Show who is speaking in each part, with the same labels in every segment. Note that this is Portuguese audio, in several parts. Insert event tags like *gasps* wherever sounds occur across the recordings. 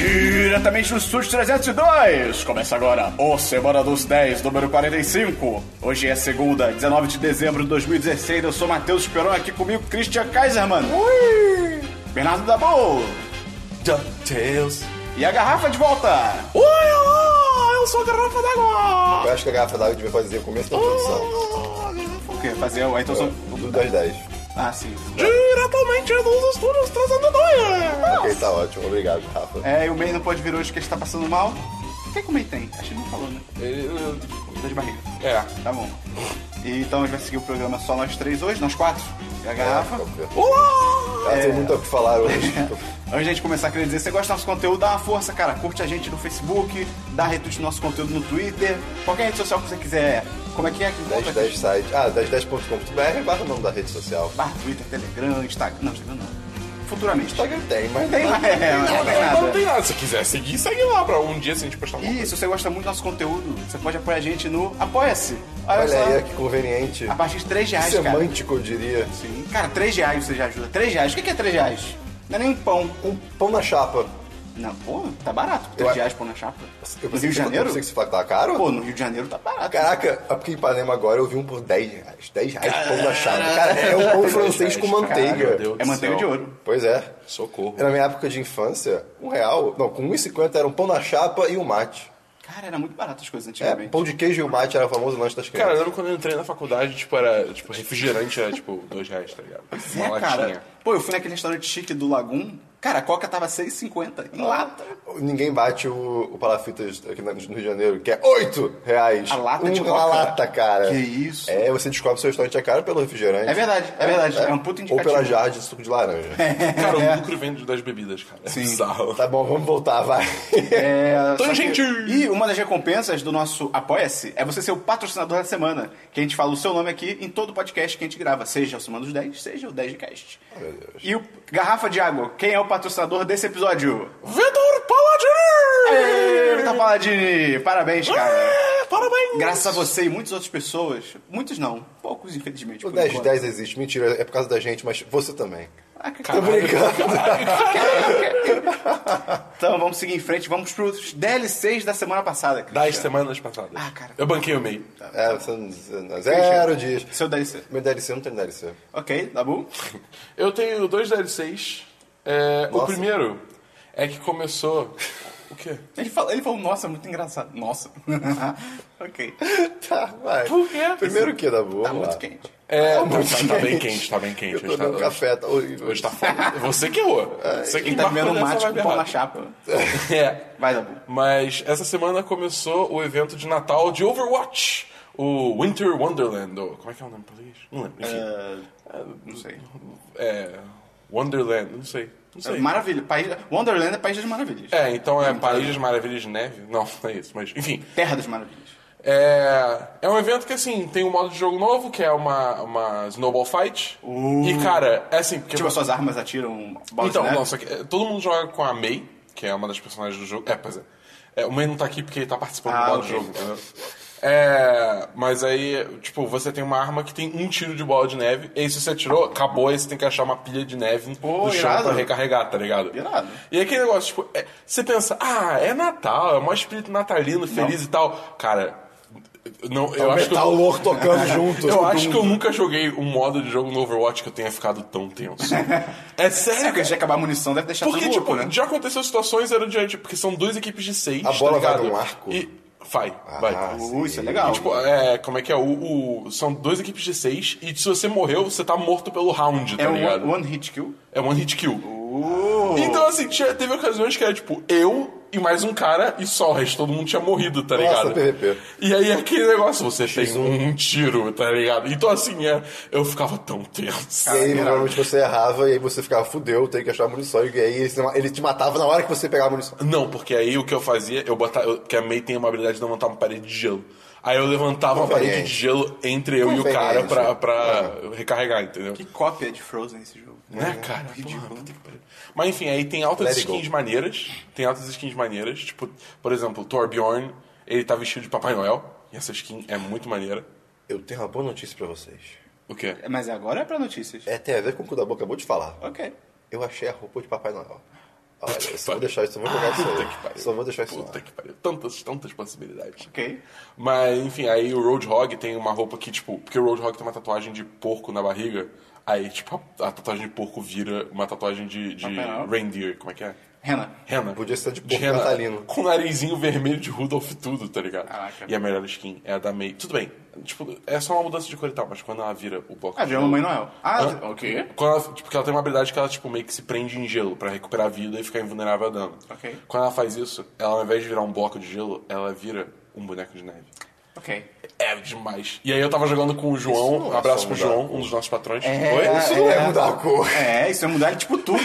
Speaker 1: diretamente do Estúdio 302. Começa agora o Semana dos 10, número 45. Hoje é segunda, 19 de dezembro de 2016. Eu sou Matheus Peron, aqui comigo Christian Kaiserman. Ui! Bernardo Dabu.
Speaker 2: DuckTales.
Speaker 1: E a garrafa de volta.
Speaker 2: Oi, olá, eu sou a garrafa d'água.
Speaker 3: Eu acho que a garrafa d'água devia fazer o começo da introdução.
Speaker 1: O que? Fazer a introdução...
Speaker 3: Do 2 10.
Speaker 1: Ah, sim.
Speaker 2: Diretamente dos estúdios 302.
Speaker 3: Ok, tá ótimo. Obrigado, Rafa.
Speaker 1: É, e o May não pode vir hoje porque ele tá passando mal. O que é que o May tem? Acho que ele não falou, né? Dor de barriga.
Speaker 2: É.
Speaker 1: Tá bom. E, então a gente vai seguir o programa só nós três hoje, nós quatro. E
Speaker 3: É,
Speaker 1: a garrafa.
Speaker 2: Olá.
Speaker 3: Ela tá Ah,
Speaker 1: é.
Speaker 3: tem muito o que falar hoje.
Speaker 1: Antes de a gente começar, queria dizer, se você gosta do nosso conteúdo, dá uma força, cara. Curte a gente no Facebook, dá retweet no nosso conteúdo no Twitter, qualquer rede social que você quiser. Como é que é que encontra?
Speaker 3: 1010 site. Ah, 1010.com.br barra o nome da rede social.
Speaker 1: Barra, Twitter, Telegram, Instagram. Não, Instagram não. Futuramente.
Speaker 3: Instagram tem, mas
Speaker 1: Tem, mas é, mas não tem nada.
Speaker 2: Não tem nada. Se quiser seguir, segue lá pra um dia se a gente postar alguma
Speaker 1: E
Speaker 2: coisa.
Speaker 1: se você gosta muito do nosso conteúdo, você pode apoiar a gente no Apoia-se. Olha,
Speaker 3: Olha
Speaker 1: só.
Speaker 3: aí, é que conveniente.
Speaker 1: A partir de 3 reais, cara.
Speaker 3: Semântico, eu diria.
Speaker 1: Sim. Cara, 3 reais você já ajuda. 3 reais. O que que é 3 reais? Não é nem pão.
Speaker 3: Um pão na chapa.
Speaker 1: Não, pô, tá barato.
Speaker 3: Eu
Speaker 1: 3
Speaker 3: acho-
Speaker 1: reais pão na chapa.
Speaker 3: Eu
Speaker 1: no
Speaker 3: pensei
Speaker 1: Rio de
Speaker 3: que-
Speaker 1: Janeiro?
Speaker 3: Eu pensei que você falava que tava caro.
Speaker 1: Pô, no Rio de Janeiro tá barato.
Speaker 3: Caraca, é porque em Ipanema agora eu vi um por 10 reais. 10 reais pão na chapa. Cara, é um pão francês com
Speaker 2: meu
Speaker 3: manteiga.
Speaker 2: Deus
Speaker 1: É
Speaker 2: do
Speaker 1: manteiga
Speaker 2: céu.
Speaker 1: de ouro.
Speaker 3: Pois é.
Speaker 2: Socorro.
Speaker 3: Na minha época de infância, um real, não, com 1,50 era um pão na chapa e um mate.
Speaker 1: Cara, era muito barato as coisas
Speaker 3: É,
Speaker 1: antigamente.
Speaker 3: pão de queijo e o mate era o famoso lanche das
Speaker 2: Cara, eu
Speaker 3: crianças.
Speaker 2: lembro quando eu entrei na faculdade, tipo, era, tipo, refrigerante era, tipo, dois reais, tá ligado?
Speaker 1: É, cara. Pô, eu fui naquele restaurante chique do Lagoon. Cara, a coca tava 6,50 em lata.
Speaker 3: Ninguém bate o, o palafitas aqui na- no Rio de Janeiro, que é 8 reais.
Speaker 1: A lata
Speaker 3: um,
Speaker 1: de coca.
Speaker 3: Uma lata, cara.
Speaker 1: Que isso?
Speaker 3: É, você descobre se o restaurante é caro pelo refrigerante.
Speaker 1: É verdade, é verdade. É um puto indicativo. É.
Speaker 3: Ou pela jarra de suco de laranja.
Speaker 2: Cara, o lucro vem das bebidas, cara. É
Speaker 1: Sim.
Speaker 2: bizarro.
Speaker 3: Tá bom, vamos voltar,
Speaker 1: *laughs*
Speaker 3: vai.
Speaker 1: É, só que-
Speaker 2: Tangente!
Speaker 1: E uma das recompensas do nosso Apoia-se é você ser o patrocinador da semana, que a gente fala o seu nome aqui em todo podcast que a gente grava, seja o Semana dos 10, seja o 10 de cast.
Speaker 3: meu Deus.
Speaker 1: E o Garrafa de Água, quem é o patrocinador desse episódio?
Speaker 2: Vitor Paladini!
Speaker 1: Ê, Vitor Paladini! Parabéns, cara!
Speaker 2: É, Parabéns!
Speaker 1: Graças a você e muitas outras pessoas, muitos não, poucos infelizmente.
Speaker 3: O
Speaker 1: por
Speaker 3: 10 de
Speaker 1: enquanto.
Speaker 3: 10 existe. Mentira, é por causa da gente, mas você também.
Speaker 1: Ah, que-
Speaker 3: Tô brincando.
Speaker 1: *laughs* Então vamos seguir em frente, vamos pros DLCs da semana passada. Christian.
Speaker 2: Das semanas passadas.
Speaker 1: Ah, cara.
Speaker 2: Eu banquei o meio.
Speaker 1: Tá,
Speaker 3: É, você não-
Speaker 1: né?
Speaker 3: zero dias.
Speaker 1: Seu DLC.
Speaker 3: Meu DLC não tem DLC.
Speaker 1: Ok, Dabu?
Speaker 2: Eu tenho dois DLCs. É, o
Speaker 3: Nossa.
Speaker 2: primeiro é que começou. *laughs* O quê?
Speaker 1: Ele falou, ele falou, nossa, muito engraçado. Nossa. *laughs* ok.
Speaker 3: Tá, vai.
Speaker 2: Por quê?
Speaker 3: Primeiro que, Dabu?
Speaker 1: Tá
Speaker 3: Vamos
Speaker 1: muito
Speaker 3: lá.
Speaker 1: quente.
Speaker 2: É,
Speaker 3: Tá
Speaker 2: não,
Speaker 3: muito
Speaker 2: tá, tá bem quente, tá bem quente. Hoje
Speaker 3: Eu tô
Speaker 2: tá, É,
Speaker 3: dando
Speaker 2: hoje,
Speaker 3: café, tá horrível.
Speaker 2: hoje tá foda. Você que errou. Você que
Speaker 1: Quem tá bebendo
Speaker 2: embarcou
Speaker 1: mate
Speaker 2: nessa
Speaker 1: com
Speaker 2: vibe
Speaker 1: pão na
Speaker 2: errada.
Speaker 1: chapa.
Speaker 2: É.
Speaker 1: Vai, Dabu.
Speaker 2: Mas essa semana começou o evento de Natal de Overwatch. O Winter Wonderland. Ou, como é que é o nome em português? Não lembro. Enfim.
Speaker 1: não sei.
Speaker 2: É, Wonderland, não sei. Não sei.
Speaker 1: Maravilha. País, Wonderland é País das Maravilhas.
Speaker 2: É, então é País das Maravilhas de Neve? Não, *laughs* não é isso, mas enfim.
Speaker 1: Terra das Maravilhas.
Speaker 2: É, é um evento que, assim, tem um modo de jogo novo, que é uma, uma Snowball Fight. E, cara, é assim... Porque
Speaker 1: Tipo, as suas armas atiram né? bola
Speaker 2: Então,
Speaker 1: de neve.
Speaker 2: não, só que é, todo mundo joga com a May, que é uma das personagens do jogo. É, pois é. É, o May não tá aqui porque ele tá participando
Speaker 1: Ah,
Speaker 2: do modo
Speaker 1: ok.
Speaker 2: de jogo, entendeu? É, mas aí, tipo, você tem uma arma que tem um tiro de bola de neve, e aí se você tirou, acabou, aí você tem que achar uma pilha de neve
Speaker 1: Pô,
Speaker 2: no chão
Speaker 1: irado.
Speaker 2: pra recarregar, tá ligado?
Speaker 1: Irado.
Speaker 2: E aquele negócio, tipo, é, você pensa, ah, é Natal, é o maior espírito natalino, feliz e tal. Cara, não,
Speaker 1: É
Speaker 2: eu acho que.
Speaker 3: Metal
Speaker 2: Eu,
Speaker 3: louco tocando
Speaker 2: *laughs*
Speaker 3: junto.
Speaker 2: eu acho que eu nunca joguei um modo de jogo no Overwatch que eu tenha ficado tão tenso. É sério,
Speaker 1: Sério que a gente acabar a munição deve deixar
Speaker 2: porque,
Speaker 1: tudo
Speaker 2: tipo,
Speaker 1: louco, né?
Speaker 2: já aconteceu situações era de, tipo, porque são duas equipes de seis.
Speaker 3: A bola
Speaker 2: tá
Speaker 3: vai
Speaker 2: ligado?
Speaker 3: num arco? Ah,
Speaker 2: E vai, vai.
Speaker 1: Uh, isso é legal.
Speaker 2: E, tipo, é, como é que é? O, o- são duas equipes de seis, e se você morreu, você tá morto pelo round, tá
Speaker 1: é um
Speaker 2: ligado?
Speaker 1: one, one hit kill.
Speaker 2: É one hit kill.
Speaker 3: Uh.
Speaker 2: Então, assim, tinha, teve ocasiões que era tipo, eu e mais um cara e só, o resto todo mundo tinha morrido, tá
Speaker 3: Nossa,
Speaker 2: ligado?
Speaker 3: PVP.
Speaker 2: E aí aquele negócio, você fez um tiro, tá ligado? Então, assim, é, eu ficava tão tenso.
Speaker 3: E aí, normalmente você errava, e aí você ficava, fudeu, tem que achar munição. E aí ele, ele te matava na hora que você pegava a munição.
Speaker 2: Não, porque aí o que eu fazia, eu botava. eu- que a May tem uma habilidade de levantar uma parede de gelo. Aí eu levantava uma parede de
Speaker 3: Conveniente.
Speaker 2: gelo entre eu e o
Speaker 3: Conveniente.
Speaker 2: cara pra, pra recarregar, entendeu?
Speaker 1: Que cópia de Frozen esse jogo.
Speaker 2: Né, cara? Porra, puta que pariu. Mas enfim, aí tem altas
Speaker 3: Let it
Speaker 2: skins
Speaker 3: go.
Speaker 2: maneiras. Tem altas skins maneiras. Tipo, por exemplo, o Torbjorn, ele tá vestido de Papai Noel. E essa skin é muito maneira.
Speaker 3: Eu tenho uma boa notícia pra vocês.
Speaker 2: O quê?
Speaker 1: Mas agora é pra notícias.
Speaker 3: É, tem a ver com o que o Dabu acabou de falar.
Speaker 1: Ok.
Speaker 3: Eu achei a roupa de Papai Noel. Olha, eu só vou deixar isso, só vou pegar isso
Speaker 2: Puta que
Speaker 3: aí.
Speaker 2: pariu.
Speaker 3: Só vou deixar isso
Speaker 2: Puta
Speaker 3: lá.
Speaker 2: que pariu. Tantas, tantas possibilidades.
Speaker 1: Ok.
Speaker 2: Mas, enfim, aí o Roadhog tem uma roupa que, tipo... Porque o Roadhog tem uma tatuagem de porco na barriga. Aí, tipo, a, a tatuagem de porco vira uma tatuagem de, de
Speaker 1: Afinal.
Speaker 2: reindeer. Como é que é?
Speaker 1: Renan.
Speaker 2: Rena.
Speaker 3: Podia ser de porco natalino.
Speaker 2: Com narizinho vermelho de Rudolph e tudo, tá ligado?
Speaker 1: Caraca.
Speaker 2: E a melhor skin é a da May. Tudo bem. Tipo, é só uma mudança de cor e tal. Mas quando ela vira o bloco...
Speaker 1: Ah,
Speaker 2: de
Speaker 1: virou
Speaker 2: gelo-
Speaker 1: Mamãe Noel. Ah,
Speaker 2: Hã?
Speaker 1: ok.
Speaker 2: Quando ela, tipo, porque ela tem uma habilidade que ela tipo, meio que se prende em gelo pra recuperar a vida e ficar invulnerável a dano.
Speaker 1: Ok.
Speaker 2: Quando ela faz isso, ela ao invés de virar um bloco de gelo, ela vira um boneco de neve.
Speaker 1: Ok.
Speaker 2: É demais. E aí eu tava jogando com o João,
Speaker 3: não
Speaker 2: um
Speaker 3: é
Speaker 2: abraço
Speaker 3: só
Speaker 2: pro
Speaker 3: mudar a
Speaker 2: João, um dos nossos patrões.
Speaker 1: É,
Speaker 2: Oi?
Speaker 3: Isso não
Speaker 1: É.
Speaker 3: é mudar a cor.
Speaker 1: É, isso é mudar, tipo, tudo.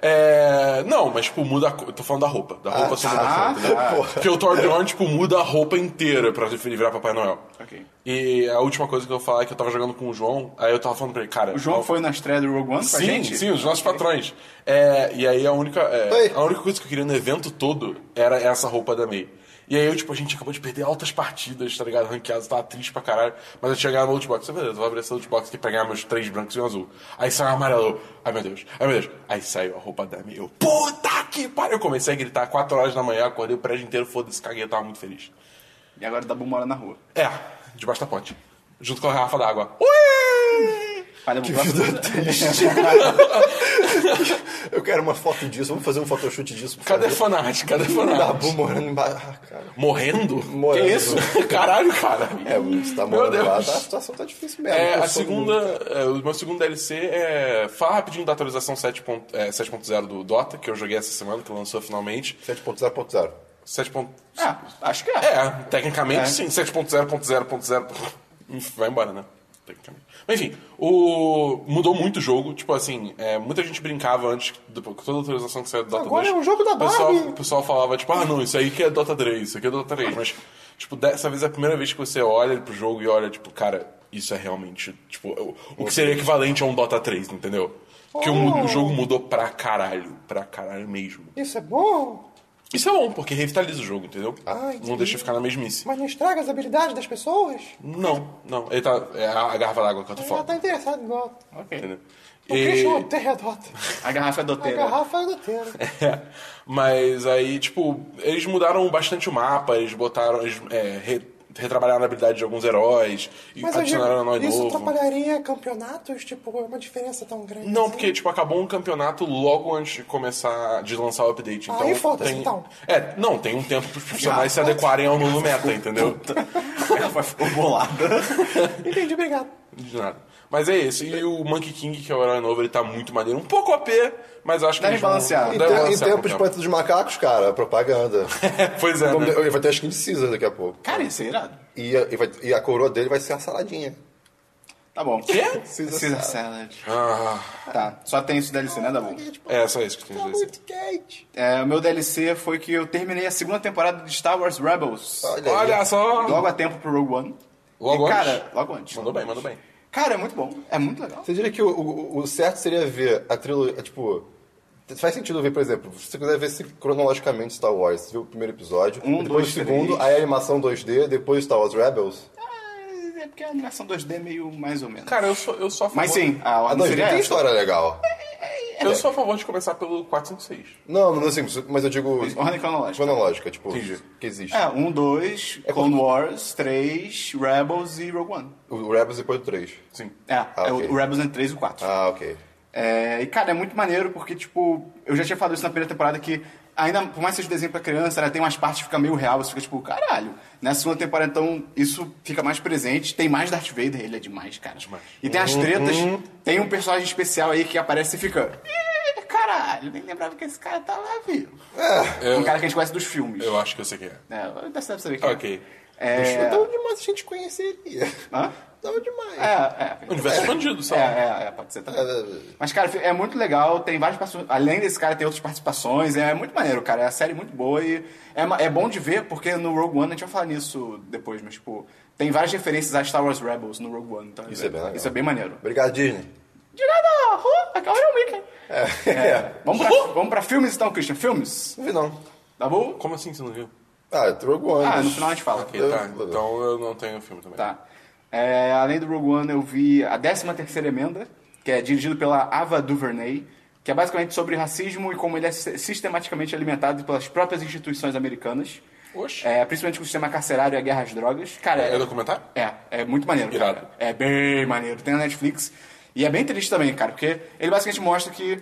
Speaker 2: É, Não, mas tipo, muda a cor. Tô falando da roupa.
Speaker 3: Ah,
Speaker 2: Da roupa só muda a cor,
Speaker 1: tá,
Speaker 2: entendeu?
Speaker 1: tá.
Speaker 2: Porque o Thor Bjorn, tipo, muda a roupa inteira pra ele virar Papai Noel.
Speaker 1: Ok.
Speaker 2: E a última coisa que eu vou falar é que eu tava jogando com o João, aí eu tava falando pra ele, cara.
Speaker 1: O João
Speaker 2: eu-
Speaker 1: foi na estreia do Rogue One com a
Speaker 2: sim,
Speaker 1: gente?
Speaker 2: Sim, os nossos patrões. É, e aí a única, é,
Speaker 3: Oi.
Speaker 2: a única coisa que eu queria no evento todo era essa roupa da May. E aí, eu, tipo, a gente acabou de perder altas partidas, tá ligado? Ranqueados, tava triste pra caralho. Mas eu tinha ganhado no loot box. Eu falei, beleza, eu vou abrir essa loot box aqui pra ganhar meus três brancos e um azul. Aí saiu um amarelo. Ai, meu Deus. Ai, meu Deus. Aí saiu a roupa da May. Eu, puta que pariu. Eu comecei a gritar 4 horas da manhã, acordei o prédio inteiro, foda-se, caguei, eu tava muito feliz.
Speaker 1: E agora o Dabu mora na rua.
Speaker 2: É, debaixo da ponte. Junto com a garrafa d'água. Ui!
Speaker 1: Olha, que vida
Speaker 2: *laughs*
Speaker 3: Eu quero uma foto disso, vamos fazer um photoshoot disso. por
Speaker 2: Cadê
Speaker 3: favor?
Speaker 2: fanart? Cadê fanart?
Speaker 3: Dabu morando embaixo. Ah, cara.
Speaker 2: Morrendo?
Speaker 3: *laughs* Morrendo.
Speaker 2: Que isso? Caralho, cara.
Speaker 3: É, você tá
Speaker 2: Meu
Speaker 3: morando lá,
Speaker 2: Deus.
Speaker 3: tá- a situação tá difícil mesmo.
Speaker 2: É, a
Speaker 3: Todo
Speaker 2: segunda,
Speaker 3: mundo-
Speaker 2: é, o meu segundo DLC é. Fala rapidinho da atualização 7 ponto- é, 7.0 do Dota, que eu joguei essa semana, que lançou finalmente.
Speaker 3: é 7.0.0.
Speaker 2: 7.
Speaker 1: Ah, acho que é.
Speaker 2: É, tecnicamente
Speaker 1: É.
Speaker 2: sim, 7.0.0.0. Vai embora, né? Tecnicamente. Mas enfim, o... mudou muito o jogo. Tipo assim, é, muita gente brincava antes, que- depois, com toda a atualização que saiu do Dota
Speaker 3: Agora
Speaker 2: 2.
Speaker 3: é um jogo da
Speaker 2: o pessoal,
Speaker 3: Barbie.
Speaker 2: o pessoal falava, tipo, ah não, isso aí que é Dota 3, isso aqui é Dota 3. Mas, tipo, dessa vez é a primeira vez que você olha pro jogo e olha, tipo, cara, isso é realmente, tipo, o, o que seria equivalente a um Dota 3, entendeu? Porque o, mu- o jogo
Speaker 3: Oh.
Speaker 2: mudou pra caralho, pra caralho mesmo.
Speaker 3: Isso é bom,
Speaker 2: Isso é bom, porque revitaliza o jogo, entendeu?
Speaker 3: Ah,
Speaker 2: não
Speaker 3: entendi.
Speaker 2: deixa ficar na mesmice.
Speaker 3: mas não estraga as habilidades das pessoas. tá
Speaker 2: Não, não. Ele tá. É a, a garrafa d'água que eu tô falando.
Speaker 3: interessado em Dota.
Speaker 1: Ok.
Speaker 2: Entendeu? *laughs* E,
Speaker 3: terra Dota.
Speaker 1: A garrafa é doteira.
Speaker 3: é doteira.
Speaker 2: mas aí, tipo, eles mudaram bastante o mapa, eles botaram. Eles, é, re- retrabalharam a habilidade de alguns heróis, e adicionaram herói novo.
Speaker 3: atrapalharia campeonatos? Tipo, é uma diferença tão grande. assim?
Speaker 2: Não, porque, tipo, acabou um campeonato logo antes de começar, de lançar o update. Então,
Speaker 3: Aí foda-se,
Speaker 2: tem...
Speaker 3: então.
Speaker 2: É, não, tem um tempo pros profissionais se adequarem ao novo meta, entendeu?
Speaker 1: Ela ficou bolada.
Speaker 3: Entendi, obrigado.
Speaker 2: De nada. Mas é esse. E o Monkey King, que é o herói novo, ele tá muito maneiro. Um pouco OP, mas acho que.
Speaker 1: Deve
Speaker 2: eles vão-
Speaker 1: balancear.
Speaker 3: E,
Speaker 2: Deve
Speaker 3: tem- e
Speaker 2: balancear com o
Speaker 3: tempo de Planeta dos Macacos,
Speaker 2: *laughs*
Speaker 3: cara, propaganda.
Speaker 2: Pois é, né?
Speaker 3: Ele vai ter a skin de Caesar daqui a pouco.
Speaker 1: Cara, isso é irado.
Speaker 3: E a, e vai- e a coroa dele vai ser a saladinha.
Speaker 1: Tá bom.
Speaker 2: Quê?
Speaker 1: Caesar, Caesar salad.
Speaker 2: Ah,
Speaker 1: Tá, só tem isso DLC, né, Dabu?
Speaker 2: é só isso que tem que dizer.
Speaker 3: tipo, tá
Speaker 1: Tá
Speaker 3: quente.
Speaker 1: É, o meu DLC foi que eu terminei a segunda temporada de Star Wars Rebels.
Speaker 3: Olha, aí.
Speaker 2: Olha só!
Speaker 1: Logo a tempo pro Rogue One.
Speaker 2: Logo
Speaker 1: e, cara,
Speaker 2: antes?
Speaker 1: logo antes.
Speaker 2: Mandou bem,
Speaker 1: Logo
Speaker 2: mandou
Speaker 1: antes.
Speaker 2: bem.
Speaker 1: Cara, é muito bom. É muito legal.
Speaker 3: Você diria que o, o- o certo seria ver a trilogia, tipo... Faz sentido ver, por exemplo, se você quiser ver se- cronologicamente Star Wars, você viu o primeiro episódio,
Speaker 1: Um,
Speaker 3: depois
Speaker 1: dois,
Speaker 3: o segundo,
Speaker 1: três.
Speaker 3: aí a animação 2D, depois Star Wars Rebels.
Speaker 1: Ah, É porque a animação 2D é meio mais ou menos.
Speaker 2: Cara, eu sou, eu sou a favor.
Speaker 1: Mas sim, a
Speaker 2: Ah,
Speaker 3: A
Speaker 1: ordem
Speaker 3: 2D
Speaker 1: seria
Speaker 3: tem
Speaker 1: essa.
Speaker 3: história legal.
Speaker 2: Eu sou a favor de começar pelo 456.
Speaker 3: Não, não assim, mas eu digo
Speaker 1: Ordem cronológica.
Speaker 3: cronológica, tipo,
Speaker 2: Entendi.
Speaker 3: que existe.
Speaker 1: É, 1, 2, Clone Wars, 3, Rebels e Rogue One.
Speaker 3: O Rebels depois do 3.
Speaker 2: Sim.
Speaker 1: É, é
Speaker 3: ok.
Speaker 1: o o Rebels é 3 e o 4.
Speaker 3: Ah, ok.
Speaker 1: É, e, cara, é muito maneiro porque, tipo, eu já tinha falado isso na primeira temporada que, ainda, por mais que seja desenho pra criança, ela tem umas partes que fica meio real, você fica tipo, caralho. Na segunda temporada, então, isso fica mais presente. Tem mais Darth Vader, ele é demais, cara. E tem as tretas, tem um personagem especial aí que aparece e fica. "Ih, Caralho, nem lembrava que esse cara tá lá, viu?
Speaker 2: Eu,
Speaker 1: Um cara que a gente conhece dos filmes.
Speaker 2: É. eu acho que eu sei quem é.
Speaker 1: É, você deve saber quem é.
Speaker 2: Ok.
Speaker 1: É...
Speaker 3: Então demais a gente conheceria.
Speaker 1: Hã?
Speaker 3: Então demais.
Speaker 1: É, é.
Speaker 2: Universo expandido,
Speaker 1: É,
Speaker 2: sabe?
Speaker 1: é, é, pode ser também. Mas, cara, é muito legal, tem várias participações. Além desse cara, tem outras participações. É muito maneiro, cara. É uma série muito boa e é, ma- é bom de ver, porque no Rogue One, a gente vai falar nisso depois, mas, tipo, tem várias referências a Star Wars Rebels no Rogue One. Então,
Speaker 3: Isso é bem legal.
Speaker 1: Isso é bem maneiro.
Speaker 3: Obrigado, Disney.
Speaker 1: De nada! Uh, aquela é o Mickey.
Speaker 3: É.
Speaker 1: Vamos pra, vamos pra filmes então, Christian. Filmes?
Speaker 3: *laughs* Não vi não.
Speaker 1: Tá bom?
Speaker 2: Como assim você não viu?
Speaker 3: Ah, é Rogue One.
Speaker 1: Ah, no final a gente fala.
Speaker 2: Ok,
Speaker 3: Eu-
Speaker 2: tá. Então eu não tenho filme também.
Speaker 1: Tá. É, além do Rogue One, eu vi a 13 terceira emenda, que é dirigido pela Ava DuVernay, que é basicamente sobre racismo e como ele é si- sistematicamente alimentado pelas próprias instituições americanas.
Speaker 2: Oxe.
Speaker 1: É, principalmente com o sistema carcerário e a guerra às drogas. Cara,
Speaker 2: É documentário?
Speaker 1: é, é muito maneiro,
Speaker 2: Irado.
Speaker 1: cara. É bem maneiro. Tem na Netflix. E é bem triste também, cara, porque ele basicamente mostra que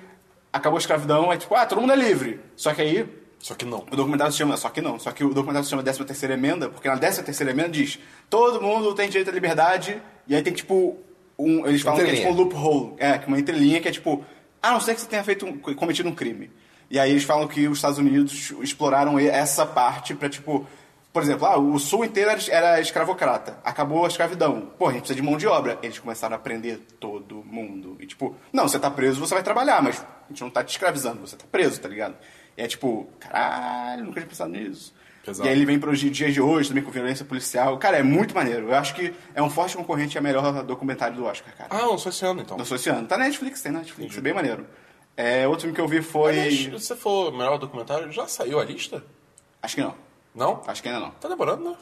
Speaker 1: acabou a escravidão, é tipo, ah, todo mundo é livre. Só que aí,
Speaker 2: Só que não.
Speaker 1: o documentário se chama, só que não, só que o documentário se chama 13 terceira emenda, porque na 13 terceira emenda diz, todo mundo tem direito à liberdade, e aí tem tipo um, eles falam que é tipo um
Speaker 3: Entrelinha.
Speaker 1: loophole, é, que uma entrelinha que é tipo, a não ser que você tenha feito um- cometido um crime. E aí eles falam que os Estados Unidos exploraram e- essa parte pra tipo, por exemplo, ah, o sul inteiro era, era escravocrata, acabou a escravidão. Pô, a gente precisa de mão de obra. Eles começaram a prender todo mundo. E tipo, não, você tá preso, você vai trabalhar, mas a gente não tá te escravizando, você tá preso, tá ligado? E é tipo, caralho, nunca tinha pensado nisso.
Speaker 2: Pesado.
Speaker 1: E aí ele vem para os dias de hoje também com violência policial. Cara, é muito maneiro. Eu acho que é um forte concorrente a melhor documentário do Oscar, cara.
Speaker 2: Ah, não, só esse ano então.
Speaker 1: Não sou esse ano. Tá na Netflix, tem na Netflix. É bem maneiro. É, outro filme que eu vi foi.
Speaker 2: Aliás, se você for melhor documentário, já saiu a lista?
Speaker 1: Acho que não.
Speaker 2: Não?
Speaker 1: Acho que ainda não.
Speaker 2: Tá demorando, né?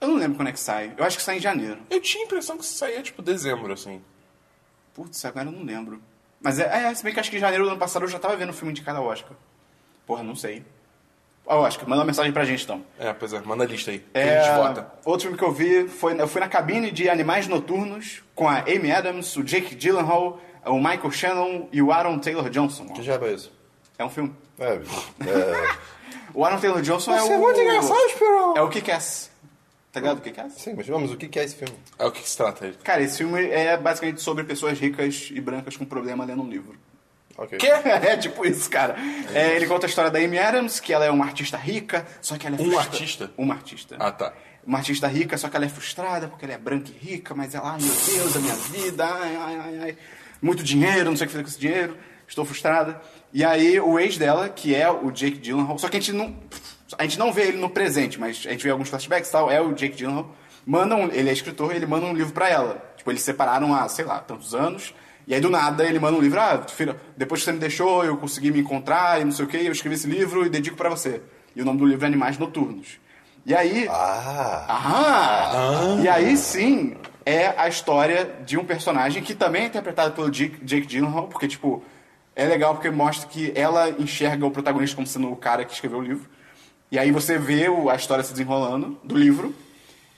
Speaker 1: Eu não lembro quando é que sai. Eu acho que sai em janeiro.
Speaker 2: Eu tinha a impressão que saía tipo dezembro, assim.
Speaker 1: Putz, agora eu não lembro. Mas é, é, se bem que acho que em janeiro do ano passado eu já tava vendo o filme indicado ao Oscar. Porra, não sei. Ó, Oscar, manda uma mensagem pra gente então.
Speaker 2: É, pois é, manda a lista aí. Que
Speaker 1: É,
Speaker 2: a gente vota.
Speaker 1: Outro filme que eu vi foi. Eu fui na cabine de Animais Noturnos com a Amy Adams, o Jake Gyllenhaal, o Michael Shannon e o Aaron Taylor Johnson.
Speaker 3: Que diabo é isso?
Speaker 1: É um filme. *laughs*
Speaker 3: É, é...
Speaker 1: O Aaron Taylor Johnson é o.
Speaker 3: Você é muito engraçado, Esperão!
Speaker 1: É o Kick-Ass. Tá ligado o Kick-Ass?
Speaker 3: Sim, mas vamos, o que que é esse filme?
Speaker 2: É o que, que se trata aí?
Speaker 1: Cara, esse filme é basicamente sobre pessoas ricas e brancas com problema lendo um livro. *laughs*
Speaker 3: Ok.
Speaker 2: Quê?
Speaker 1: É tipo isso, cara. É, ele conta a história da Amy Adams, que ela é uma artista rica, só que ela é
Speaker 2: Um
Speaker 1: frustra-
Speaker 2: artista?
Speaker 1: Uma artista.
Speaker 2: Ah, tá.
Speaker 1: Uma artista rica, só que ela é frustrada porque ela é branca e rica, mas ela, ai meu Deus, a minha vida, ai, ai, ai, ai. Muito dinheiro, não sei o que fazer com esse dinheiro, estou frustrada. E aí o ex dela, que é o Jake Gyllenhaal, só que a gente não. A gente não vê ele no presente, mas a gente vê alguns flashbacks e tal, é o Jake Gyllenhaal. Manda um, ele é escritor ele manda um livro pra ela. Tipo, eles separaram há, sei lá, tantos anos. E aí do nada ele manda um livro, ah, filha, depois que você me deixou, eu consegui me encontrar e não sei o que, eu escrevi esse livro e dedico pra você. E o nome do livro é Animais Noturnos. E aí.
Speaker 3: Ah,
Speaker 1: Ah! E aí sim é a história de um personagem que também é interpretado pelo Jake, Jake Gyllenhaal, porque, tipo, é legal porque mostra que ela enxerga o protagonista como sendo o cara que escreveu o livro. E aí você vê o- a história se desenrolando do livro.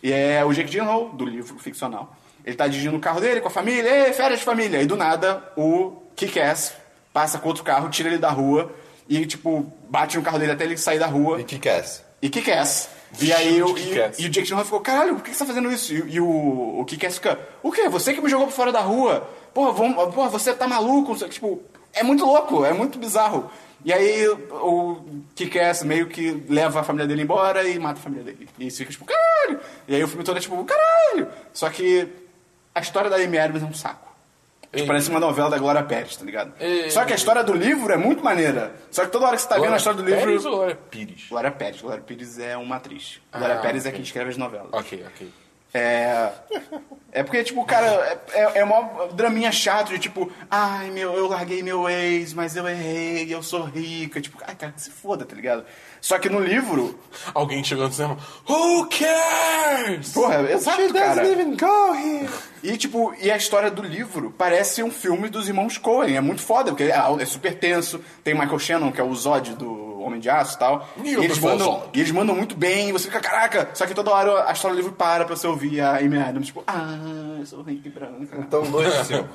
Speaker 1: E é o Jake Gyllenhaal, do livro ficcional. Ele tá dirigindo o carro dele com a família, "Ê, férias de família. E do nada, o Kick-Ass passa com outro carro, tira ele da rua e, tipo, bate no carro dele até ele sair da rua.
Speaker 3: e que que é esse?
Speaker 1: E Kick-Ass. E aí o, e,
Speaker 2: Kick-Ass.
Speaker 1: e o Jake Gyllenhaal ficou, caralho, por que que você tá fazendo isso? E, e o, o Kick-Ass fica, o quê? Você que me jogou pra fora da rua? Porra, vamos, porra você tá maluco? Não sei o que, Tipo, é muito louco, é muito bizarro. E aí o Kick-Ass meio que leva a família dele embora e mata a família dele. E isso fica tipo, caralho! E aí o filme todo é tipo, caralho! Só que a história da Amy Adams é um saco. Tipo,
Speaker 2: Ei.
Speaker 1: parece uma novela da Glória Pérez, tá ligado?
Speaker 2: Ei.
Speaker 1: Só que a história do livro é muito maneira. Só que toda hora que você tá vendo a história do livro...
Speaker 2: Pérez ou é? Glória Pires?
Speaker 1: Glória Pérez. Glória Pérez é uma atriz. Glória
Speaker 2: Ah,
Speaker 1: Pérez é
Speaker 2: ok.
Speaker 1: quem escreve as novelas.
Speaker 2: Ok, ok.
Speaker 1: É. É porque, tipo, cara, é, é, é mó draminha chato de tipo, ai meu, eu larguei meu ex, mas eu errei, eu sou rica. Tipo, ai, cara, se foda, tá ligado? Só que no livro,
Speaker 2: Alguém chegando no cinema. Who cares?
Speaker 1: porra, é exato, cara.
Speaker 3: even go here!
Speaker 1: E, tipo, e a história do livro parece um filme dos irmãos Coen. É muito foda, porque é, é super tenso. Tem Michael Shannon, que é o Zod do Homem de Aço e tal.
Speaker 2: E
Speaker 1: E
Speaker 2: o
Speaker 1: eles,
Speaker 2: pessoal
Speaker 1: mandam,
Speaker 2: Zod.
Speaker 1: e eles mandam muito bem, e você fica, caraca! Só que toda hora a história do livro para pra você ouvir a Amy Adams, tipo, ah, eu sou rica e branca.
Speaker 3: Então, dois e
Speaker 1: *laughs*
Speaker 3: cinco.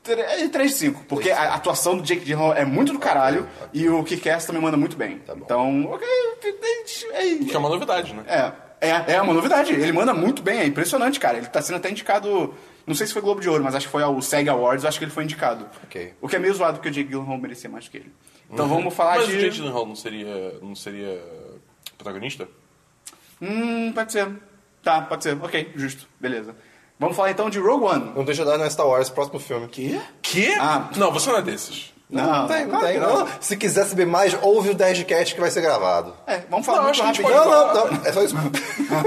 Speaker 1: Tre- É 3 de 5, porque a atuação do Jake Gyllenhaal é muito do caralho, e o Kick-Ass também manda muito bem.
Speaker 3: bom.
Speaker 1: então, ok, é,
Speaker 2: Que é uma novidade, né?
Speaker 1: é, é, é uma novidade. Ele manda muito bem, é impressionante, cara. Ele tá sendo até indicado. Não sei se foi Globo de Ouro, mas acho que foi ao SEG Awards, acho que ele foi indicado.
Speaker 3: Ok.
Speaker 1: O que é meio zoado, porque o Jake Gyllenhaal merecia mais que ele. Então vamos falar
Speaker 2: Uhum. Mas o Jake
Speaker 1: de.
Speaker 2: Gyllenhaal não seria, não seria protagonista?
Speaker 1: Hum, pode ser. Tá, pode ser. Ok, justo. Beleza. Vamos falar então de Rogue One.
Speaker 3: Não deixa dar na Star Wars, próximo filme.
Speaker 1: Quê?
Speaker 2: Que?
Speaker 1: Ah.
Speaker 2: Não, você não é desses.
Speaker 1: Não,
Speaker 3: Não tem, não
Speaker 1: claro
Speaker 3: tem.
Speaker 1: que não.
Speaker 3: Não. Se quiser saber mais, ouve o 10 de cast que vai ser gravado.
Speaker 1: É, vamos falar
Speaker 2: Não,
Speaker 1: muito
Speaker 2: acho que a gente
Speaker 1: rapidinho.
Speaker 2: pode-
Speaker 3: Não, não, não. É
Speaker 1: *laughs*
Speaker 3: só isso.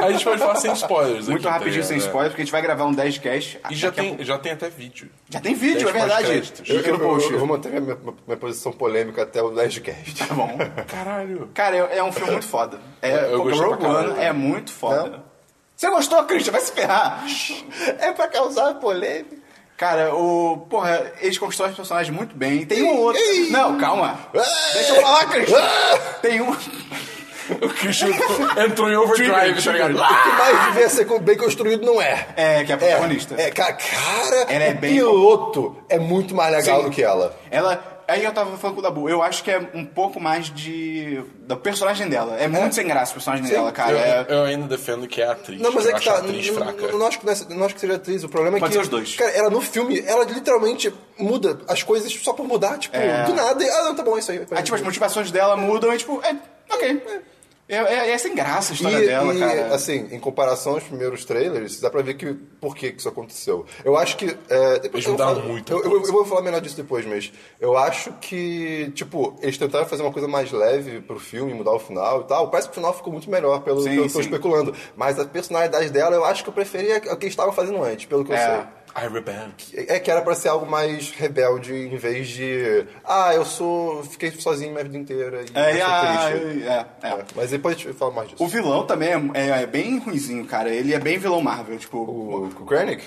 Speaker 2: A gente pode falar sem spoilers
Speaker 1: Muito
Speaker 2: aqui, tá
Speaker 1: rapidinho, sem
Speaker 2: ligado?
Speaker 1: spoilers, porque a gente vai gravar um 10 cast.
Speaker 2: E já
Speaker 1: daqui a
Speaker 2: tem,
Speaker 1: pouco.
Speaker 2: já tem até vídeo.
Speaker 1: Já tem vídeo, é
Speaker 2: Dez
Speaker 1: verdade.
Speaker 2: podcasts.
Speaker 1: Link no post.
Speaker 3: eu vou manter minha, minha- minha posição polêmica até o 10 de cast.
Speaker 1: Tá bom.
Speaker 2: Caralho.
Speaker 1: Cara, é é um filme muito foda. É, porque
Speaker 2: Eu gostei
Speaker 1: Rogue
Speaker 2: pra caralho.
Speaker 1: One é muito foda.
Speaker 3: Não?
Speaker 1: Você gostou, Christian? Vai se ferrar!
Speaker 3: É pra causar polêmica.
Speaker 1: Cara, o. Porra, eles constroem os personagens muito bem. Tem um outro.
Speaker 3: Ei!
Speaker 1: Não, calma.
Speaker 3: Ah!
Speaker 1: Deixa eu falar, Cris.
Speaker 3: Ah!
Speaker 1: Tem um.
Speaker 2: O Christian entrou em overdrive, tá ligado?
Speaker 3: O que mais devia ser co- bem construído não é.
Speaker 1: É, que é a protagonista.
Speaker 3: É, ca- cara,
Speaker 1: Ela é
Speaker 3: o
Speaker 1: bem-
Speaker 3: piloto é muito mais legal do que ela.
Speaker 1: Ela. Aí eu tava falando com o Dabu, eu acho que é um pouco mais de. do personagem dela. É muito sem graça o personagem dela, cara.
Speaker 2: Eu,
Speaker 1: É-
Speaker 2: eu ainda defendo que é a atriz.
Speaker 3: Não, mas
Speaker 2: eu
Speaker 3: é que
Speaker 2: acho
Speaker 3: tá.
Speaker 2: a atriz
Speaker 3: n- n-
Speaker 2: fraca.
Speaker 3: Não, acho que não é- não acho que seja atriz. O problema
Speaker 1: Pode
Speaker 3: é
Speaker 1: ser
Speaker 3: que.
Speaker 1: os dois.
Speaker 3: Cara, ela no filme, ela literalmente muda as coisas só por mudar, tipo, do nada. E, ah, não, tá bom, é isso aí.
Speaker 1: Aí, tipo, as motivações dela mudam e, tipo, é. Ok. É, é- é sem graça a história
Speaker 3: E-
Speaker 1: dela,
Speaker 3: e,
Speaker 1: cara.
Speaker 3: assim, em comparação aos primeiros trailers, dá pra ver que, por que que isso aconteceu. Eu acho que... é,
Speaker 2: Eles
Speaker 3: depois eu vou
Speaker 2: mudaram
Speaker 3: falar-
Speaker 2: muita
Speaker 3: eu, eu-
Speaker 2: coisa.
Speaker 3: eu vou falar melhor disso depois, mas eu acho que, tipo, eles tentaram fazer uma coisa mais leve pro filme, mudar o final e tal. Parece que o final ficou muito melhor, pelo
Speaker 1: Sim,
Speaker 3: que eu
Speaker 1: sim.
Speaker 3: tô especulando. Mas a personalidade dela, eu acho que eu preferia o que eles estavam fazendo antes, pelo que eu
Speaker 1: É.
Speaker 3: sei.
Speaker 2: I rebel.
Speaker 3: É que era pra ser algo mais rebelde, em vez de... Ah, eu sou... Fiquei sozinho minha vida inteira e
Speaker 1: É,
Speaker 3: eu
Speaker 1: e
Speaker 3: sou
Speaker 1: a-
Speaker 3: triste.
Speaker 1: é, é.
Speaker 3: É, Mas depois eu falo mais disso.
Speaker 1: O vilão também é, é- é bem ruinzinho, cara. Ele é bem vilão Marvel, tipo.
Speaker 3: O Krennic?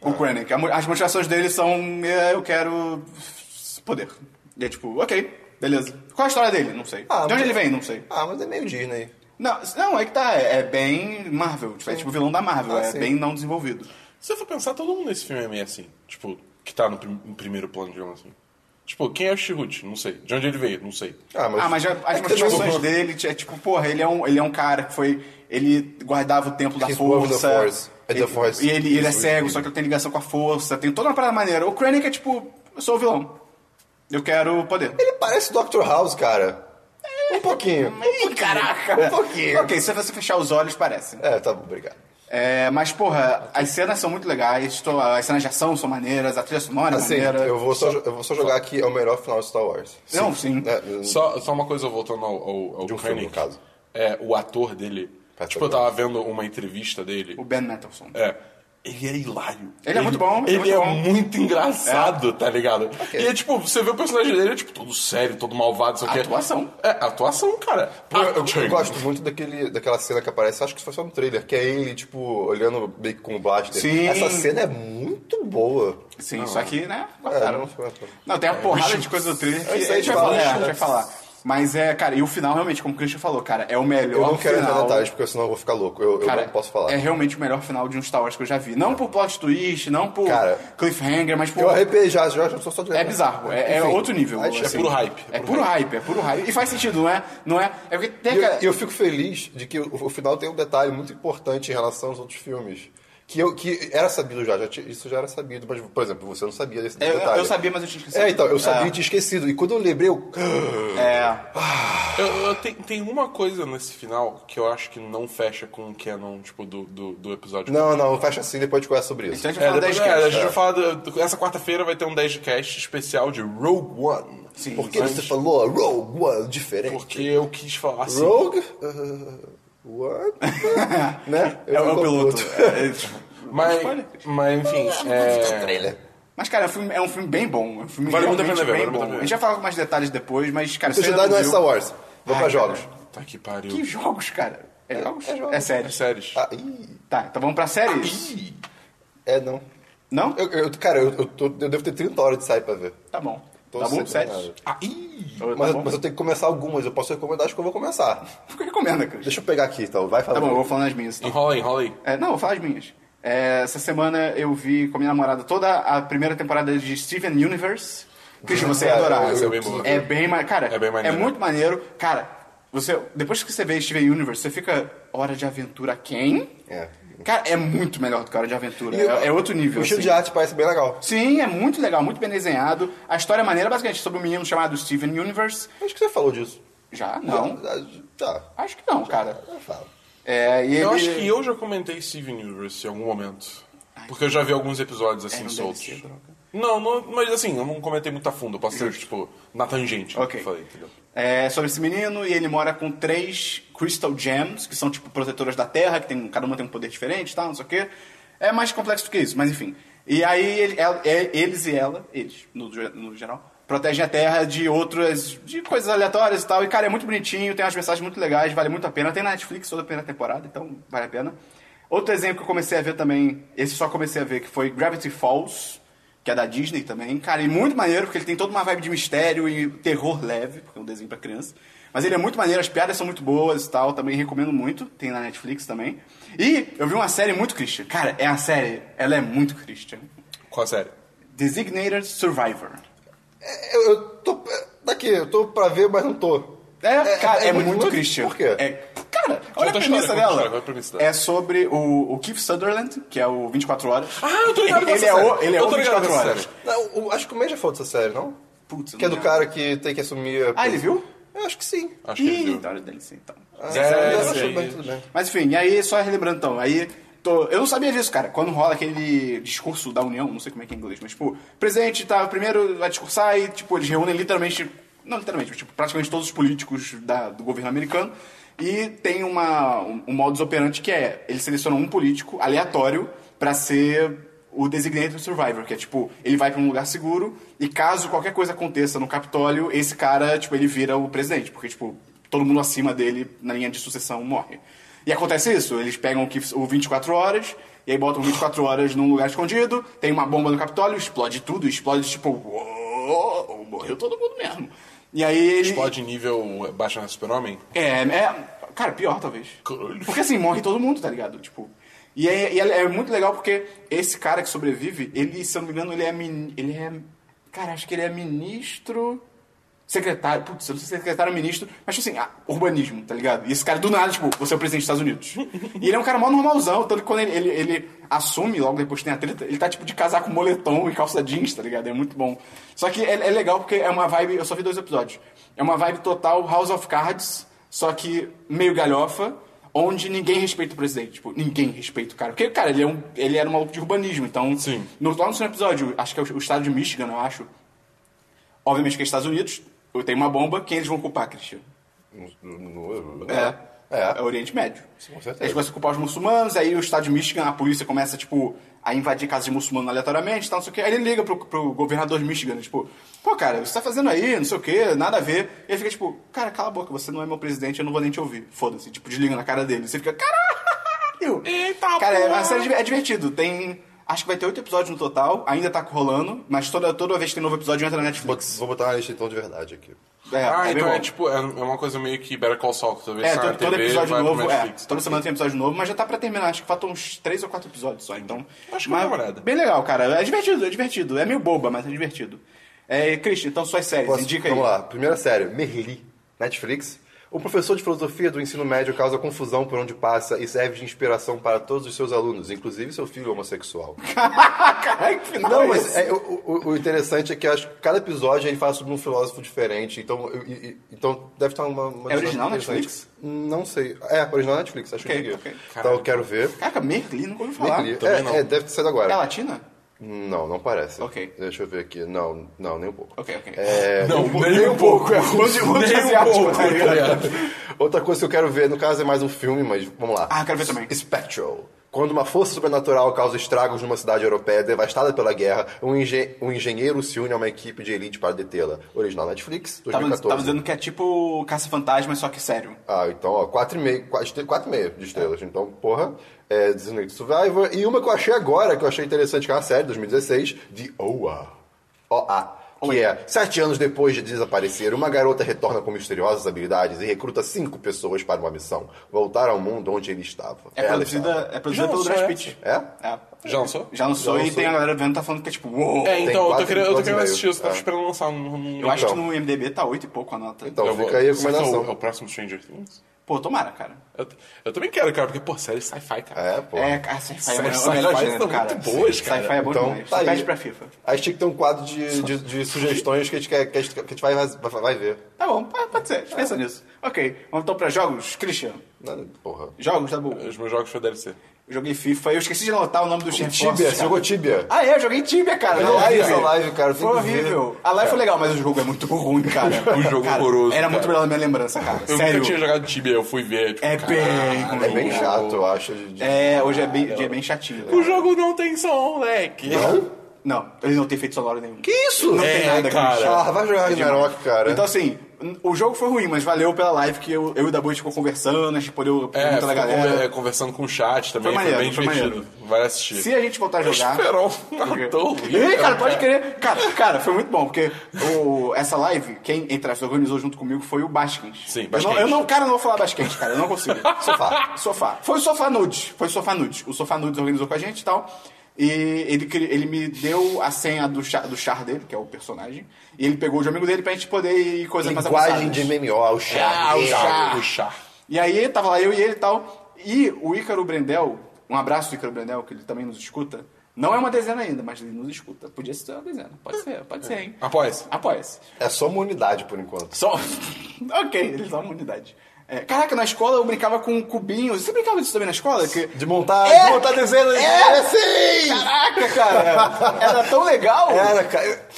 Speaker 1: O Krennic. A mo- As motivações dele são é, eu quero s- poder. E é tipo, ok, beleza. Qual a história dele? Não sei.
Speaker 3: Ah,
Speaker 1: De onde
Speaker 3: mas-
Speaker 1: ele vem? Não sei.
Speaker 3: Ah, mas é meio Disney.
Speaker 1: Não, s- não é que tá. É, é bem Marvel. Tipo, é tipo o vilão da Marvel.
Speaker 3: Ah,
Speaker 1: é
Speaker 3: sim.
Speaker 1: bem não desenvolvido.
Speaker 2: Se você for pensar, todo mundo nesse filme é meio assim. Tipo, que tá no prim- em primeiro plano, digamos assim. Tipo, quem é o Chihut? Não sei. De onde ele veio? Não sei.
Speaker 1: Ah, mas já- as
Speaker 3: É que
Speaker 1: motivações
Speaker 3: também-
Speaker 1: dele t- é tipo, porra, ele é, um, ele é um cara que foi. Ele guardava o templo da
Speaker 3: Keep of the
Speaker 1: força.
Speaker 3: Force. Tipo, É the
Speaker 1: E-
Speaker 3: Force.
Speaker 1: E ele, ele é
Speaker 3: Isso,
Speaker 1: cego,
Speaker 3: isso.
Speaker 1: só que ele tem ligação com a força. Tem toda uma parada maneira. O Krennic é tipo, eu sou o vilão. Eu quero poder.
Speaker 3: Ele parece Dr. House, cara. Um pouquinho.
Speaker 1: Ih, caraca, um pouquinho. Ok, se você fechar os olhos, parece.
Speaker 3: É, tá bom, obrigado.
Speaker 1: É, mas, porra, as cenas são muito legais, tô- as cenas de ação são maneiras, a trilha sonora é
Speaker 3: Assim,
Speaker 1: maneira.
Speaker 3: eu vou só, eu vou só jogar aqui, é o melhor final de Star Wars.
Speaker 1: Não, sim.
Speaker 3: É,
Speaker 2: Só, só uma coisa voltando ao, ao, ao
Speaker 3: De um filme,
Speaker 2: Krennic.
Speaker 3: no caso.
Speaker 2: É, o ator dele.
Speaker 3: Patrick
Speaker 2: tipo, eu tava vendo uma entrevista dele.
Speaker 1: O Ben Mendelsohn.
Speaker 2: É. Ele é hilário.
Speaker 1: Ele é muito bom,
Speaker 2: Ele,
Speaker 1: muito
Speaker 2: é
Speaker 1: bom.
Speaker 2: muito engraçado, tá ligado? E é tipo, você vê o personagem dele, é tipo, todo sério, todo malvado, sei o quê.
Speaker 1: Atuação.
Speaker 2: É, atuação, cara.
Speaker 3: Eu, eu- eu
Speaker 2: Action.
Speaker 3: gosto muito daquele, daquela cena que aparece, acho que foi só no trailer, que é ele, tipo, olhando meio que com o blaster.
Speaker 1: Sim.
Speaker 3: Essa cena é muito boa.
Speaker 1: Sim, só que, né,
Speaker 3: É,
Speaker 1: guardaram.
Speaker 3: não foi
Speaker 1: Não, tem uma porrada de coisa do trailer que a
Speaker 3: É. isso aí
Speaker 1: gente vai
Speaker 3: fala,
Speaker 1: falar. é,
Speaker 3: né?
Speaker 1: a gente vai falar. Mas é, cara, e o final, realmente, como o Christian falou, cara, é o melhor
Speaker 3: Eu não quero
Speaker 1: final.
Speaker 3: entrar em detalhes, porque senão eu vou ficar louco. Eu, eu
Speaker 1: Cara,
Speaker 3: não posso falar.
Speaker 1: É realmente o melhor final de um Star Wars que eu já vi. Não por plot twist, não por
Speaker 3: Cara,
Speaker 1: cliffhanger, mas por.
Speaker 3: Eu arrepiei já, já já sou só de
Speaker 1: É bizarro, é, é
Speaker 3: Enfim,
Speaker 1: outro nível.
Speaker 3: aí-
Speaker 1: assim.
Speaker 2: puro hype,
Speaker 1: É
Speaker 2: é
Speaker 1: puro
Speaker 2: puro
Speaker 1: hype, é puro hype. E faz sentido, não é? Não é? É porque tem
Speaker 3: E eu,
Speaker 1: aquela-
Speaker 3: e eu fico feliz de que o, o final tem um detalhe muito importante em relação aos outros filmes. Que, eu, que era sabido já, já tinha- isso já era sabido, mas, por exemplo, você não sabia desse
Speaker 1: É, Eu,
Speaker 3: detalhe.
Speaker 1: eu sabia, mas eu tinha esquecido.
Speaker 3: É, então, eu sabia
Speaker 1: É.
Speaker 3: e tinha esquecido. E quando eu lembrei, eu. *gasps*
Speaker 1: É.
Speaker 2: Eu, eu tem, tem uma coisa nesse final que eu acho que não fecha com o canon, tipo, do, do, do episódio.
Speaker 3: Não, não, fecha assim, depois a gente conversa sobre isso.
Speaker 1: Então a gente vai falar
Speaker 2: É, depois,
Speaker 1: 10
Speaker 2: é, a
Speaker 1: cash.
Speaker 2: gente vai falar. do- essa quarta-feira vai ter um 10 de cast especial de Rogue One.
Speaker 1: Sim.
Speaker 3: Por que
Speaker 1: mas-
Speaker 3: você falou Rogue One diferente?
Speaker 2: Porque eu quis falar assim.
Speaker 3: Rogue? Uh, one?
Speaker 1: *laughs*
Speaker 3: né?
Speaker 1: É o
Speaker 3: não
Speaker 1: meu
Speaker 3: compro.
Speaker 1: piloto.
Speaker 3: *laughs*
Speaker 1: É, é, tipo,
Speaker 2: Mas,
Speaker 1: spoiler.
Speaker 2: mas enfim. É...
Speaker 1: Mas, cara, é um filme, é um filme bem bom. É um filme
Speaker 2: Vale muito a
Speaker 1: realmente
Speaker 2: pena ver,
Speaker 1: bem
Speaker 2: vale muito
Speaker 1: bom.
Speaker 2: a pena ver.
Speaker 1: A gente vai falar com mais detalhes depois, mas, cara... se você ainda
Speaker 3: Sociedade não é
Speaker 1: viu-
Speaker 3: Star Wars. Vou
Speaker 1: Ai, cara.
Speaker 3: pra jogos.
Speaker 2: Tá que pariu.
Speaker 1: Que jogos, cara? É jogos?
Speaker 3: é jogos.
Speaker 1: É sério.
Speaker 2: É séries.
Speaker 3: Ah, ih,
Speaker 1: Tá, então vamos pra séries.
Speaker 2: Ih,
Speaker 3: é, não.
Speaker 1: Não?
Speaker 3: Eu, eu- cara, eu, eu tô- eu devo ter 30 horas de sair pra ver.
Speaker 1: Tá bom.
Speaker 3: Tô
Speaker 1: tá bom,
Speaker 3: sem
Speaker 1: séries?
Speaker 3: nada.
Speaker 2: ah, ih.
Speaker 1: Tá
Speaker 3: Mas,
Speaker 1: bom.
Speaker 3: mas eu tenho que começar algumas, eu posso recomendar acho que eu vou começar.
Speaker 1: Recomenda, né, Cris.
Speaker 3: Deixa eu pegar aqui então, vai
Speaker 1: Tá
Speaker 3: falar.
Speaker 1: bom, eu vou falando as minhas.
Speaker 2: Enrola aí, enrola aí.
Speaker 1: É, não, vou falar as minhas. É, essa semana eu vi com a minha namorada toda a primeira temporada de Steven Universe. Christian, você ia
Speaker 3: Uhum. Cara,
Speaker 1: adorar.
Speaker 2: essa é bem boa.
Speaker 1: É bem ma- Cara, é,
Speaker 2: É bem maneiro.
Speaker 1: muito maneiro. Cara, você, depois que você vê Steven Universe, você fica... Hora de Aventura quem?
Speaker 3: É.
Speaker 1: Cara, é muito melhor do que Hora de Aventura.
Speaker 3: E o-
Speaker 1: É, é outro nível,
Speaker 3: O estilo
Speaker 1: assim.
Speaker 3: de arte parece bem legal.
Speaker 1: Sim, é muito legal, muito bem desenhado. A história é maneira, basicamente, sobre um menino chamado Steven Universe.
Speaker 3: Acho que você falou disso.
Speaker 1: Já? Não.
Speaker 3: Tá.
Speaker 1: Acho que não, cara.
Speaker 3: Eu falo.
Speaker 1: É, e
Speaker 2: Eu
Speaker 1: ele-
Speaker 2: acho que eu já comentei Steven Universe em algum momento. Porque eu já vi alguns episódios assim
Speaker 1: é, não deve
Speaker 2: soltos.
Speaker 1: ser, tá? droga.
Speaker 2: não, não, mas assim, eu não comentei muito a fundo. Eu posso ser, tipo, na tangente. né,
Speaker 1: Ok.
Speaker 2: que eu falei, entendeu?
Speaker 1: É sobre esse menino e ele mora com três Crystal Gems, que são tipo protetoras da Terra, que tem, cada uma tem um poder diferente, tá, não sei o quê. É mais complexo do que isso, mas enfim. E aí ele- ela- é- eles e ela, eles, no, ge- no geral, protegem a Terra de outras, de coisas aleatórias e tal. E cara, é muito bonitinho, tem umas mensagens muito legais, vale muito a pena. Tem na Netflix toda a primeira temporada, então vale a pena. Outro exemplo que eu comecei a ver também, esse só comecei a ver, que foi Gravity Falls que é da Disney também. Cara, e muito maneiro, porque ele tem toda uma vibe de mistério e terror leve, porque é um desenho pra criança. Mas ele é muito maneiro, as piadas são muito boas e tal, também recomendo muito. Tem na Netflix também. E eu vi uma série muito Christian. Cara, é uma série, ela é muito Christian.
Speaker 2: Qual a série?
Speaker 1: Designated Survivor.
Speaker 3: É, Eu, eu tô. é, Daqui, eu tô pra ver, mas não tô.
Speaker 1: É, cara, é, muito, Christian.
Speaker 3: Por quê?
Speaker 1: É, cara, olha a
Speaker 2: Conta a história,
Speaker 1: premissa
Speaker 2: conta a
Speaker 1: dela.
Speaker 2: história, qual é a premissa dela?
Speaker 1: É sobre o, o Keith Sutherland, que é o 24 Horas.
Speaker 2: Ah, eu tô ligado
Speaker 1: Ele, ele
Speaker 2: nessa
Speaker 1: é
Speaker 2: série.
Speaker 1: o, ele é
Speaker 2: Eu
Speaker 1: o
Speaker 2: tô ligado
Speaker 1: 24
Speaker 2: nessa
Speaker 1: Horas.
Speaker 2: série.
Speaker 3: Não, o- acho que o mês já falou dessa série, não?
Speaker 1: Putz, eu
Speaker 3: que é
Speaker 1: não
Speaker 3: do
Speaker 1: lembro.
Speaker 3: cara que tem que assumir. a-
Speaker 1: Ah, ele viu?
Speaker 3: Eu acho que sim.
Speaker 2: Acho que É,
Speaker 1: Ih,
Speaker 2: ele
Speaker 1: então
Speaker 2: viu.
Speaker 1: era DLC, então.
Speaker 3: Ah,
Speaker 2: Zero,
Speaker 3: eu acho
Speaker 2: zero.
Speaker 3: bem, tudo bem.
Speaker 1: Mas enfim, e aí, só relembrando então, aí. tô- eu não sabia disso, cara. Quando rola aquele discurso da União, não sei como é que é em inglês, mas tipo, o presidente tá primeiro vai discursar e, tipo, eles reúnem literalmente. Não literalmente, mas, tipo, praticamente todos os políticos da- do governo americano. E tem uma, um, um modus operandi que é: eles selecionam um político aleatório pra ser o Designated Survivor, que é tipo, ele vai pra um lugar seguro e caso qualquer coisa aconteça no Capitólio, esse cara, tipo, ele vira o presidente, porque, tipo, todo mundo acima dele na linha de sucessão morre. E acontece isso, eles pegam o que- o 24 horas, e aí botam 24 horas num lugar escondido, tem uma bomba no Capitólio, explode tudo, explode tipo, uou, morreu todo mundo mesmo. E aí ele.
Speaker 2: Explode nível baixo no super-homem?
Speaker 1: É, é. Cara, pior talvez.
Speaker 2: Caralho.
Speaker 1: Porque assim, morre todo mundo, tá ligado? Tipo. E é, e é- é muito legal porque esse cara que sobrevive, ele, se eu não me engano, ele é. min- Ele é. Cara, acho que ele é ministro. Secretário, putz, eu não sei se é secretário ou ministro, mas tipo assim, ah, urbanismo, tá ligado? E esse cara do nada, tipo, você é o presidente dos Estados Unidos. E ele é um cara mó normalzão, tanto que quando ele, ele, ele assume, logo depois que tem a treta, ele tá tipo de casaco moletom e calça jeans, tá ligado? É muito bom. Só que é, é legal porque é uma vibe, eu só vi dois episódios, é uma vibe total House of Cards, só que meio galhofa, onde ninguém respeita o presidente. Tipo, ninguém respeita o cara. Porque, cara, ele, é um, ele era um maluco de urbanismo, então.
Speaker 2: Sim.
Speaker 1: No, lá no segundo episódio, acho que é o, o estado de Michigan, eu acho. Obviamente que é Estados Unidos, tem uma bomba, quem eles vão culpar, Cristiano?
Speaker 3: No- no- no-
Speaker 1: É.
Speaker 3: É.
Speaker 1: É o Oriente Médio.
Speaker 3: com certeza.
Speaker 1: Eles começam a culpar os muçulmanos, aí o estado de Michigan, a polícia começa, tipo, a invadir casas de muçulmano aleatoriamente, tal, não sei o quê. Aí ele liga pro, pro governador de Michigan, né, tipo, pô, cara, o que você tá fazendo aí, não sei o quê, nada a ver. E ele fica, tipo, cara, cala a boca, você não é meu presidente, eu não vou nem te ouvir. Foda-se, tipo, desliga na cara dele. Você fica, caralho!
Speaker 2: Eita,
Speaker 1: Cara, é,
Speaker 2: porra!
Speaker 1: a série é di- é divertido, tem... Acho que vai ter oito episódios no total, ainda tá rolando, mas toda, toda vez que tem novo episódio entra na
Speaker 3: Vou,
Speaker 1: Netflix.
Speaker 3: vou botar uma lista então de verdade aqui.
Speaker 1: É,
Speaker 2: ah,
Speaker 1: bem
Speaker 2: então é
Speaker 1: bom.
Speaker 2: tipo, é uma coisa meio que Better Call Saul, que talvez
Speaker 1: É,
Speaker 2: saia na
Speaker 1: todo, todo
Speaker 2: TV,
Speaker 1: episódio
Speaker 2: vai pro
Speaker 1: novo, é,
Speaker 2: Netflix. tá então
Speaker 1: toda semana tem episódio novo, mas já tá pra terminar, acho que faltam uns 3 ou 4 episódios só, então.
Speaker 2: Acho que é
Speaker 1: mas,
Speaker 2: eu vou dar uma olhada.
Speaker 1: Bem legal, cara, é divertido, é divertido, é meio boba, mas é divertido. É, Christian, então suas séries,
Speaker 3: Posso-
Speaker 1: indica aí.
Speaker 3: vamos lá, primeira série, Merli, Netflix. O professor de filosofia do ensino médio causa confusão por onde passa e serve de inspiração para todos os seus alunos, inclusive seu filho homossexual.
Speaker 1: Caralho, *laughs* que final
Speaker 3: Não,
Speaker 1: é
Speaker 3: mas
Speaker 1: esse?
Speaker 3: é, o, o- o interessante é que acho que cada episódio ele fala sobre um filósofo diferente, então, eu- e- e- então deve estar uma, uma
Speaker 1: É original
Speaker 3: dinâmica
Speaker 1: Netflix?
Speaker 3: interessante. Não sei. É, original Netflix, acho
Speaker 1: Ok,
Speaker 3: que eu
Speaker 1: ok.
Speaker 3: peguei. Então eu quero ver.
Speaker 1: Caraca, Merkley, nunca ouvi falar.
Speaker 3: Merli.
Speaker 2: também
Speaker 3: É,
Speaker 2: não.
Speaker 3: é, deve ter saído agora.
Speaker 1: É latina?
Speaker 3: Não, não parece.
Speaker 1: Ok.
Speaker 3: Deixa eu ver aqui. Não, não, nem um pouco.
Speaker 1: Ok, ok.
Speaker 3: É, *laughs*
Speaker 2: Não,
Speaker 1: Nem um *laughs* pouco, é um monte- um monte de
Speaker 2: Nem um
Speaker 1: asiático,
Speaker 2: pouco,
Speaker 1: tá ligado?
Speaker 2: tá ligado?
Speaker 3: Outra coisa que eu quero ver, no caso é mais um filme, mas vamos lá.
Speaker 1: Ah, quero ver também.
Speaker 3: Spectral. Quando uma força sobrenatural causa estragos numa cidade europeia devastada pela guerra, um, engen- um engenheiro se une a uma equipe de elite para detê-la. Original Netflix,
Speaker 1: Tava,
Speaker 3: 2014.
Speaker 1: tava dizendo que é tipo Caça-Fantasma, só que sério.
Speaker 3: Ah, então, ó, 4,5 quatro- quatro e meio de estrelas. Então, porra, é Designated Survivor. E uma que eu achei agora, que eu achei interessante, que é uma série, 2016, de OA. OA. Que é, sete anos depois de desaparecer, uma garota retorna com misteriosas habilidades e recruta cinco pessoas para uma missão. Voltar ao mundo onde ele estava.
Speaker 1: É
Speaker 3: Ela
Speaker 1: produzida, é produzida
Speaker 2: Já
Speaker 1: pelo
Speaker 2: lançou
Speaker 1: Brad
Speaker 2: essa?
Speaker 1: Pitt.
Speaker 3: estava. É?
Speaker 1: É.
Speaker 2: Já lançou?
Speaker 1: Já lançou
Speaker 3: Já
Speaker 1: e
Speaker 3: lançou.
Speaker 1: tem a galera vendo, tá falando que é tipo, uou.
Speaker 2: É, então, eu tô
Speaker 3: quatro
Speaker 2: querendo, eu tô
Speaker 3: episódios e
Speaker 2: querendo
Speaker 3: meio.
Speaker 2: assistir, eu só tava
Speaker 3: É.
Speaker 2: esperando lançar no... no-
Speaker 1: Eu acho que
Speaker 3: então.
Speaker 1: no MDB tá 8 e pouco a nota.
Speaker 3: Então,
Speaker 2: Eu vou-
Speaker 3: fica aí a
Speaker 2: será que é o- É o
Speaker 3: recomendação.
Speaker 2: próximo Stranger Things?
Speaker 1: Pô, tomara, cara.
Speaker 2: Eu, t- eu também quero, cara, porque, pô, série sci-fi, cara.
Speaker 3: É, pô.
Speaker 1: É, cara, sci-fi é o
Speaker 2: Sci-
Speaker 1: melhor-
Speaker 2: sci-fi
Speaker 1: o melhor
Speaker 2: são
Speaker 1: gênero,
Speaker 2: muito
Speaker 1: cara.
Speaker 2: boas, cara.
Speaker 1: Sci-fi é bom
Speaker 3: Então,
Speaker 1: demais.
Speaker 3: tá aí.
Speaker 1: Pede pra FIFA.
Speaker 3: Aí tinha que ter um quadro de, de- de sugestões que a gente, quer- que a gente- que a gente vai, vai- vai ver.
Speaker 1: Tá bom, pa- pode ser. Pensa nisso. Ok, vamos então pra jogos. Christian,
Speaker 3: Nada- Né, Porra.
Speaker 1: jogos, tá bom. Eu
Speaker 2: Os meus jogos foi DLC.
Speaker 1: joguei FIFA, eu esqueci de anotar o nome do chefe.
Speaker 3: Tibia, você jogou Tibia?
Speaker 1: Ah, é, eu joguei Tibia, cara.
Speaker 3: Eu
Speaker 1: na
Speaker 3: não vi
Speaker 1: live.
Speaker 3: essa live, cara, eu
Speaker 1: Foi
Speaker 3: tenho que ver.
Speaker 1: horrível. A live foi legal, mas o jogo é muito ruim, cara.
Speaker 2: *laughs* O jogo é
Speaker 1: Cara,
Speaker 2: horroroso,
Speaker 1: Era
Speaker 2: cara.
Speaker 1: muito melhor na minha lembrança, cara.
Speaker 2: Eu
Speaker 1: Sério.
Speaker 2: nunca tinha jogado Tibia, eu fui ver, tipo,
Speaker 1: É bem
Speaker 2: caralho.
Speaker 3: É bem chato, eu acho. de- de-
Speaker 1: É, hoje é bem, hoje é bem chatinho.
Speaker 2: O
Speaker 1: cara.
Speaker 2: jogo não tem som, moleque.
Speaker 1: Não, ele não tem feito sonoro nenhum.
Speaker 3: Que isso?
Speaker 1: Não
Speaker 2: É,
Speaker 1: tem nada,
Speaker 2: cara.
Speaker 1: Christian.
Speaker 3: Ah, vai jogar Ragnarok, cara.
Speaker 1: É Então, assim, o jogo foi ruim, mas valeu pela live que eu, eu e o Dabu a gente ficou conversando, a gente respondeu
Speaker 2: É,
Speaker 1: pergunta da
Speaker 2: ficou
Speaker 1: galera.
Speaker 2: conver- conversando com o chat também,
Speaker 1: Foi
Speaker 2: foi,
Speaker 1: maneiro,
Speaker 2: bem
Speaker 1: foi
Speaker 2: divertido. Vai assistir. Ah, tá
Speaker 1: Se a gente voltar a jogar.
Speaker 2: Esperou,
Speaker 1: Porque-
Speaker 2: matou o
Speaker 1: Ih,
Speaker 2: Igor,
Speaker 1: cara, pode querer. Cara, cara, foi muito bom, porque o- essa live, quem entre as organizou junto comigo foi o Baskins.
Speaker 2: Sim,
Speaker 1: eu não,
Speaker 2: Baskins.
Speaker 1: eu não, cara, eu não vou falar Baskins, cara, eu não consigo. sofá. Sofá. Foi o Sofá Nudes, foi o Sofá Nudes. O Sofá Nudes organizou com a gente e tal. E ele, cri- ele me deu a senha do char, do char dele, que é o personagem. E ele pegou o de amigo dele pra gente poder ir coisando mais
Speaker 3: Linguagem
Speaker 1: avançadas.
Speaker 3: de MMO, É, o
Speaker 2: Ah,
Speaker 3: charme.
Speaker 2: o chá.
Speaker 1: chá.
Speaker 2: O chá.
Speaker 1: E aí tava lá eu e ele e tal. E o Ícaro Brendel, um abraço do Ícaro Brendel, que ele também nos escuta. Não é uma dezena ainda, mas ele nos escuta. Podia ser uma dezena. Pode ser, pode ser, hein?
Speaker 2: Após.
Speaker 1: Apoia-se.
Speaker 3: É só uma unidade por enquanto.
Speaker 1: Só. *laughs* ok, eles são uma unidade. É, caraca, na escola eu brincava com cubinhos. Você brincava disso também na escola? Que...
Speaker 3: De montar,
Speaker 1: É!
Speaker 3: de montar dezenas.
Speaker 1: É!
Speaker 3: Era sim!
Speaker 1: Caraca, cara! Era tão legal!
Speaker 3: Era, cara.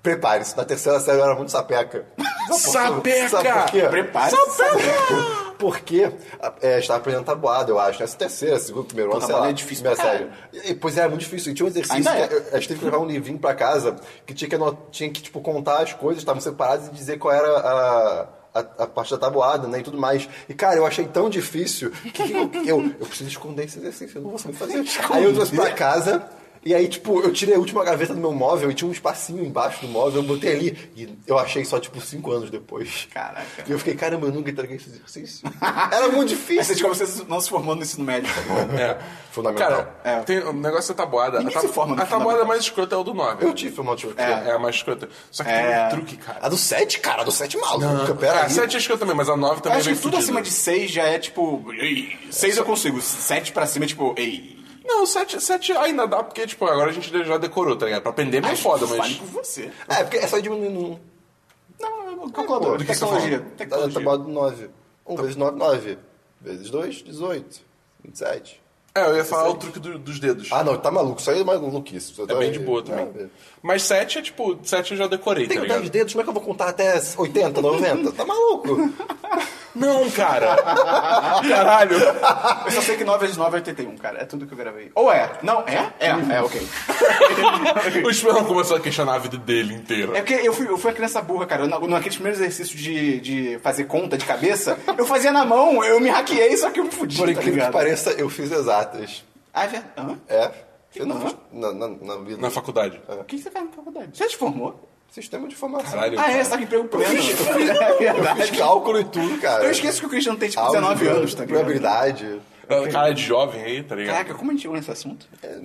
Speaker 3: Prepare-se, na terceira série eu era muito sapeca. Sabe por
Speaker 2: Sapeca!
Speaker 3: quê? Sabe por quê?
Speaker 1: Prepare-se.
Speaker 3: Porque é, estava aprendendo tabuado, eu acho. Nessa terceira, segundo, primeiro ano, sei
Speaker 1: tabuada
Speaker 3: lá.
Speaker 1: é difícil
Speaker 3: primeira
Speaker 1: pra
Speaker 3: série. E, pois é, era muito difícil. E tinha um exercício
Speaker 1: Ainda
Speaker 3: que
Speaker 1: é.
Speaker 3: eu- a gente teve que levar um livrinho pra casa que tinha que, anot- tinha que tipo, contar as coisas, estavam separadas e dizer qual era a... A, a parte da tabuada, né? E tudo mais. E, cara, eu achei tão difícil que eu, eu, eu preciso esconder esse exercício, eu não vou saber fazer. Aí eu trouxe pra casa, e aí, tipo, eu tirei a última gaveta do meu móvel e tinha um espacinho embaixo do móvel, eu botei ali, e eu achei só, tipo, cinco anos depois.
Speaker 1: Caraca.
Speaker 3: E eu fiquei, caramba, eu nunca entreguei esse exercício. *laughs* Era muito
Speaker 1: Aí você
Speaker 3: difícil.
Speaker 1: tinha você não se formando no ensino médio.
Speaker 2: É.
Speaker 3: Fundamental.
Speaker 2: Cara,
Speaker 1: É.
Speaker 2: tem o negócio da tabuada.
Speaker 1: Ninguém
Speaker 2: a
Speaker 1: se forma no
Speaker 2: a tabuada
Speaker 1: fundamental.
Speaker 2: mais escrota é o do 9.
Speaker 3: Eu tive um monte de...
Speaker 2: É, é a mais escrota. Só que tem
Speaker 1: É.
Speaker 2: um truque, cara.
Speaker 3: A do 7, cara, a do 7 maluca, pera
Speaker 2: Ah,
Speaker 3: aí.
Speaker 2: 7 é escrota também, mas a 9
Speaker 1: Eu
Speaker 2: também
Speaker 1: acho
Speaker 2: é
Speaker 1: que
Speaker 2: bem
Speaker 1: tudo
Speaker 2: fudida.
Speaker 1: acima de 6 já é tipo. ei, 6 eu consigo, 7 pra cima é tipo. Ei.
Speaker 2: Não, 7, 7 ainda dá, porque, tipo, agora a gente já decorou, tá ligado? Pra aprender é meio foda,
Speaker 1: Vale
Speaker 2: mas...
Speaker 1: por você.
Speaker 3: É, porque é só diminuindo um.
Speaker 1: Não, eu não
Speaker 3: Pô,
Speaker 1: calculador.
Speaker 3: do
Speaker 2: que você tá
Speaker 1: tecnologia.
Speaker 3: Tá
Speaker 1: Tecnologia.
Speaker 3: trabalho do 9. 1 vezes 9, 9. Vezes 2, 18. 27.
Speaker 2: É, eu ia falar o truque do- dos dedos.
Speaker 3: Ah, não, tá maluco. Isso aí é mais maluquice.
Speaker 2: É bem de boa também. Mas 7 é, tipo, 7 eu já decorei,
Speaker 3: Tem
Speaker 2: tá
Speaker 3: que contar
Speaker 2: ligado?
Speaker 3: os dedos, como é que eu vou contar até 80, 90? Tá maluco?
Speaker 2: *laughs* Não, *laughs* cara! Caralho!
Speaker 1: Eu
Speaker 3: *laughs*
Speaker 1: só sei que 9 vezes 9 é 81, cara. É tudo que eu gravei. Ou é? Não, é? É,
Speaker 3: Uhum.
Speaker 1: é, ok.
Speaker 2: O Esperão começou a questionar a vida dele inteira.
Speaker 1: É porque eu fui, eu fui a criança burra, cara. Eu, na- naqueles primeiros exercícios de, de fazer conta de cabeça, eu fazia na mão, eu me hackeei, só que eu me fudi,
Speaker 3: Por
Speaker 1: tá
Speaker 3: incrível que
Speaker 1: ligado?
Speaker 3: pareça, eu fiz exatas.
Speaker 1: Ah, é verdade. Hã?
Speaker 3: É. Eu não fiz na, na, na vida.
Speaker 2: Na faculdade.
Speaker 1: O que que você faz na faculdade? Você se formou?
Speaker 3: Sistema de formação.
Speaker 2: Caralho.
Speaker 1: Ah, é, você tá com emprego pleno. *laughs* É
Speaker 3: Eu
Speaker 1: verdade.
Speaker 3: fiz cálculo e tudo, cara.
Speaker 1: Eu esqueço que o Christian tem, tipo,
Speaker 3: Álgebra,
Speaker 1: 19 anos, tá ligado?
Speaker 3: Probabilidade.
Speaker 2: É, Cara de jovem aí, tá ligado?
Speaker 1: Caraca, como a gente chegou nesse assunto?
Speaker 3: É,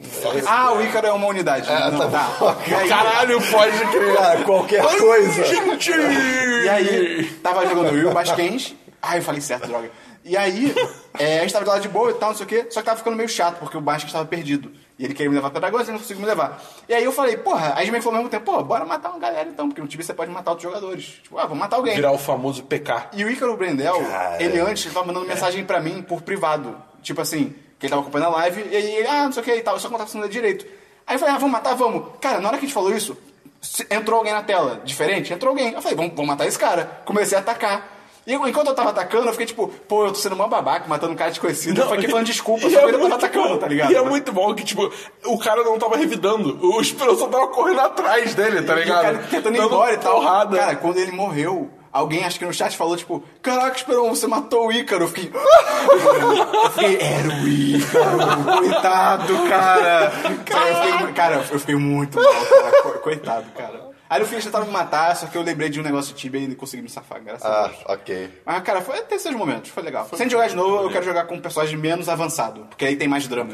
Speaker 1: Ah, o Ícaro é uma unidade.
Speaker 3: É,
Speaker 1: não,
Speaker 3: tá
Speaker 1: tá. E
Speaker 3: *laughs*
Speaker 1: aí-
Speaker 2: Caralho, pode crer!
Speaker 3: Cara, Ah, qualquer coisa.
Speaker 2: Gente!
Speaker 1: E aí, tava jogando eu e o Basquens. Ai, eu falei certo, droga. E aí, é, a gente tava do lado de boa e tal, não sei o quê. Só que tava ficando meio chato, porque o Basquens tava perdido. E ele queria me levar pra dragões, eu não consigo me levar. E aí eu falei, porra, aí a gente meio que falou ao mesmo tempo, pô, bora matar uma galera então, porque no time você pode matar outros jogadores. Tipo, ah, vamos matar alguém.
Speaker 2: Virar o famoso PK.
Speaker 1: E o Ícaro Brendel,
Speaker 3: Cara.
Speaker 1: ele antes, ele tava mandando mensagem pra mim por privado. Tipo assim, que ele tava acompanhando a live, e aí ele, ah, não sei o que e tal, só que não tava sendo ler direito. Aí eu falei, ah, vamos matar, vamos. Cara, na hora que a gente falou isso, se- entrou alguém na tela, diferente, entrou alguém. Eu falei, vamos, vamos matar esse cara. Comecei a atacar. E eu- enquanto eu tava atacando, eu fiquei tipo, pô, eu tô sendo uma babaca, matando um cara desconhecido. eu fiquei falando desculpa,
Speaker 2: E
Speaker 1: só
Speaker 2: é
Speaker 1: que eu tava
Speaker 2: muito
Speaker 1: atacando,
Speaker 2: bom.
Speaker 1: tá ligado?
Speaker 2: E é muito bom que, tipo, o cara não tava revidando. O Esperão só tava correndo atrás dele, tá
Speaker 1: E o
Speaker 2: ligado? tá
Speaker 1: cara tentando ir
Speaker 2: Dando
Speaker 1: embora e tal.
Speaker 2: Porrada.
Speaker 1: Cara, quando ele morreu, alguém acho que no chat falou, tipo, caraca, Esperon, você matou o Ícaro. Eu fiquei. *laughs* eu fiquei, era o Ícaro, coitado, cara. Cara, eu fiquei, cara, eu fiquei muito mal, cara. Co- Coitado, cara. Aí no fim eles tentaram me matar, só que eu lembrei de um negócio de Tibia e consegui me safar, graças a
Speaker 3: Ah,
Speaker 1: Deus.
Speaker 3: ok.
Speaker 1: Mas, cara, foi, teve seus momentos, foi legal. Sem jogar de novo, eu quero jogar com um personagem menos avançado, porque aí tem mais dramas.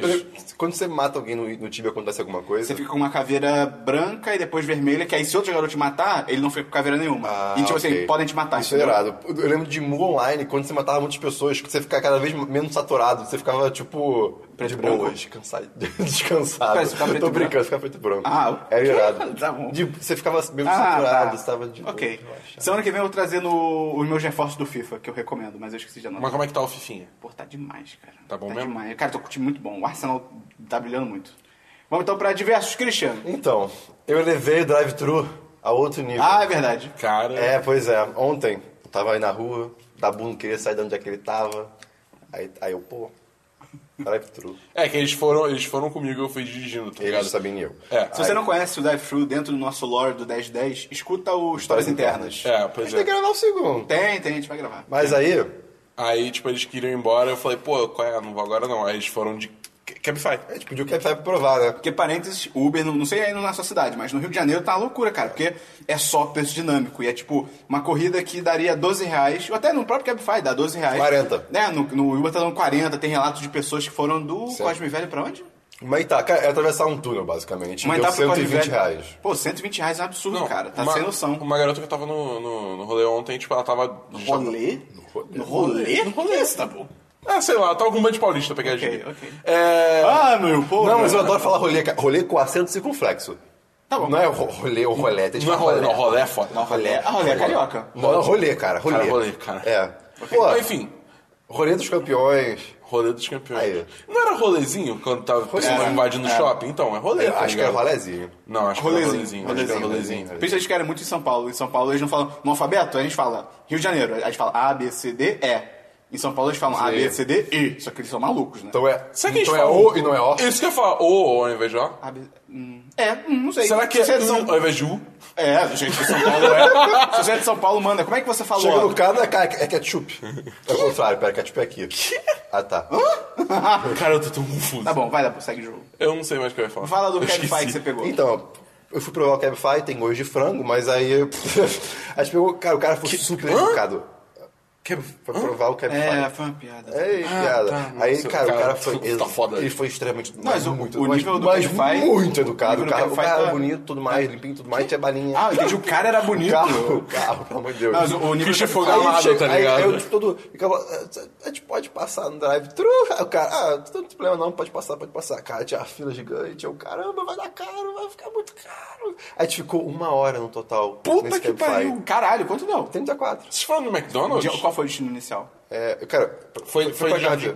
Speaker 3: Quando você mata alguém no, no Tibia, acontece alguma coisa?
Speaker 1: Você fica com uma caveira branca e depois vermelha, que aí se outro jogador te matar, ele não fica com caveira nenhuma.
Speaker 3: Ah,
Speaker 1: e tipo assim,
Speaker 3: ok.
Speaker 1: podem te matar.
Speaker 3: Isso é
Speaker 1: entendeu?
Speaker 3: irado. Eu lembro de Mu Online, quando você matava muitas pessoas, que você ficava cada vez menos saturado. Você ficava, tipo,
Speaker 1: Preto
Speaker 3: de
Speaker 1: e branco.
Speaker 3: boa, descansado. *laughs* descansado.
Speaker 1: Pera, você ficava preto
Speaker 3: Tô
Speaker 1: e branco?
Speaker 3: brincando, ficava preto e branco.
Speaker 1: Ah,
Speaker 3: Era
Speaker 1: ok. *laughs*
Speaker 3: irado.
Speaker 1: Tá bom.
Speaker 3: De- você ficava menos
Speaker 1: Ah,
Speaker 3: saturado,
Speaker 1: tá.
Speaker 3: você tava é de boa.
Speaker 1: Ok.
Speaker 3: relaxado.
Speaker 1: Semana que vem eu vou trazer no, os meus reforços do FIFA, que eu recomendo, mas eu esqueci de anotar.
Speaker 2: Mas como é que tá o Fifinha?
Speaker 1: Pô, tá demais, cara.
Speaker 2: Tá bom
Speaker 1: tá
Speaker 2: mesmo?
Speaker 1: Demais. Cara, tô com um time muito bom. O Arsenal tá brilhando muito. Vamos então pra diversos, Christian.
Speaker 3: Então, eu elevei o drive-thru a outro nível.
Speaker 1: Ah, é verdade.
Speaker 2: Cara,
Speaker 3: É, pois é. Ontem, eu tava aí na rua, Dabu não queria sair de onde é que ele tava. Aí, aí eu, pô, Drive-thru.
Speaker 2: É, que eles foram, eles foram comigo e eu fui dirigindo, tá ligado?
Speaker 3: Eles, Sabine e eu.
Speaker 2: É,
Speaker 1: Se você não conhece o Dive Thru dentro do nosso lore do 1010, escuta o Histórias Internas.
Speaker 2: é,
Speaker 3: A
Speaker 2: pois
Speaker 3: gente tem que
Speaker 2: é.
Speaker 3: gravar o segundo.
Speaker 1: Tem, tem, a gente vai gravar.
Speaker 3: Mas aí,
Speaker 2: Aí, tipo, eles queriam ir embora, eu falei, pô, qual é? Não vou agora não. Aí eles foram de Cabify.
Speaker 1: É
Speaker 3: a gente pediu o Cabify pra provar, né?
Speaker 1: Porque, parênteses, Uber, não, não sei aí na sua cidade, mas no Rio de Janeiro tá uma loucura, cara, porque é só preço dinâmico. E é tipo, uma corrida que daria 12 reais, ou até no próprio Cabify dá 12 reais.
Speaker 3: 40.
Speaker 1: Né? No, no Uber tá dando 40, tem relatos de pessoas que foram do
Speaker 3: Certo.
Speaker 1: Cosme Velho pra onde?
Speaker 3: Mas tá, cara, é atravessar um túnel, basicamente.
Speaker 1: Mas
Speaker 3: Deu
Speaker 1: tá pro Cosme
Speaker 3: 120
Speaker 1: Velho.
Speaker 3: reais.
Speaker 1: Pô, 120 reais é um absurdo, cara. Tá
Speaker 2: uma-
Speaker 1: sem noção.
Speaker 2: Uma garota que eu tava no, no, no rolê ontem, tipo, ela tava.
Speaker 1: Rolê?
Speaker 3: um rolê.
Speaker 1: No rolê? No rolê, tá bom.
Speaker 2: Ah, sei lá, tava com um bando de paulista pra pegar a
Speaker 1: Ok,
Speaker 2: gíria.
Speaker 1: ok.
Speaker 2: É.
Speaker 1: Ah, meu povo.
Speaker 3: Não, mas eu adoro falar rolê, cara. Rolê com acento circunflexo.
Speaker 1: Tá bom.
Speaker 3: Não é ro- rolê ou rolê, tem que
Speaker 2: não é
Speaker 3: falar
Speaker 2: rolê, não, rolê é foda.
Speaker 1: Não, rolê. Ah, rolê é carioca.
Speaker 3: Não, é rolê, cara. Rolê.
Speaker 2: Cara, rolê, cara.
Speaker 3: É. Pô,
Speaker 2: Mas, enfim,
Speaker 3: rolê dos campeões.
Speaker 2: rolê dos campeões.
Speaker 3: Aí.
Speaker 2: Não era rolezinho quando tava pessoas
Speaker 1: Era,
Speaker 2: invadindo o
Speaker 1: era.
Speaker 2: shopping? Então, é rolê.
Speaker 3: Eu
Speaker 2: tá
Speaker 3: acho que é
Speaker 2: ligado?
Speaker 3: rolezinho.
Speaker 2: Não, acho que era
Speaker 1: Rolezinho,
Speaker 2: rolezinho. Acho que
Speaker 1: rolezinho,
Speaker 2: era rolezinho.
Speaker 3: rolezinho.
Speaker 1: Pensa que era muito em São Paulo. Em São Paulo eles não falam no alfabeto, a gente fala Rio de Janeiro, a gente fala A, B, C, D, E. Em São Paulo eles falam A, B, C, D, E. Só que eles são malucos, né?
Speaker 3: Então é.
Speaker 2: Será que eles
Speaker 3: então é
Speaker 2: falam-
Speaker 3: O e não é O?
Speaker 2: Isso que eu falo, O ao invés de O?
Speaker 1: A, B, hum, é, hum, não sei.
Speaker 2: Será que é
Speaker 1: Se você é de
Speaker 2: U
Speaker 1: São
Speaker 2: ao invés de U?
Speaker 1: É, do jeito que São Paulo é. Se você é de São Paulo, manda. Como é que você falou?
Speaker 3: Chega no cara, cara, é ketchup. É o contrário, pera, ketchup é aqui. Ah, tá.
Speaker 2: Cara, eu tô tão confuso.
Speaker 1: Tá bom, vai lá, segue o jogo.
Speaker 2: Eu não sei mais o que eu ia falar.
Speaker 1: Fala do
Speaker 2: Eu
Speaker 1: Cabify
Speaker 2: esqueci.
Speaker 1: que você pegou.
Speaker 3: Então, eu fui provar o Cabify, tem gosto de frango, mas *laughs* aí. a gente pegou. Cara, o cara foi super
Speaker 2: Hã?
Speaker 3: educado.
Speaker 2: Cab-
Speaker 3: Foi provar o Cabify.
Speaker 1: é, foi uma piada.
Speaker 3: Ei,
Speaker 2: Ah,
Speaker 3: piada.
Speaker 2: tá.
Speaker 3: aí,
Speaker 2: Nossa,
Speaker 3: cara, o
Speaker 2: cara,
Speaker 3: cara
Speaker 1: *laughs*
Speaker 3: foi.
Speaker 2: tá foda.
Speaker 3: Ele foi extremamente.
Speaker 1: Mas o-
Speaker 3: muito,
Speaker 1: o
Speaker 3: mas-
Speaker 1: nível do
Speaker 3: mas
Speaker 1: Cabify-
Speaker 3: Muito
Speaker 1: o
Speaker 3: educado.
Speaker 1: nível
Speaker 3: O
Speaker 1: do
Speaker 3: cara, o
Speaker 1: Cabify
Speaker 3: cara é
Speaker 1: tá-
Speaker 3: bonito, tudo mais, limpinho, tudo mais, tinha balinha.
Speaker 1: Ah, eu entendi. O cara era
Speaker 3: o
Speaker 1: bonito.
Speaker 3: carro, o carro, pelo amor de Deus.
Speaker 1: Mas o, o nível
Speaker 2: Christian
Speaker 1: do-
Speaker 2: Fogar-
Speaker 3: Aí
Speaker 2: Galado,
Speaker 3: chega-
Speaker 2: tá
Speaker 3: aí-
Speaker 2: ligado?
Speaker 3: Aí eu, tipo, todo. Ficava, "Ah, a gente pode passar no drive-thru? Aí o cara, ah, não tem problema não, pode passar, pode passar. Cara, tinha uma fila gigante. Eu, caramba, vai dar caro, vai ficar muito caro. Aí a gente ficou uma hora no total.
Speaker 2: Puta
Speaker 3: nesse
Speaker 2: que
Speaker 3: Cabify.
Speaker 2: pariu.
Speaker 1: Caralho, quanto deu?
Speaker 3: 34.
Speaker 2: Vocês falaram do McDonald's?
Speaker 1: De- Qual foi o destino inicial?
Speaker 3: É, cara,
Speaker 2: Foi- foi
Speaker 3: pra
Speaker 2: de-
Speaker 3: Gávea.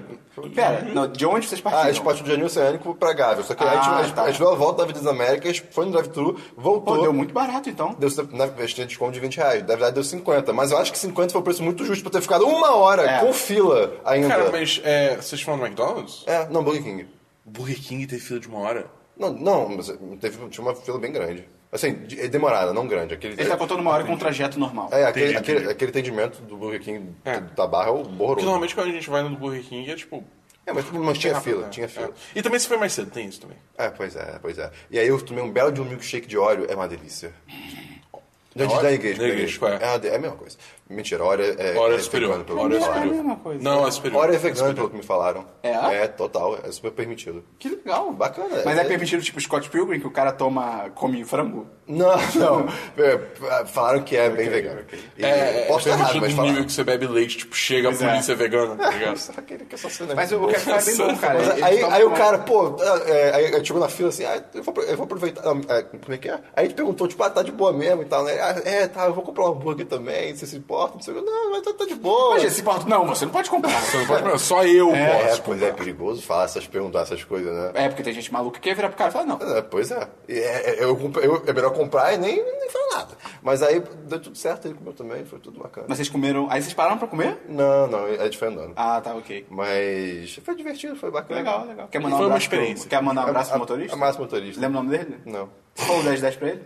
Speaker 1: Pera, não, de onde vocês partiram?
Speaker 3: Ah, a gente partiu do Jardim Oceânico pra Gávea. Só que aí a gente,
Speaker 1: Ah,
Speaker 3: a gente-
Speaker 1: tá.
Speaker 3: a gente deu a volta da Avenida das Américas, foi no drive-thru, voltou.
Speaker 1: Pô, deu muito barato então.
Speaker 3: Deu, na, a gente tinha desconto de 20 reais. Na verdade, deu 50. Mas eu acho que 50 foi o preço muito justo pra ter ficado uma hora
Speaker 1: É.
Speaker 3: com fila ainda.
Speaker 2: Cara, mas é, vocês falaram do McDonald's?
Speaker 3: É, não, Burger King.
Speaker 2: Burger King teve fila de uma hora.
Speaker 3: Não, não mas teve, tinha uma fila bem grande. Assim, de- é demorada, não grande. Aquele,
Speaker 1: Ele tá contando uma hora com um trajeto normal.
Speaker 3: é, aquele,
Speaker 2: Entendi,
Speaker 3: aquele,
Speaker 2: entendi.
Speaker 3: aquele atendimento do Burger King
Speaker 2: É.
Speaker 3: da barra é
Speaker 2: Porque
Speaker 3: horroroso.
Speaker 2: normalmente quando a gente vai no Burger King é tipo.
Speaker 3: É, mas, mas tinha fila,
Speaker 2: É,
Speaker 3: tinha fila.
Speaker 2: é. E também se foi mais cedo, tem isso também.
Speaker 3: É. pois é, pois é. E aí eu tomei um belo de um milkshake de óleo, é uma delícia. Da, da igreja,
Speaker 2: Da igreja,
Speaker 3: É, uma de- é a mesma coisa. Mentira, óleo é,
Speaker 2: Hora
Speaker 3: é
Speaker 2: é superior.
Speaker 3: vegano, pelo
Speaker 2: Hora
Speaker 3: que
Speaker 2: é
Speaker 3: me falaram.
Speaker 2: superior.
Speaker 1: coisa.
Speaker 2: Não, é superior.
Speaker 3: Hora é vegano, pelo que me falaram.
Speaker 1: É?
Speaker 3: É, total, é super permitido.
Speaker 1: Que legal.
Speaker 3: Bacana,
Speaker 1: Mas é,
Speaker 3: é-
Speaker 1: permitido, tipo, Scott Pilgrim, que o cara toma, come frango.
Speaker 3: Não, *laughs* não. É, Falaram que é bem vegano. E
Speaker 2: É, é,
Speaker 3: posso estar errado,
Speaker 2: permitido
Speaker 3: mas
Speaker 2: no
Speaker 3: falaram.
Speaker 2: nível que você bebe leite, tipo, chega
Speaker 1: Pois
Speaker 2: a
Speaker 1: é.
Speaker 2: polícia vegana, tá
Speaker 3: *laughs*
Speaker 2: ligado?
Speaker 3: Será que ele quer só cena?
Speaker 1: Mas o Café é bem bom, cara.
Speaker 3: Mas
Speaker 1: Eles
Speaker 3: aí,
Speaker 1: tomam
Speaker 3: aí o
Speaker 1: uma-
Speaker 3: cara, pô, é, aí aí chegou na fila assim, ah, eu vou, apro- eu vou aproveitar. ah, é, como é que é? Aí ele perguntou, tipo, ah, tá de boa mesmo e tal, né? Ah, é, tá, eu vou comprar um hambúrguer também, você se importa, não sei o que. Não, mas tá, tá de boa.
Speaker 1: Mas esse ponto, não, você não pode comprar.
Speaker 2: Você não pode comprar, só eu
Speaker 3: é,
Speaker 2: posso.
Speaker 3: pois é, é perigoso falar essas, perguntar essas coisas, né?
Speaker 1: É, porque tem gente maluca que quer virar pro cara e falar, não.
Speaker 3: É, pois é. E é, é, eu comp- eu- é melhor comprar e nem, nem falar nada. Mas aí deu tudo certo, ele comeu também, foi tudo bacana.
Speaker 1: Mas vocês comeram... Aí vocês pararam pra comer?
Speaker 3: Não, não, é, a gente foi andando.
Speaker 1: Ah, tá, ok.
Speaker 3: Mas foi divertido, foi bacana.
Speaker 1: Legal, legal. Quer mandar um
Speaker 2: Foi uma
Speaker 1: abraço pro-
Speaker 2: experiência.
Speaker 1: Quer mandar um
Speaker 3: A-
Speaker 1: abraço pro
Speaker 3: a-
Speaker 1: motorista?
Speaker 3: A massa motorista.
Speaker 1: Lembra o nome dele?
Speaker 3: Não,
Speaker 1: Qual o 10 10 pra ele?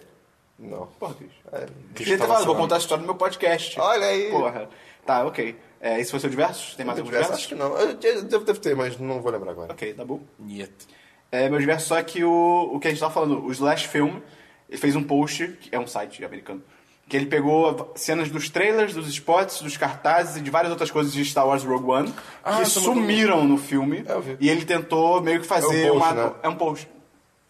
Speaker 3: não.
Speaker 1: Porra, Cris.
Speaker 3: É.
Speaker 1: Podia ter falado, vou contar a história do meu podcast.
Speaker 3: Olha aí.
Speaker 1: Porra. Tá, ok. É, esse foi o seu diversos? Tem mais algum
Speaker 3: Diversos, acho
Speaker 1: diversos?
Speaker 3: que não. Eu, eu, devo, devo ter, mas não vou lembrar agora.
Speaker 1: Ok, tá bom.
Speaker 2: Niet.
Speaker 1: É, meu diverso só que o, o que a gente tava falando, o Slash Film ele fez um post, que é um site americano, que ele pegou cenas dos trailers, dos spots, dos cartazes e de várias outras coisas de Star Wars Rogue One
Speaker 2: Ah,
Speaker 1: que
Speaker 2: eu tô no-
Speaker 1: sumiram no filme.
Speaker 3: É, eu vi.
Speaker 1: E ele tentou meio que fazer
Speaker 3: É um post,
Speaker 1: uma.
Speaker 3: né?
Speaker 1: É um post.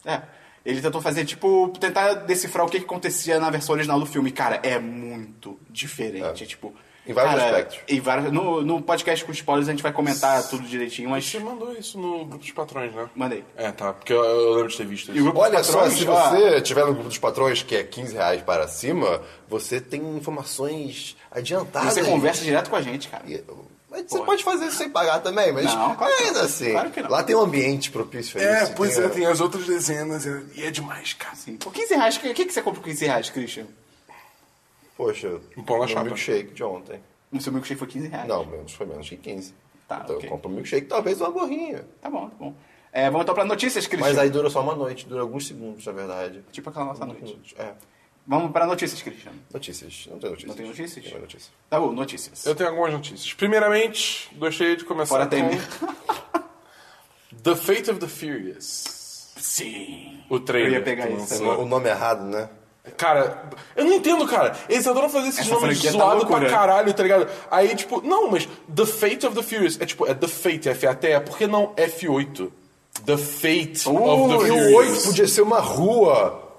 Speaker 1: É. Ele tentou fazer, tipo, tentar decifrar o que, que acontecia na versão original do filme. Cara, é muito diferente. É, tipo.
Speaker 3: Em vários
Speaker 1: cara,
Speaker 3: aspectos.
Speaker 1: Em vários, no, no podcast com spoilers a gente vai comentar tudo direitinho, mas.
Speaker 2: Você mandou isso no grupo dos patrões, né?
Speaker 1: Mandei.
Speaker 2: É, tá, porque eu, eu lembro de ter visto
Speaker 1: E o
Speaker 2: isso.
Speaker 1: grupo
Speaker 3: Olha
Speaker 1: dos
Speaker 3: só,
Speaker 1: patrões,
Speaker 3: se
Speaker 1: ó,
Speaker 3: você tiver no grupo dos patrões, que é 15 reais para cima, você tem informações adiantadas.
Speaker 1: Você conversa direto com a gente, cara.
Speaker 3: E- Mas você pode fazer isso sem pagar também, mas
Speaker 1: Não, claro que
Speaker 3: ainda
Speaker 1: não.
Speaker 3: assim.
Speaker 1: Claro que não. É,
Speaker 3: Lá tem um ambiente propício a isso. a-
Speaker 2: as outras dezenas e é demais, cara.
Speaker 1: Sim. Por 15 reais, o que, que que você compra com 15 reais, Christian?
Speaker 3: Poxa,
Speaker 2: Um pão na
Speaker 3: meu
Speaker 2: chapa.
Speaker 1: Um
Speaker 3: um milkshake de ontem.
Speaker 1: No seu milkshake foi 15 reais.
Speaker 3: Não, menos, foi menos que 15.
Speaker 1: É. Tá,
Speaker 3: Então
Speaker 1: ok.
Speaker 3: compra um milkshake, talvez uma gorrinha.
Speaker 1: Tá bom, tá bom. É, vamos então pra notícias, Christian.
Speaker 3: Mas aí dura só uma noite, dura alguns segundos, na verdade.
Speaker 1: Tipo aquela nossa noite.
Speaker 3: É.
Speaker 1: Vamos pra notícias, Christian.
Speaker 3: Notícias. Não tem notícias.
Speaker 1: Não tem notícias?
Speaker 3: Não tem notícias.
Speaker 1: Tá bom, notícias.
Speaker 2: Eu tenho algumas notícias. Primeiramente, gostaria de começar
Speaker 1: Fora
Speaker 2: com...
Speaker 1: Temer.
Speaker 2: The Fate of the Furious.
Speaker 1: Sim.
Speaker 2: O trailer.
Speaker 1: Eu ia pegar
Speaker 2: que
Speaker 1: isso
Speaker 2: lançou.
Speaker 1: agora.
Speaker 3: O nome errado, né?
Speaker 2: Cara, eu não entendo, cara. Eles adoram fazer esses
Speaker 1: Essa
Speaker 2: nomes
Speaker 1: franquia tá
Speaker 2: zoados pra
Speaker 1: loucura.
Speaker 2: caralho, tá ligado? Aí, tipo, não, mas The Fate of the Furious. É tipo, é The Fate, F-A-T-E. Por que não F8? The Fate of the
Speaker 1: e
Speaker 3: E
Speaker 2: Furious.
Speaker 3: o 8 podia ser uma rua.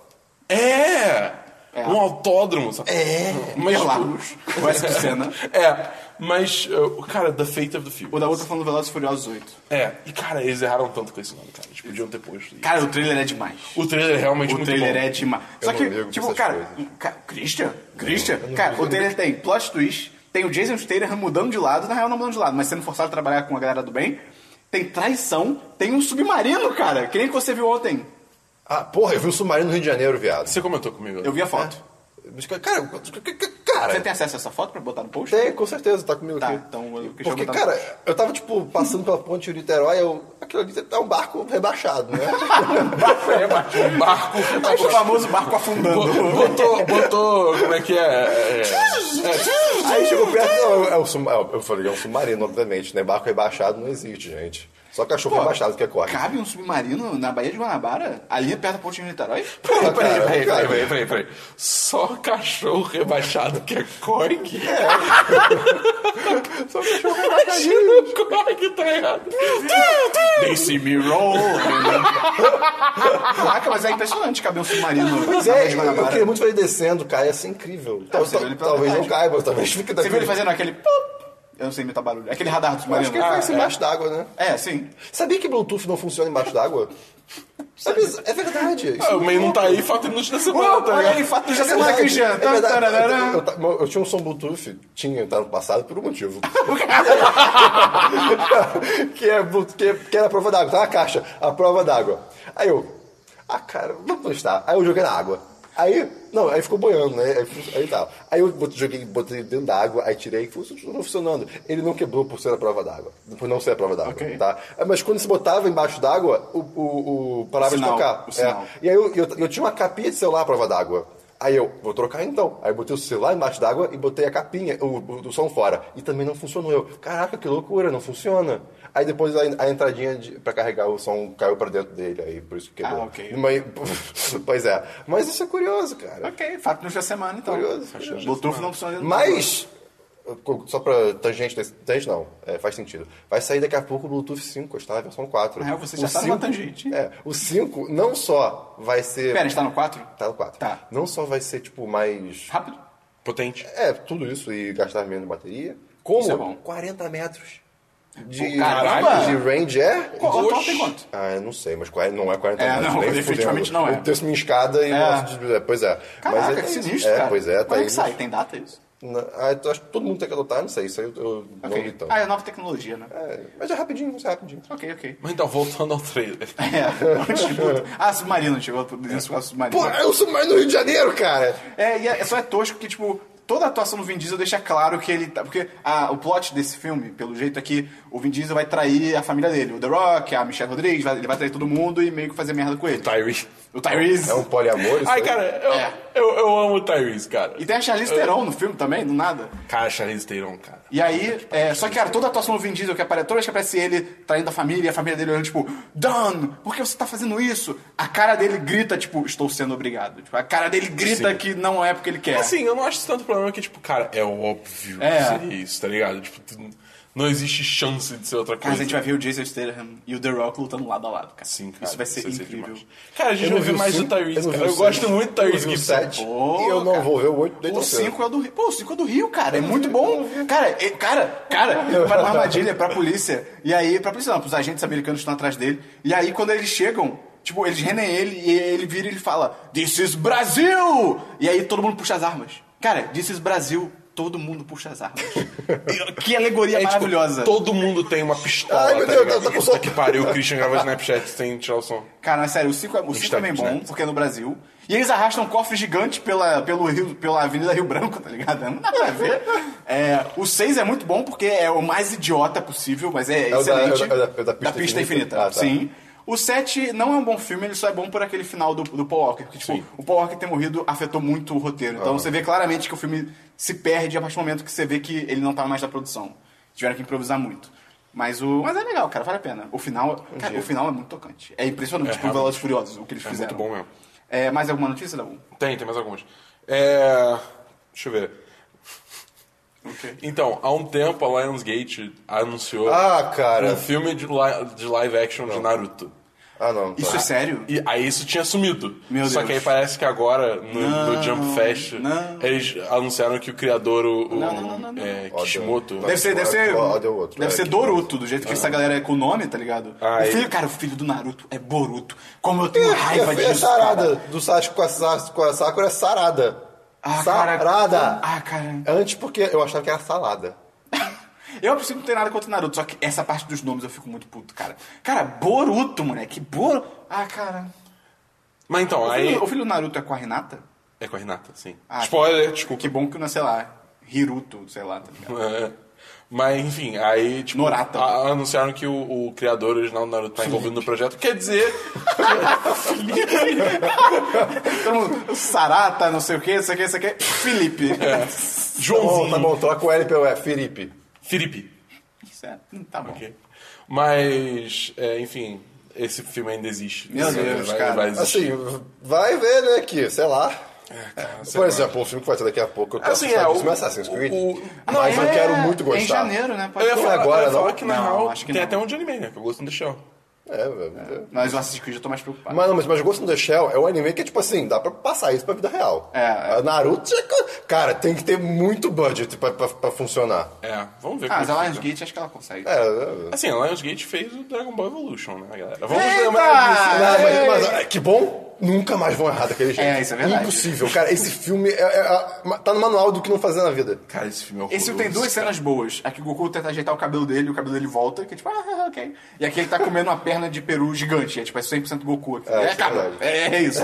Speaker 2: É!
Speaker 1: É.
Speaker 2: Um autódromo, sabe?
Speaker 3: É.
Speaker 2: Mas, tipo,
Speaker 1: Interlagos. Com essa cena.
Speaker 2: É, mas, uh, cara, The Fate of the Furious.
Speaker 1: O da outra falando Velozes e Furiosos 8.
Speaker 2: É, e cara, eles erraram tanto com esse nome, cara. Eles podiam ter posto.
Speaker 1: Cara, o trailer é demais.
Speaker 2: O trailer é realmente
Speaker 1: O
Speaker 2: muito
Speaker 1: trailer
Speaker 2: bom.
Speaker 1: é demais. Só
Speaker 3: não ligo
Speaker 1: que,
Speaker 3: com
Speaker 1: tipo,
Speaker 3: essas
Speaker 1: cara, cara. Christian? Christian? Cara, o trailer tem plot twist, tem o Jason Statham mudando de lado, na real não mudando de lado, mas sendo forçado a trabalhar com a galera do bem. Tem traição, tem um submarino, cara. Que nem que você viu ontem.
Speaker 3: Ah, porra, eu vi o submarino no Rio de Janeiro, viado.
Speaker 2: Você comentou comigo. né?
Speaker 1: Eu vi a foto.
Speaker 3: Mas, cara, c- c- c-
Speaker 1: Você
Speaker 3: É. cara.
Speaker 1: tem acesso a essa foto pra botar no post?
Speaker 3: Tem, com certeza, tá comigo
Speaker 1: Tá,
Speaker 3: aqui.
Speaker 1: então eu- deixa eu
Speaker 3: Porque,
Speaker 1: botar-
Speaker 3: cara, eu tava, tipo, passando pela ponte de Niterói, eu. Aquilo ali é um barco
Speaker 1: *laughs*
Speaker 3: rebaixado, né?
Speaker 2: Um barco.
Speaker 1: O famoso barco afundando.
Speaker 2: Botou, botou, como é que é? É,
Speaker 3: Aí chegou perto, não, é um sub- é um- eu falei, é um submarino, obviamente, né? Barco rebaixado não existe, gente. Só cachorro rebaixado que acorda.
Speaker 1: Cabe um submarino na Baía de Guanabara? Ali perto da ponte de
Speaker 3: *laughs*
Speaker 1: Niterói?
Speaker 2: Peraí,
Speaker 3: Porra,
Speaker 2: peraí, peraí,
Speaker 3: cara,
Speaker 2: peraí,
Speaker 3: cara.
Speaker 2: peraí, peraí, peraí. Só cachorro rebaixado que é Korg? Só cachorro rebaixado. Korg, tá errado. They see me roll.
Speaker 1: Caraca, mas é impressionante caber um submarino na
Speaker 3: Pois
Speaker 1: Baía
Speaker 3: é,
Speaker 1: de
Speaker 3: eu
Speaker 1: Guanabara.
Speaker 3: queria muito ver ele descendo, cara, ia ser incrível.
Speaker 1: Então,
Speaker 3: Tal-
Speaker 1: você viu ele
Speaker 3: tal-
Speaker 1: pela
Speaker 3: talvez não
Speaker 1: metade.
Speaker 3: caiba, talvez fique
Speaker 1: Você
Speaker 3: daqui.
Speaker 1: viu ele fazendo aquele... pop? Eu não sei imitar barulho. Aquele radar do
Speaker 3: Eu Acho
Speaker 1: submarino.
Speaker 3: que ele faz
Speaker 1: Ah,
Speaker 3: embaixo d'água, né?
Speaker 1: é. é, sim.
Speaker 3: Sabia que Bluetooth não funciona embaixo d'água? Sabe, é verdade. Isso
Speaker 2: Ah, o meio não tá aí, fato inútil da semana,
Speaker 1: Uou,
Speaker 2: tá
Speaker 1: olha
Speaker 2: ligado?
Speaker 1: aí, fato da
Speaker 3: É
Speaker 1: semana,
Speaker 3: verdade,
Speaker 1: Christian.
Speaker 3: é verdade.
Speaker 1: Tantararã.
Speaker 3: Eu, ta- eu tinha um som Bluetooth, tinha, tá no passado, por um motivo. *laughs* que, é, Bluetooth- que, que era a prova d'água, tá na caixa, a prova d'água. Aí eu, ah cara, vamos testar. Aí eu joguei na água. Aí, não, aí ficou boiando, né? Aí, fu- aí tá. Aí eu bot- joguei, botei dentro da água, aí tirei, fu- não funcionando. Ele não quebrou por ser a prova d'água. Por não ser a prova d'água,
Speaker 1: Ok.
Speaker 3: tá? Mas quando se botava embaixo d'água, o, o, o parava
Speaker 1: Sinal,
Speaker 3: de tocar. é.
Speaker 1: o sinal.
Speaker 3: E aí eu, eu, eu tinha uma capinha de celular à prova d'água. Aí eu, vou trocar então. Aí eu botei o celular embaixo d'água e botei a capinha, o, o, o som fora. E também não funcionou. Eu, caraca, que loucura, não funciona. Aí depois a, a entradinha de, pra carregar o som caiu pra dentro dele, aí por isso que quebrou.
Speaker 1: Ah, ok.
Speaker 3: Mas- *laughs* pois é. Mas isso é curioso, cara.
Speaker 1: Ok, fato inútil da semana, então.
Speaker 3: Curioso, curioso.
Speaker 1: Bluetooth não funciona.
Speaker 3: Mas, só pra tangente, desse- tangente não, é, faz sentido. Vai sair daqui a pouco o Bluetooth 5, está na versão 4.
Speaker 1: Na real, você
Speaker 3: O
Speaker 1: já tá numa
Speaker 3: 5
Speaker 1: tangente.
Speaker 3: É, o 5 não só vai ser...
Speaker 1: Pera, a gente tá no 4?
Speaker 3: Tá no 4.
Speaker 1: Tá.
Speaker 3: Não só vai ser, tipo, mais.
Speaker 1: Rápido.
Speaker 2: Potente.
Speaker 3: É, tudo isso e gastar menos bateria. Como?
Speaker 1: Isso é bom.
Speaker 3: 40 metros de,
Speaker 1: Pô, caramba!
Speaker 3: de range é?
Speaker 1: Qual o atual
Speaker 2: Oxi.
Speaker 1: tem quanto?
Speaker 3: Ah, eu não sei, mas 40 não é 40
Speaker 1: É,
Speaker 3: metros.
Speaker 1: não,
Speaker 3: nem
Speaker 1: definitivamente
Speaker 3: fudendo.
Speaker 1: não é.
Speaker 3: Eu tenho minha escada e. nossa, pois é.
Speaker 1: Caraca,
Speaker 3: mas é
Speaker 1: que sinistro,
Speaker 3: é,
Speaker 1: cara.
Speaker 3: Pois é, tá
Speaker 1: Quando é
Speaker 3: aí.
Speaker 1: que sai? Tem data isso?
Speaker 3: Na- ah, eu acho que todo mundo tem que adotar, não sei, isso aí eu, eu não
Speaker 1: Ok.
Speaker 3: li tanto.
Speaker 1: Ah, é nova tecnologia, né?
Speaker 3: É, mas é rapidinho, vai ser rapidinho.
Speaker 1: Ok,
Speaker 3: *laughs*
Speaker 1: ok.
Speaker 2: Mas então, voltando ao trailer.
Speaker 1: É, *laughs* antes de tudo. Ah, submarino, chegou dentro do submarino.
Speaker 3: É. Pô, eu sou mais no Rio de Janeiro, cara!
Speaker 1: É, e é, só é tosco que, tipo, toda a atuação do Vin Diesel deixa claro que ele tá. Porque a- o plot desse filme, pelo jeito, é que o Vin Diesel vai trair a família dele. O The Rock, a Michelle Rodrigues, vai- ele vai trair todo mundo e meio que fazer merda com ele.
Speaker 2: Tyrese.
Speaker 1: O Tyrese.
Speaker 3: É um poliamor, isso
Speaker 2: Ai,
Speaker 3: aí?
Speaker 2: cara, eu,
Speaker 1: É.
Speaker 2: eu, eu amo o Tyrese, cara.
Speaker 1: E tem a Charlize
Speaker 2: É.
Speaker 1: Theron no filme também, do nada.
Speaker 2: Cara, Charlize Theron, cara.
Speaker 1: E aí, é, só que, cara, toda a atuação do Vin Diesel, que aparece, toda vez que aparece ele traindo a família, e a família dele olhando, tipo, Don, por que você tá fazendo isso? A cara dele grita, tipo, estou sendo obrigado. Tipo, a cara dele grita
Speaker 2: Sim.
Speaker 1: que não é porque ele quer.
Speaker 2: Assim, eu não acho isso tanto problema que, tipo, cara, é óbvio
Speaker 1: É.
Speaker 2: que seria isso, tá ligado? Tipo, tu- não existe chance de ser outra
Speaker 1: Cara,
Speaker 2: coisa.
Speaker 1: a gente vai ver o Jason Statham e o The Rock lutando lado a lado, cara.
Speaker 2: Sim, cara.
Speaker 1: Isso vai ser incrível.
Speaker 2: demais. cara, a gente
Speaker 3: Eu
Speaker 2: não
Speaker 3: não
Speaker 2: vê
Speaker 3: vi o
Speaker 2: mais o
Speaker 3: cinco,
Speaker 2: Tyrese,
Speaker 3: eu não vi
Speaker 2: cara.
Speaker 3: o
Speaker 2: Eu gosto
Speaker 3: seis,
Speaker 2: muito do
Speaker 3: eu
Speaker 2: Tyrese
Speaker 3: vi o
Speaker 2: Gibson.
Speaker 3: sete.
Speaker 1: Pô,
Speaker 3: E eu não
Speaker 1: cara.
Speaker 3: vou ver o oito nem
Speaker 1: O
Speaker 3: tão cedo.
Speaker 1: 5 é o do Rio. Pô, o 5 é do Rio, cara. É muito bom. Cara, e- cara, cara, ele vai numa armadilha pra polícia. E aí, pra polícia não, pros agentes americanos que estão atrás dele. E aí, quando eles chegam, tipo, eles rendem ele e ele vira e ele fala: This is Brasil! E aí todo mundo puxa as armas. Cara, This is Brasil. todo mundo puxa as armas. E- que alegoria
Speaker 2: tipo,
Speaker 1: É maravilhosa.
Speaker 2: todo mundo tem uma pistola.
Speaker 3: Ai, meu
Speaker 2: tá
Speaker 3: Deus,
Speaker 2: ligado?
Speaker 3: tá com
Speaker 2: Puta
Speaker 3: som.
Speaker 2: que pariu, o Christian grava Snapchat sem tirar o som.
Speaker 1: Cara, mas sério, o 5 é, o cinco é bem bom,
Speaker 2: Instagram.
Speaker 3: né?
Speaker 1: porque é no Brasil. E eles arrastam cofre gigante pela, pelo Rio, pela Avenida Rio Branco, tá ligado? Não dá pra ver. É, o 6 é muito bom porque é o mais idiota possível, mas é,
Speaker 3: É o da-
Speaker 1: excelente.
Speaker 3: é o da- é o da pista infinita?
Speaker 1: infinita,
Speaker 3: Ah, tá.
Speaker 1: sim. O 7 não é um bom filme, ele só é bom por aquele final do, do Paul Walker. Porque, tipo,
Speaker 2: Sim.
Speaker 1: o Paul Walker ter morrido afetou muito o roteiro. Então você vê claramente que o filme se perde a partir do momento que você vê que ele não tava mais na produção. Tiveram que improvisar muito. Mas o. Mas é legal, cara, vale a pena. O final. Cara, o final é muito tocante. É impressionante,
Speaker 2: É,
Speaker 1: tipo, o
Speaker 2: realmente.
Speaker 1: Velozes e Furiosos, o que eles
Speaker 2: É
Speaker 1: fizeram.
Speaker 2: muito bom mesmo.
Speaker 1: É, mais alguma notícia, Dabu?
Speaker 2: Tem, tem mais algumas. É... Deixa eu ver.
Speaker 1: Ok.
Speaker 2: Então, há um tempo a Lionsgate anunciou
Speaker 3: Ah, cara.
Speaker 2: um filme de, li- de live action de Naruto.
Speaker 3: Ah, não. tá.
Speaker 1: Isso é sério?
Speaker 2: E aí isso tinha sumido.
Speaker 1: Meu
Speaker 2: Só
Speaker 1: Deus.
Speaker 2: que aí parece que agora, no, no Jump Fest,
Speaker 1: não.
Speaker 2: eles anunciaram que o criador, o, o,
Speaker 1: Não, não, não, não,
Speaker 2: é,
Speaker 3: não.
Speaker 2: Kishimoto...
Speaker 3: Ótimo.
Speaker 1: Deve ser, deve ser.
Speaker 3: Ó, ó, deu outro.
Speaker 1: Deve
Speaker 3: É,
Speaker 1: ser
Speaker 3: que
Speaker 1: Doruto, do jeito que essa galera é com o nome, tá ligado?
Speaker 2: Ah,
Speaker 1: o
Speaker 2: e-
Speaker 1: filho, cara, o filho do Naruto é Boruto. Como eu
Speaker 3: *laughs*
Speaker 1: tenho
Speaker 3: É,
Speaker 1: raiva
Speaker 3: é, é
Speaker 1: disso. cara.
Speaker 3: sarada. Do Sasuke com a, Sas- com a Sakura é sarada.
Speaker 1: Ah, cara.
Speaker 3: sarada.
Speaker 1: Ah, cara.
Speaker 3: Antes porque eu achava que era salada.
Speaker 1: Eu preciso não ter nada contra o Naruto, só que essa parte dos nomes eu fico muito puto, cara. Cara, Boruto, moleque. Boruto. Ah, cara.
Speaker 2: Mas então,
Speaker 1: O
Speaker 2: aí...
Speaker 1: filho, o filho do Naruto é com a Renata?
Speaker 2: É com a Renata, sim.
Speaker 1: Ah,
Speaker 2: Spoiler, desculpa.
Speaker 1: Que bom que não é, sei lá, Hiruto, sei lá, tá ligado?
Speaker 2: É. Mas enfim, aí tipo,
Speaker 1: Norata.
Speaker 2: a- anunciaram que o, o criador original do Naruto tá envolvido no projeto. Quer dizer,
Speaker 1: Todo mundo, Então, Sarata, não sei o que, isso aqui, isso aqui. Felipe.
Speaker 2: É. Joãozinho.
Speaker 3: Tá bom, troca o L pelo F, Felipe.
Speaker 2: Felipe.
Speaker 1: Isso é- Tá bom.
Speaker 2: ok? Mas, é, enfim, esse filme ainda existe.
Speaker 1: Meu
Speaker 2: Ele
Speaker 1: Deus,
Speaker 2: vai-
Speaker 1: cara.
Speaker 2: vai existir.
Speaker 3: Assim, vai ver, né, que, sei lá.
Speaker 1: É,
Speaker 2: sei
Speaker 3: Por
Speaker 2: lá.
Speaker 3: exemplo, um filme que vai ter daqui a pouco, eu tô
Speaker 2: Assim, é,
Speaker 3: assustadíssimo,
Speaker 2: o-
Speaker 3: Assassin's Creed.
Speaker 2: o-
Speaker 1: Não,
Speaker 3: mas eu
Speaker 1: é-
Speaker 3: quero muito
Speaker 1: é
Speaker 3: gostar.
Speaker 1: Em janeiro, né? Pode
Speaker 2: eu ia
Speaker 1: ser.
Speaker 2: falar,
Speaker 3: agora,
Speaker 2: eu ia falar
Speaker 3: não?
Speaker 2: que na
Speaker 1: Não,
Speaker 2: real
Speaker 1: acho que
Speaker 2: tem
Speaker 1: não.
Speaker 2: até um de anime, né? Que eu gosto do Shell.
Speaker 3: É, velho.
Speaker 1: Mas o Assassin's Creed eu tô mais preocupado.
Speaker 3: Mano, mas, mas Ghost in the Shell é um anime que, tipo assim, dá pra passar isso pra vida real.
Speaker 1: É, é.
Speaker 3: Naruto, já- cara, tem que ter muito budget pra, pra, pra funcionar.
Speaker 2: É, vamos ver
Speaker 1: ah, mas
Speaker 2: como
Speaker 1: a
Speaker 2: é que fica.
Speaker 1: Lionsgate acho que ela consegue.
Speaker 3: É, é.
Speaker 2: Assim, a Lionsgate fez o Dragon Ball Evolution, né, galera? Vamos
Speaker 1: Eita!
Speaker 2: lembrar disso.
Speaker 1: Ah,
Speaker 3: Não,
Speaker 1: é.
Speaker 3: mas, mas, ah, que bom. Nunca mais vão errar daquele jeito.
Speaker 1: isso é verdade.
Speaker 3: Impossível, cara. Esse filme é- é- é- tá no manual do que não fazer na vida.
Speaker 2: Cara, esse filme é horroroso.
Speaker 1: Esse tem duas
Speaker 2: cara.
Speaker 1: cenas boas. A que o Goku tenta ajeitar o cabelo dele, o cabelo dele volta, que é tipo, ah, ok. E aqui ele tá comendo uma perna de peru gigante, é tipo, é 100% Goku. aqui.
Speaker 3: É,
Speaker 1: É,
Speaker 3: isso é
Speaker 1: acaba.
Speaker 3: verdade.
Speaker 1: É, é isso.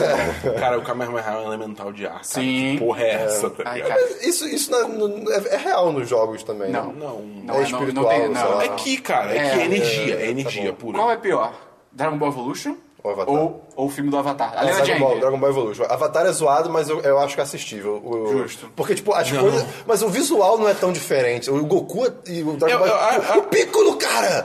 Speaker 2: Cara, o Kamehameha é um elemental de ar. Cara.
Speaker 1: Sim.
Speaker 2: Que porra é essa, tá
Speaker 1: Ai,
Speaker 2: ligado?
Speaker 1: cara.
Speaker 3: Isso, isso na- no- é, é real nos jogos também.
Speaker 1: Não.
Speaker 3: Né?
Speaker 1: Não,
Speaker 2: Não.
Speaker 1: é, não, não
Speaker 3: espiritual,
Speaker 1: tem.
Speaker 3: sei
Speaker 1: Não,
Speaker 3: lá.
Speaker 2: É que, cara, é,
Speaker 1: É,
Speaker 2: que é energia, é,
Speaker 3: tá
Speaker 2: energia
Speaker 3: bom.
Speaker 2: pura.
Speaker 1: Qual é pior? Dragon Ball Evolution?
Speaker 3: Ou Avatar.
Speaker 1: Ou, ou o filme do Avatar? A Lena
Speaker 3: Dragon Ball,
Speaker 1: Jang.
Speaker 3: Dragon Ball Evolution. Avatar é zoado, mas eu, eu acho que é assistível. O- o-
Speaker 1: Justo.
Speaker 3: Porque, tipo, as
Speaker 2: Não.
Speaker 3: coisas. Mas o visual não é tão diferente. O Goku e o Dragon
Speaker 2: Eu-
Speaker 3: Ball. é
Speaker 2: eu- eu-
Speaker 3: o Piccolo, cara!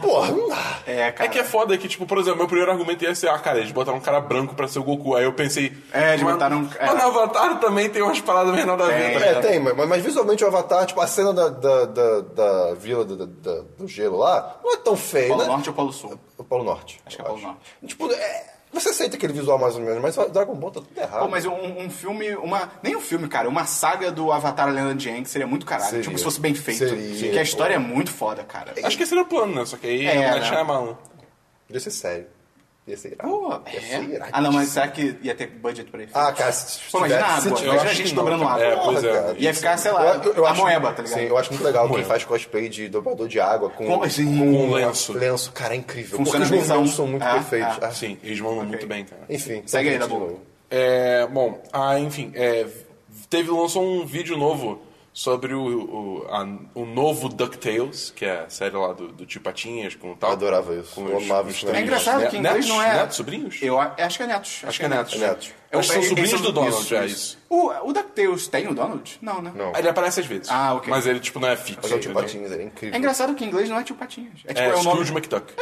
Speaker 3: Porra, não dá.
Speaker 1: É,
Speaker 2: É
Speaker 1: cara.
Speaker 2: que é foda que, tipo, por exemplo, meu primeiro argumento ia ser, ah, cara, eles botaram um cara branco pra ser o Goku. Aí eu pensei.
Speaker 1: É, eles
Speaker 2: mas-
Speaker 1: botaram um- é.
Speaker 2: Mas no Avatar também tem umas paradas meio nada a ver,
Speaker 1: Tem.
Speaker 2: tá
Speaker 3: É,
Speaker 2: ligado?
Speaker 3: tem, mas, mas visualmente o Avatar, tipo, a cena da, da, da, da vila da- da- do gelo lá, não é tão feia,
Speaker 1: Polo
Speaker 3: né?
Speaker 1: Norte ou Polo Sul?
Speaker 3: O Polo Norte.
Speaker 1: Acho que é
Speaker 3: eu
Speaker 1: Polo Norte.
Speaker 3: Tipo, é, você aceita aquele visual mais ou menos, mas o Dragon Ball tá tudo errado.
Speaker 1: Pô, mas um, um filme, uma. Nem um filme, cara, uma saga do Avatar A Lenda de Aang seria muito caralho.
Speaker 3: Seria.
Speaker 1: Tipo, se fosse bem feito.
Speaker 3: Seria,
Speaker 1: Porque a história
Speaker 3: pô.
Speaker 1: é muito foda, cara.
Speaker 2: Acho que esse era o plano, né? Só que aí
Speaker 1: É,
Speaker 2: é,
Speaker 1: né?
Speaker 2: né? Shyamalan.
Speaker 3: Podia ser sério. Ia ser irado.
Speaker 1: Pô,
Speaker 3: Ia
Speaker 1: é.
Speaker 3: ser irado.
Speaker 1: Ah, não, mas será que ia ter budget pra isso?
Speaker 3: Ah, cara, se
Speaker 1: Pô, imagina
Speaker 3: tivesse-
Speaker 1: água.
Speaker 3: se
Speaker 1: Imagina
Speaker 2: Eu
Speaker 1: a
Speaker 2: acho
Speaker 1: gente
Speaker 2: que não,
Speaker 1: dobrando
Speaker 2: cara.
Speaker 1: água.
Speaker 2: É, pois é.
Speaker 3: cara.
Speaker 1: Ia ficar, sei lá, a moeba, tá ligado?
Speaker 3: Sim, eu acho muito legal quem
Speaker 2: Moeba.
Speaker 3: faz cosplay de dobrador de água com, um
Speaker 1: Com-
Speaker 2: assim?
Speaker 1: sim.
Speaker 2: Com lenço.
Speaker 3: lenço. Cara, é incrível.
Speaker 1: Funciona
Speaker 3: Porque os
Speaker 1: benzão.
Speaker 3: movimentos são muito
Speaker 1: Ah,
Speaker 3: perfeitos.
Speaker 1: ah.
Speaker 3: Ah,
Speaker 2: Sim, assim, eles mandam muito bem, cara.
Speaker 3: Enfim.
Speaker 1: Segue aí,
Speaker 3: gente, de
Speaker 1: Dabu.
Speaker 3: novo.
Speaker 2: É, bom, ah, enfim, é, teve, lançou um vídeo novo sobre o, o, a- o novo DuckTales, que é a série lá do, do Tio Patinhas com o tal.
Speaker 3: Eu adorava isso.
Speaker 2: Com
Speaker 3: Eu
Speaker 2: os-
Speaker 3: amava
Speaker 2: os
Speaker 3: isso.
Speaker 1: É
Speaker 2: três. Né,
Speaker 1: engraçado que em inglês
Speaker 2: netos,
Speaker 1: não é.
Speaker 2: Netos, sobrinhos?
Speaker 1: Eu a- acho que é netos.
Speaker 2: Acho que é netos.
Speaker 3: é netos.
Speaker 2: Acho que são
Speaker 1: eles
Speaker 2: sobrinhos do Donald,
Speaker 1: isso,
Speaker 2: já é
Speaker 1: isso.
Speaker 2: isso.
Speaker 1: O, o DuckTales tem o Donald? Não, né?
Speaker 3: Não.
Speaker 2: Ele aparece às vezes.
Speaker 1: Ah, ok.
Speaker 2: Mas ele, tipo, não é fixo.
Speaker 3: Mas é o Tio
Speaker 2: entendeu?
Speaker 3: Patinhas, é incrível.
Speaker 1: É engraçado que em inglês não é tio Patinhas. É tipo, é,
Speaker 2: É,
Speaker 1: o nome.
Speaker 2: Scrooge McDuck.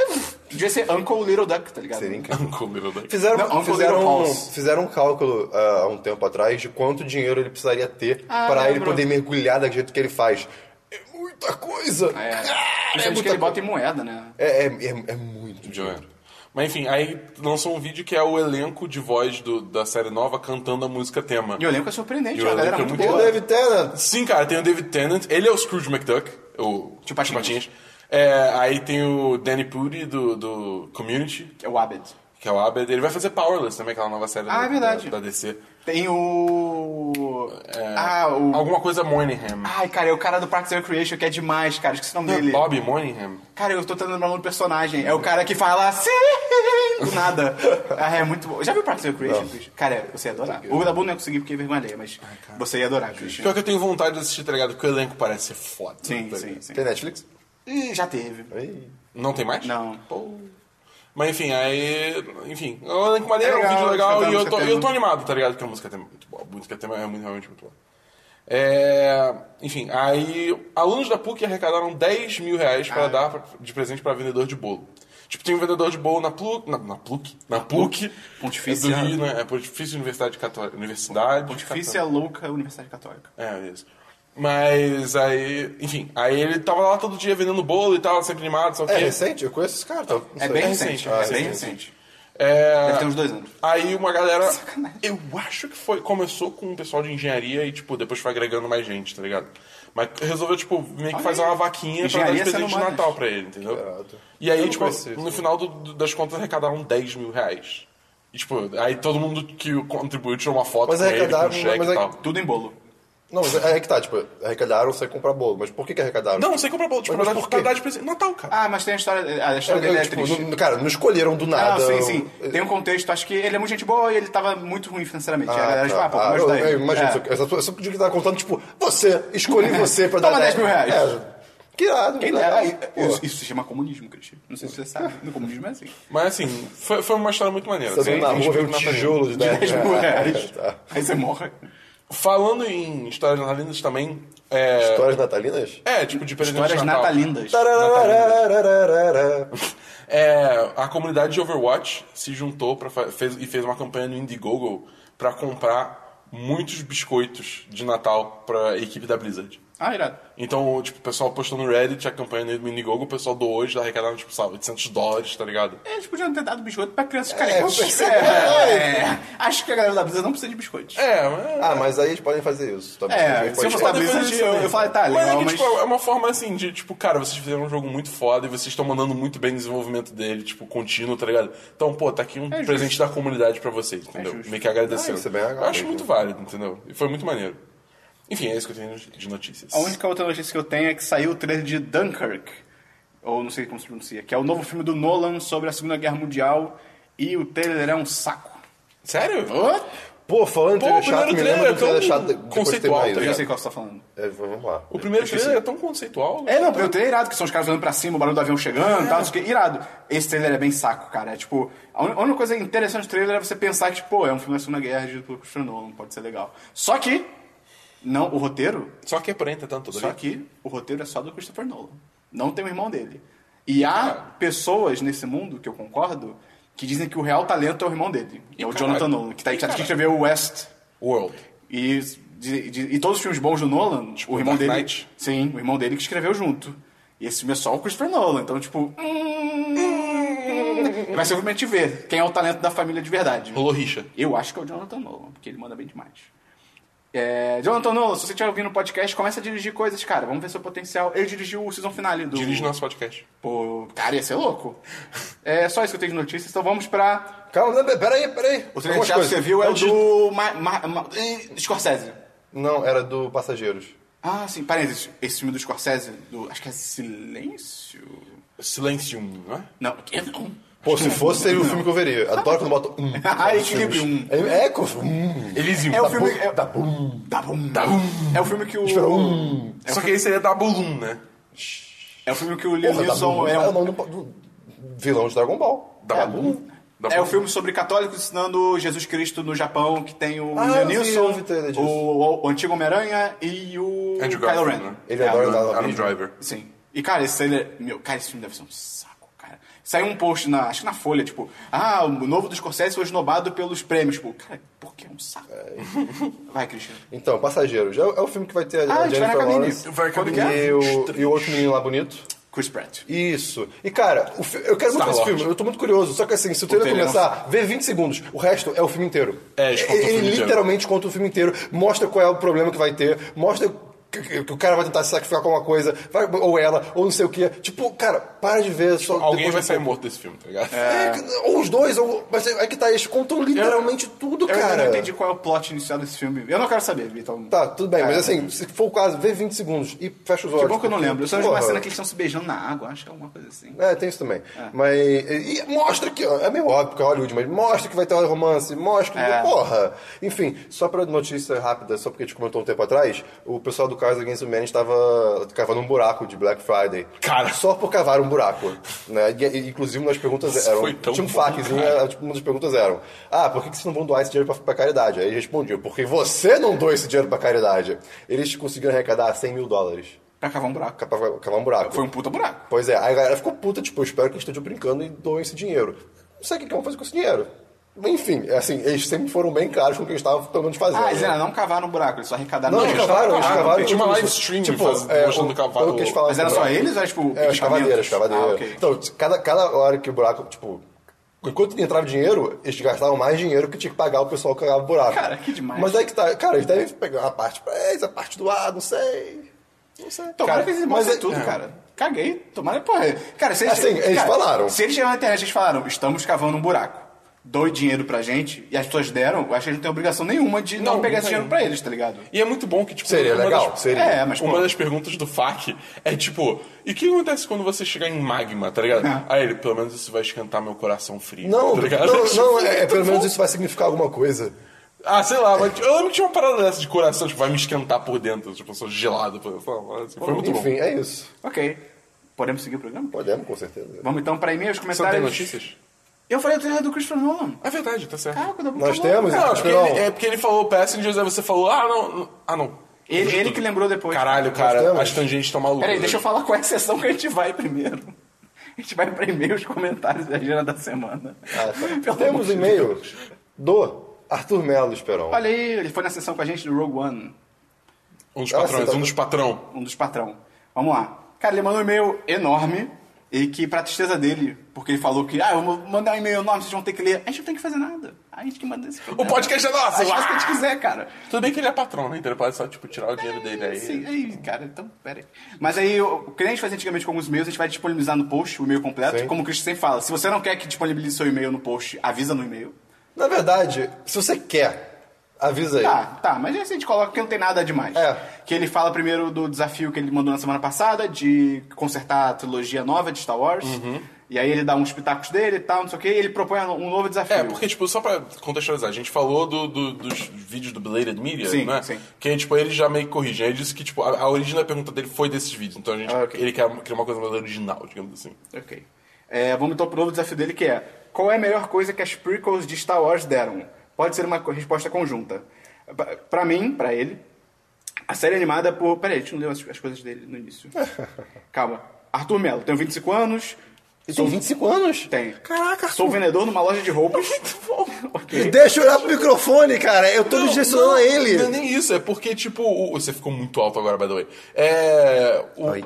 Speaker 1: Devia ser Uncle Little Duck, tá ligado?
Speaker 3: Seria incrível.
Speaker 2: Uncle Little Duck.
Speaker 3: Fizeram,
Speaker 1: Não, Uncle
Speaker 3: fizeram,
Speaker 1: Little
Speaker 3: um,
Speaker 1: Paul's.
Speaker 3: fizeram um cálculo ah, há um tempo atrás de quanto dinheiro ele precisaria ter
Speaker 1: Ah,
Speaker 3: pra para ele
Speaker 1: lembro.
Speaker 3: poder mergulhar do jeito que ele faz. É muita coisa!
Speaker 1: É.
Speaker 3: Cara, é
Speaker 1: Principalmente que
Speaker 3: muita
Speaker 1: ele bota
Speaker 3: coisa.
Speaker 1: em moeda, né?
Speaker 3: É, é, é- é muito dinheiro.
Speaker 2: Joanne. Mas enfim, aí lançou um vídeo que é o elenco de voz do- da série nova cantando a música tema.
Speaker 1: E o elenco é surpreendente,
Speaker 2: E o
Speaker 1: a galera é
Speaker 2: elenco é
Speaker 1: muito
Speaker 2: muito
Speaker 3: O
Speaker 1: boa.
Speaker 3: David
Speaker 1: né?
Speaker 3: Tennant,
Speaker 2: Sim, cara, tem o David Tennant, ele é o Scrooge McDuck, o
Speaker 1: Tio Patinhas.
Speaker 2: Tio É, aí tem o Danny Pudi do, do Community,
Speaker 1: É o Abed.
Speaker 2: que que é o Abed. Ele vai fazer Powerless também, aquela nova série
Speaker 1: Ah,
Speaker 2: da,
Speaker 1: é verdade.
Speaker 2: da, da DC.
Speaker 1: Tem o.
Speaker 2: É,
Speaker 1: ah, o.
Speaker 2: Alguma coisa Moynihan.
Speaker 1: Ai, cara, é o cara do Parks and Recreation que é demais, cara. Esqueci o nome
Speaker 2: Não é
Speaker 1: dele.
Speaker 2: Bob Moynihan.
Speaker 1: Cara, eu tô tentando lembrar o nome do personagem. É o cara que fala assim, do nada.
Speaker 3: *laughs*
Speaker 1: Ah, é muito bom. Já viu Parks and Recreation, Christian? Cara, você ia adorar. O Dabu não ia conseguir porque vermelhei, mas você ia adorar, Christian.
Speaker 2: Pior que eu tenho vontade de assistir, tá ligado? Porque o elenco parece ser foda.
Speaker 1: Sim,
Speaker 2: tá
Speaker 1: sim,
Speaker 2: ligado?
Speaker 1: sim.
Speaker 3: Tem Netflix?
Speaker 1: Ih, já teve.
Speaker 3: Aí.
Speaker 2: Não tem mais?
Speaker 1: Não.
Speaker 2: Pô. Mas enfim, aí. Enfim, o elenco maneiro,
Speaker 1: É
Speaker 2: é um
Speaker 1: legal,
Speaker 2: vídeo legal
Speaker 1: escutando
Speaker 2: e eu
Speaker 1: música
Speaker 2: tô,
Speaker 1: tema.
Speaker 2: eu tô animado, tá ligado? Porque a música tema é muito boa. A música tema é muito, realmente muito boa. É, enfim, aí alunos da PUC arrecadaram 10 mil reais
Speaker 1: Ah.
Speaker 2: para dar pra- de presente para vendedor de bolo. Tipo, tem um vendedor de bolo na PUC. Na, na PUC? Na PUC.
Speaker 1: Pontifícia.
Speaker 2: é Do Rio, né? É Pontifícia Universidade Católica. Universidade
Speaker 1: Pontifícia é Louca Universidade Católica.
Speaker 2: é, isso. Mas aí, enfim, aí ele tava lá todo dia vendendo bolo e tal, sempre animado, só que.
Speaker 3: É recente? Eu conheço esse cara. Tá? Não
Speaker 1: É
Speaker 3: sei.
Speaker 1: bem
Speaker 2: É
Speaker 1: recente,
Speaker 2: recente,
Speaker 1: é
Speaker 2: é
Speaker 1: bem
Speaker 2: recente.
Speaker 1: recente.
Speaker 3: Ah.
Speaker 2: É,
Speaker 1: Deve ter uns dois anos.
Speaker 2: Aí uma galera.
Speaker 1: Sacanagem.
Speaker 2: Eu acho que foi. Começou com um pessoal de engenharia e, tipo, depois foi agregando mais gente, tá ligado? Mas resolveu, tipo, meio que
Speaker 1: Olha
Speaker 2: fazer
Speaker 1: aí.
Speaker 2: uma vaquinha pra dar de
Speaker 1: Engenharia
Speaker 2: presente de
Speaker 1: sendo humanas.
Speaker 2: Natal pra ele, entendeu?
Speaker 3: Irado.
Speaker 2: E aí,
Speaker 3: Eu não
Speaker 2: tipo,
Speaker 3: conheci isso,
Speaker 2: no
Speaker 3: né?
Speaker 2: final do- do- das contas arrecadaram 10 mil reais. E, tipo, aí todo mundo que contribuiu tirou uma foto
Speaker 3: Mas
Speaker 2: com ele, com um
Speaker 3: arrecadaram,
Speaker 2: cheque
Speaker 3: mas
Speaker 2: e
Speaker 3: é-
Speaker 2: tal.
Speaker 1: Tudo em bolo.
Speaker 3: Não, mas é que tá, tipo, arrecadaram sem comprar bolo. Mas por que, que arrecadaram?
Speaker 2: Não, não sei comprar bolo, tipo,
Speaker 3: Mas
Speaker 2: pra dar-
Speaker 3: por
Speaker 2: pra
Speaker 3: quê?
Speaker 2: dar de presente. Natal, cara.
Speaker 1: Ah, mas tem a história. A
Speaker 3: Eu-
Speaker 1: história
Speaker 3: eu,
Speaker 1: dele é
Speaker 3: tipo,
Speaker 1: triste.
Speaker 3: não- cara, não escolheram do
Speaker 1: Ah,
Speaker 3: nada.
Speaker 1: não, sim,
Speaker 3: eu-
Speaker 1: sim. Tem um contexto, acho que ele é muito gente boa e ele tava muito ruim financeiramente. E a galera, tipo,
Speaker 3: tá.
Speaker 1: ah, pô, vamos
Speaker 3: eu,
Speaker 1: ajudar
Speaker 3: eu
Speaker 1: ele.
Speaker 3: imagino,
Speaker 1: É.
Speaker 3: essa, essa essa podia que tava contando, tipo, você, escolhi você pra dar
Speaker 1: Toma 10 mil reais.
Speaker 3: É, que irado.
Speaker 1: Quem
Speaker 3: que legal.
Speaker 1: dera, e-
Speaker 3: Pô,
Speaker 1: É, isso, isso se chama comunismo, Cristian. Não sei se você sabe. No comunismo é
Speaker 3: *laughs*
Speaker 1: assim.
Speaker 2: Mas assim, foi, foi uma história muito maneira.
Speaker 3: Você
Speaker 2: Tem-
Speaker 3: andou na
Speaker 2: tem
Speaker 3: rua, veio um
Speaker 2: respeito na
Speaker 3: tijolo de 10
Speaker 1: 10 mil reais.
Speaker 3: Tá.
Speaker 1: Aí você morre.
Speaker 2: Falando em histórias natalinas também, é,
Speaker 3: Histórias natalinas?
Speaker 2: é tipo de presente
Speaker 1: Histórias
Speaker 2: de Natal.
Speaker 1: natalindas.
Speaker 3: Tararararararara.
Speaker 2: É, a comunidade de Overwatch se juntou pra, fa- fez, e fez uma campanha no Indiegogo pra comprar muitos biscoitos de Natal pra equipe da Blizzard.
Speaker 1: Ah, irado.
Speaker 2: Então, tipo, o pessoal postou no Reddit a campanha no Indiegogo, o pessoal doou hoje, arrecadaram, tipo, sabe, 800 dólares, tá ligado?
Speaker 1: É, Eles podiam ter dado biscoito pra crianças ficarem
Speaker 3: É,
Speaker 1: com-
Speaker 3: eu pensei-
Speaker 1: É, é. Acho que a galera da Blizzard não precisa de biscoitos.
Speaker 2: É, mas...
Speaker 3: Ah, mas aí eles podem fazer isso. Tá bom,
Speaker 1: É,
Speaker 3: eles
Speaker 1: se eu
Speaker 3: podem-
Speaker 1: fosse da Blizzard, eu, eu falei, tá,
Speaker 2: Mas é
Speaker 1: legal,
Speaker 2: que,
Speaker 1: mas...
Speaker 2: tipo, é uma forma assim de, tipo, cara, vocês fizeram um jogo muito foda e vocês estão mandando muito bem no desenvolvimento dele, tipo, contínuo, tá ligado? Então, pô, tá aqui um
Speaker 1: É justo.
Speaker 2: presente da comunidade pra vocês, entendeu?
Speaker 1: justo.
Speaker 2: Meio que agradecendo.
Speaker 3: Ah, isso é bem legal
Speaker 2: eu acho
Speaker 3: mesmo.
Speaker 2: muito válido, entendeu? E foi muito maneiro. Enfim, é isso que eu tenho de notícias.
Speaker 1: A única outra notícia que eu tenho é que saiu o trailer de Dunkirk, ou não sei como se pronuncia, que é o novo filme do Nolan sobre a Segunda Guerra Mundial, e o trailer é um saco.
Speaker 2: Sério?
Speaker 3: Pô, falando em
Speaker 2: Pô,
Speaker 3: trailer
Speaker 2: o
Speaker 3: chato, me
Speaker 2: primeiro trailer
Speaker 3: lembra do
Speaker 2: é
Speaker 3: trailer
Speaker 2: tão
Speaker 3: chato depois de ter
Speaker 2: conceitual,
Speaker 3: mais.
Speaker 2: tá
Speaker 1: Eu já
Speaker 3: né?
Speaker 1: sei qual você tá falando.
Speaker 3: É, Vamos lá.
Speaker 2: O primeiro trailer é tão conceitual. né?
Speaker 1: É, não, porque o trailer é irado, que são os caras olhando pra cima, o barulho do avião chegando e tal, não sei o que. Irado. Esse trailer é bem saco, cara. É tipo, a un- a única coisa interessante do trailer é você pensar que, tipo, pô, é um filme da Segunda Guerra de Christopher Nolan, pode ser legal. Só que, não, o roteiro,
Speaker 2: Só que é porém, tá tanto.
Speaker 1: só que o roteiro é só do Christopher Nolan. Não tem o irmão dele. E há
Speaker 2: É.
Speaker 1: pessoas nesse mundo, que eu concordo, que dizem que o real talento é o irmão dele.
Speaker 2: E
Speaker 1: é o
Speaker 2: caralho.
Speaker 1: Jonathan Nolan, que, tá,
Speaker 2: E
Speaker 1: que tá- que
Speaker 2: caralho.
Speaker 1: escreveu o West
Speaker 2: World.
Speaker 1: e, de- de- e todos os filmes bons do Nolan, tipo, o irmão
Speaker 2: Tipo, Dark
Speaker 1: dele.
Speaker 2: Knight.
Speaker 1: Sim, o irmão dele que escreveu junto. E esse filme é só o Christopher Nolan. Então, tipo. hum, vai ser o filme a gente ver quem é o talento da família de verdade.
Speaker 2: Rolou rixa.
Speaker 1: Eu acho que é o Jonathan Nolan, porque ele manda bem demais. É, Jonathan Nolan, se você estiver ouvindo o podcast, começa a dirigir coisas, cara. Vamos ver seu potencial. Ele dirigiu o season finale do.
Speaker 2: Dirige nosso podcast.
Speaker 1: Pô, cara, ia ser louco. É só isso que eu tenho de notícias. Então vamos pra.
Speaker 3: Calma, não, peraí, peraí.
Speaker 1: O trailer
Speaker 3: Algumas
Speaker 1: que você
Speaker 3: coisas.
Speaker 1: viu é o
Speaker 3: Antes-
Speaker 1: do. Ma Ma Ma Ih, Scorsese.
Speaker 3: Não, era do Passageiros.
Speaker 1: Ah, sim, parênteses. Esse filme do Scorsese, do, acho que é Silêncio?
Speaker 2: Silencium, não
Speaker 3: né?
Speaker 2: é?
Speaker 1: Não, que não.
Speaker 3: Pô, se fosse, seria o filme que eu veria. Adoro quando boto um.
Speaker 1: *laughs* Ah,
Speaker 3: nos
Speaker 1: equilíbrio,
Speaker 3: filmes. É, é, co- um.
Speaker 2: Elysium.
Speaker 1: É o
Speaker 2: Tá
Speaker 1: filme.
Speaker 2: bom.
Speaker 1: É,
Speaker 3: Dá bum.
Speaker 1: dá bum, dá bum. É o filme que o.
Speaker 3: um.
Speaker 2: Só que aí seria da Bulum, né?
Speaker 1: É o filme que o Liam
Speaker 3: Porra, dá
Speaker 1: Neeson
Speaker 3: bum.
Speaker 1: é
Speaker 3: É o
Speaker 1: um.
Speaker 3: nome do- do vilão de Dragon Ball.
Speaker 2: Da
Speaker 3: É,
Speaker 2: Bulum. Da
Speaker 1: É o
Speaker 2: Bulum.
Speaker 1: filme sobre católicos ensinando Jesus Cristo no Japão, que tem o
Speaker 3: Ah,
Speaker 1: Liam
Speaker 3: eu vi, eu vi
Speaker 1: Neeson,
Speaker 3: trailer disso.
Speaker 1: o, o, o antigo Homem-Aranha e o
Speaker 2: Andrew
Speaker 1: Kylo
Speaker 2: Garfield,
Speaker 1: Ren.
Speaker 2: né?
Speaker 3: Ele
Speaker 1: É,
Speaker 3: adora usar
Speaker 2: Adam Driver.
Speaker 1: Sim. E, cara, esse trailer. Meu, cara, esse filme deve ser um saco, cara. Saiu um post, na, acho que na Folha, tipo, ah, o novo do Scorsese foi esnobado pelos prêmios. Tipo, cara, por que é um saco? Vai, Christian.
Speaker 3: Então, Passageiros. É, o- é o filme que vai ter a,
Speaker 1: Ah,
Speaker 3: a
Speaker 1: a gente vai na
Speaker 3: Jennifer
Speaker 1: cabine.
Speaker 3: Lawrence.
Speaker 2: Vai, quando que é?
Speaker 3: E o, e o outro menino lá bonito.
Speaker 1: Chris Pratt.
Speaker 3: Isso. E cara, o fi- eu quero muito ver esse
Speaker 2: Star-Lord.
Speaker 3: filme, eu tô muito curioso. Só que assim, se o trailer
Speaker 1: trailer
Speaker 3: começar, vê 20 segundos. O resto é o filme inteiro.
Speaker 2: um É, eles contam o
Speaker 3: ele
Speaker 2: filme inteiro.
Speaker 3: literalmente conta o filme inteiro, mostra qual é o problema que vai ter, mostra. que, que- que o cara vai tentar se sacrificar com uma coisa, vai- ou ela, ou não sei o quê. Tipo, cara, para de ver só.
Speaker 2: Alguém
Speaker 3: depois
Speaker 2: vai
Speaker 3: de-
Speaker 2: sair morto desse filme, tá ligado?
Speaker 3: É, ou os dois, ou. Mas é que tá, eles contam literalmente tudo,
Speaker 1: Eu ainda
Speaker 3: cara.
Speaker 1: não entendi qual é o plot inicial desse filme. Eu não quero saber, então.
Speaker 3: Tá, tudo bem, mas
Speaker 1: É.
Speaker 3: assim, se for o caso, vê 20 segundos e fecha os olhos.
Speaker 1: Que bom que eu não
Speaker 3: porque-
Speaker 1: lembro. Eu só lembro de uma
Speaker 3: Porra.
Speaker 1: cena que eles estão se beijando na água, acho que é alguma coisa assim.
Speaker 3: É, tem isso também. Mas. E, e mostra que. ó, É meio óbvio que é Hollywood, mas mostra que vai ter um romance, mostra que.
Speaker 1: É.
Speaker 3: Porra! Enfim, só pra notícia rápida, só porque a gente comentou um tempo atrás, o pessoal do Cars Against Humanity estava cavando um buraco de Black Friday.
Speaker 2: Cara.
Speaker 3: Só por cavar um buraco. Né? E, e, inclusive, nas perguntas
Speaker 2: Isso
Speaker 3: eram.
Speaker 2: foi tão
Speaker 3: tinha um
Speaker 2: bom,
Speaker 3: faquezinho,
Speaker 2: cara.
Speaker 3: era, tipo, uma das perguntas eram: Ah, por que, que vocês não vão doar esse dinheiro pra, pra caridade? Aí eles respondiam: Porque você não doou esse dinheiro pra caridade. Eles conseguiram arrecadar 100 mil dólares
Speaker 1: Pra cavar um buraco.
Speaker 3: pra, pra cavar um buraco.
Speaker 1: Foi um puta buraco.
Speaker 3: Pois é, aí a galera ficou puta, tipo, eu espero que eles estejam brincando e doem esse dinheiro. Não sei o que que eu vou fazer com esse dinheiro. Enfim, é assim, eles sempre foram bem claros com o que eles estavam tentando de fazer.
Speaker 1: Ah,
Speaker 3: né?
Speaker 1: eles ainda não cavaram um buraco, eles só arrecadaram
Speaker 3: Não,
Speaker 1: dinheiro.
Speaker 3: eles cavaram, eles
Speaker 2: cavaram,
Speaker 3: cavaram.
Speaker 2: tinha uma
Speaker 3: tudo
Speaker 2: live
Speaker 3: isso. Tipo, é,
Speaker 2: stream faz- mostrando
Speaker 3: o-
Speaker 2: cavalo-
Speaker 3: pelo que eles falavam
Speaker 1: Mas era
Speaker 3: do
Speaker 1: só
Speaker 3: buraco.
Speaker 1: eles ou era tipo.
Speaker 3: É, as cavadeiras, as cavadeiras.
Speaker 1: Ah, ok.
Speaker 3: Então, cada, cada hora que o buraco, tipo... Enquanto entrava dinheiro, eles gastavam mais dinheiro que tinha que pagar o pessoal que cagava o buraco.
Speaker 1: Cara, que demais.
Speaker 3: Mas aí que tá... Cara, eles devem pegar a parte pra eles, a parte do ar, não sei... Não sei.
Speaker 1: Tomara
Speaker 3: Cara,
Speaker 1: que eles
Speaker 3: mas
Speaker 1: mostrem
Speaker 3: é-
Speaker 1: tudo, cara. Caguei, tomara porra. Cara, se eles,
Speaker 3: Assim, eles
Speaker 1: cara,
Speaker 3: falaram.
Speaker 1: Se eles chegaram na internet, eles falaram: estamos cavando um buraco. Doe dinheiro pra gente, e as pessoas deram, eu acho que eles não têm obrigação nenhuma de não,
Speaker 2: Não,
Speaker 1: pegar
Speaker 2: não
Speaker 1: esse
Speaker 2: tem.
Speaker 1: dinheiro pra eles, tá ligado?
Speaker 2: E é muito bom que, tipo...
Speaker 3: Seria
Speaker 2: uma
Speaker 3: legal,
Speaker 2: das-
Speaker 3: seria.
Speaker 1: É, mas,
Speaker 2: Uma
Speaker 1: pô.
Speaker 2: das perguntas do FAC é, tipo... E o que acontece quando você chegar em magma, tá ligado?
Speaker 1: Ah.
Speaker 2: Aí ele, pelo menos isso vai esquentar meu coração frio,
Speaker 3: É. Não,
Speaker 2: tá ligado?
Speaker 1: *laughs*
Speaker 3: não, não, é, é, pelo
Speaker 2: Muito
Speaker 3: menos
Speaker 2: bom.
Speaker 3: isso vai significar alguma coisa.
Speaker 2: Ah, sei lá, mas eu lembro que tinha uma parada dessa de coração, tipo, vai me esquentar por dentro, tipo, eu sou gelado por dentro. Assim, foi muito
Speaker 3: Enfim, é isso.
Speaker 1: Ok. Podemos seguir o programa?
Speaker 3: Podemos,
Speaker 1: *laughs*
Speaker 3: com certeza.
Speaker 1: Vamos então pra e-mails,
Speaker 2: bom. Você não tem
Speaker 1: comentários.
Speaker 2: notícias?
Speaker 1: Eu falei o trailer do Christopher Nolan.
Speaker 2: É verdade, tá certo.
Speaker 1: Caraca, eu dou-
Speaker 3: Nós
Speaker 1: acabou.
Speaker 3: temos,
Speaker 2: Não, é porque,
Speaker 3: Esperão?
Speaker 2: ele, é porque ele falou Passengers, aí você falou, ah, não, não, ah, não.
Speaker 1: Ele, ele que lembrou depois.
Speaker 2: Caralho, cara,
Speaker 3: temos.
Speaker 2: as tangentes estão malucas. né?
Speaker 1: Peraí, deixa eu falar qual é a sessão que a gente vai primeiro. *laughs* A gente vai pra e-mails, comentários e agenda da semana.
Speaker 3: Ah, tá.
Speaker 1: Pelo amor
Speaker 3: Temos
Speaker 1: de
Speaker 3: e-mail do Arthur Melo Esperão.
Speaker 1: Olha aí, ele foi na sessão com a gente do Rogue One,
Speaker 2: Um dos
Speaker 3: Ah,
Speaker 2: patrões,
Speaker 3: você tá-
Speaker 2: um dos patrão.
Speaker 1: um dos patrão. Vamos lá. Cara, ele mandou um e-mail enorme e que, pra tristeza dele, porque ele falou que, ah, eu vou mandar um e-mail enorme, vocês vão ter que ler. A gente não tem que fazer nada. A gente que manda esse
Speaker 2: O podcast é nosso!
Speaker 1: Faz o que a
Speaker 2: ah!
Speaker 1: gente quiser, cara.
Speaker 2: Tudo bem que ele é patrão, né? Então ele pode só, tipo, tirar o dinheiro dele aí.
Speaker 1: Sim, aí, cara, então, pera aí. Mas aí, o o que nem a gente fazia antigamente com alguns e-mails, a gente vai disponibilizar no post o e-mail completo.
Speaker 3: Sim.
Speaker 1: Como o Christian sempre fala, se você não quer que disponibilize seu e-mail no post, avisa no e-mail.
Speaker 3: Na verdade, se você quer, avisa aí.
Speaker 1: Tá, tá, mas esse a gente coloca que não tem nada demais.
Speaker 3: É.
Speaker 1: Que ele fala primeiro do desafio que ele mandou na semana passada de consertar a trilogia nova de Star Wars.
Speaker 2: Uhum.
Speaker 1: E aí ele dá uns pitacos dele e tal, não sei o que, e ele propõe um novo desafio.
Speaker 2: É, porque, tipo, só pra contextualizar, a gente falou do, do- dos vídeos do Belated Media,
Speaker 1: Sim,
Speaker 2: né?
Speaker 1: sim.
Speaker 2: Que, tipo, ele já meio que corrige. Ele disse que, tipo, a, a origem da pergunta dele foi desses vídeos. Então a gente,
Speaker 1: Ah, ok.
Speaker 2: ele quer criar uma coisa mais original, digamos assim.
Speaker 1: Ok. É, vamos então pro novo desafio dele que é: qual é a melhor coisa que as prequels de Star Wars deram? Pode ser uma co- resposta conjunta. Pra- Pra mim, pra ele, a série animada por. Peraí, a gente não leu as, as coisas dele no
Speaker 2: *laughs*
Speaker 1: início. Calma. Arthur Melo, tenho 25 anos.
Speaker 3: E tem 25 anos?
Speaker 1: Tem.
Speaker 3: Caraca,
Speaker 1: Sou vendedor numa loja de roupas.
Speaker 3: E
Speaker 1: ok.
Speaker 3: deixa eu olhar pro microfone, cara. Eu tô
Speaker 2: Não,
Speaker 3: me direcionando
Speaker 2: não,
Speaker 3: a ele.
Speaker 2: Não é nem isso, é porque, tipo, o- você ficou muito alto agora, by the way. É. O,
Speaker 3: Oi.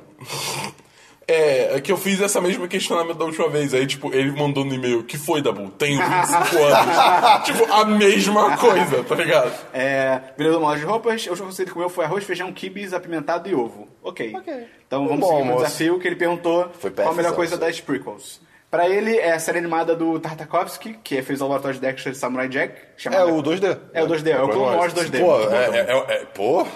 Speaker 2: É, é que eu fiz essa mesma questionamento da última vez. Aí, tipo, ele mandou no e-mail, que foi, Dabu? Tenho 25 anos. tipo, a mesma coisa, tá ligado?
Speaker 1: É, vendedor numa loja de roupas. O último conselho que comeu foi arroz, feijão, quibes, apimentado e ovo. Ok. Então vamos
Speaker 3: Bom
Speaker 1: seguir pro
Speaker 3: almoço.
Speaker 1: desafio que ele perguntou
Speaker 3: Foi
Speaker 1: qual a melhor
Speaker 3: péssimo,
Speaker 1: coisa
Speaker 3: sabe?
Speaker 1: das prequels. Pra ele é a série animada do Tartakovsky, que fez o laboratório de Dexter de Samurai Jack.
Speaker 3: É
Speaker 1: chamada-
Speaker 3: o 2D.
Speaker 1: É o 2D, é o Clone Wars 2D.
Speaker 3: Pô, é, é, é- é- pô.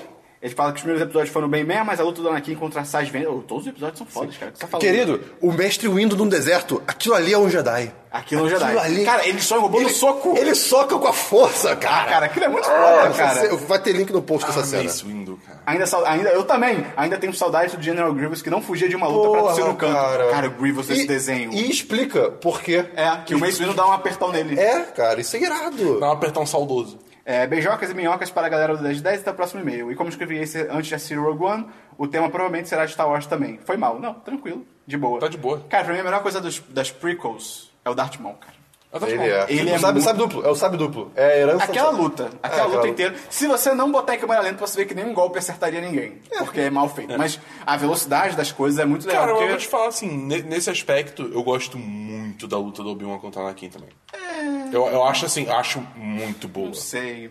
Speaker 1: Ele fala que os primeiros episódios foram bem mesmo, mas a luta do Anakin contra a Saz Ventress... Oh, todos os episódios são fodas, cara. O que você tá falando?
Speaker 3: Querido, o mestre Windu num deserto, aquilo ali é um Jedi.
Speaker 1: Aquilo é um Jedi.
Speaker 3: Aquilo ali-
Speaker 1: Cara, ele só roubou no soco.
Speaker 3: Ele soca com a força,
Speaker 1: Ah,
Speaker 3: cara.
Speaker 1: cara, aquilo é muito
Speaker 3: Ah,
Speaker 1: foda,
Speaker 3: essa
Speaker 1: cara.
Speaker 3: cena- Vai ter link no post dessa
Speaker 2: Ah,
Speaker 3: cena.
Speaker 2: Mace Windu, cara.
Speaker 1: Ainda, sau- ainda, eu também ainda tenho saudade do General Grievous que não fugia de uma luta pra descer no canto. Cara, o Grievous desse
Speaker 3: E-
Speaker 1: desenho.
Speaker 3: E explica por quê.
Speaker 1: um. É, que o Mace Windu dá um apertão nele.
Speaker 3: É, cara, isso é irado.
Speaker 2: Dá um apertão saudoso.
Speaker 1: É, beijocas e minhocas para a galera do 10 de 10 até o próximo e-mail. E como escrevi esse antes de assistir Rogue One, o tema provavelmente será de Star Wars também. Foi mal. Não, tranquilo. De boa.
Speaker 2: Tá de boa.
Speaker 1: Cara, pra mim a melhor coisa dos- das prequels é o Darth Maul, cara.
Speaker 2: Eu tô
Speaker 3: Ele
Speaker 2: falando.
Speaker 3: é.
Speaker 1: Ele é
Speaker 3: o sabe,
Speaker 1: muito-
Speaker 3: sabe duplo. É o sabe duplo. É a herança.
Speaker 1: Aquela luta, aquela
Speaker 3: aquela
Speaker 1: luta
Speaker 3: luta.
Speaker 1: inteira. Se você não botar em câmera lenta, você vê que nenhum golpe acertaria ninguém. Porque é mal feito. Mas a velocidade das coisas é muito legal.
Speaker 2: Cara,
Speaker 1: porque...
Speaker 2: eu vou te falar assim, ne- nesse aspecto, eu gosto muito da luta do Obi-Wan contra o Anakin também. Eu, eu acho assim, acho muito boa.
Speaker 1: Não É. sei.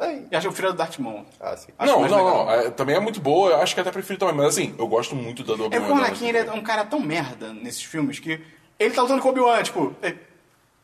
Speaker 3: Aí.
Speaker 1: E acho que eu prefiro a do Darth Maul.
Speaker 3: Ah, sim.
Speaker 1: Acho
Speaker 2: não,
Speaker 1: mais
Speaker 2: não,
Speaker 1: legal.
Speaker 2: não. É, também é muito boa, eu acho que até prefiro também, mas assim, eu gosto muito da do
Speaker 1: É porque o Anakin ele é um cara tão merda nesses filmes que ele tá lutando com o Obi-Wan, tipo. "Ei,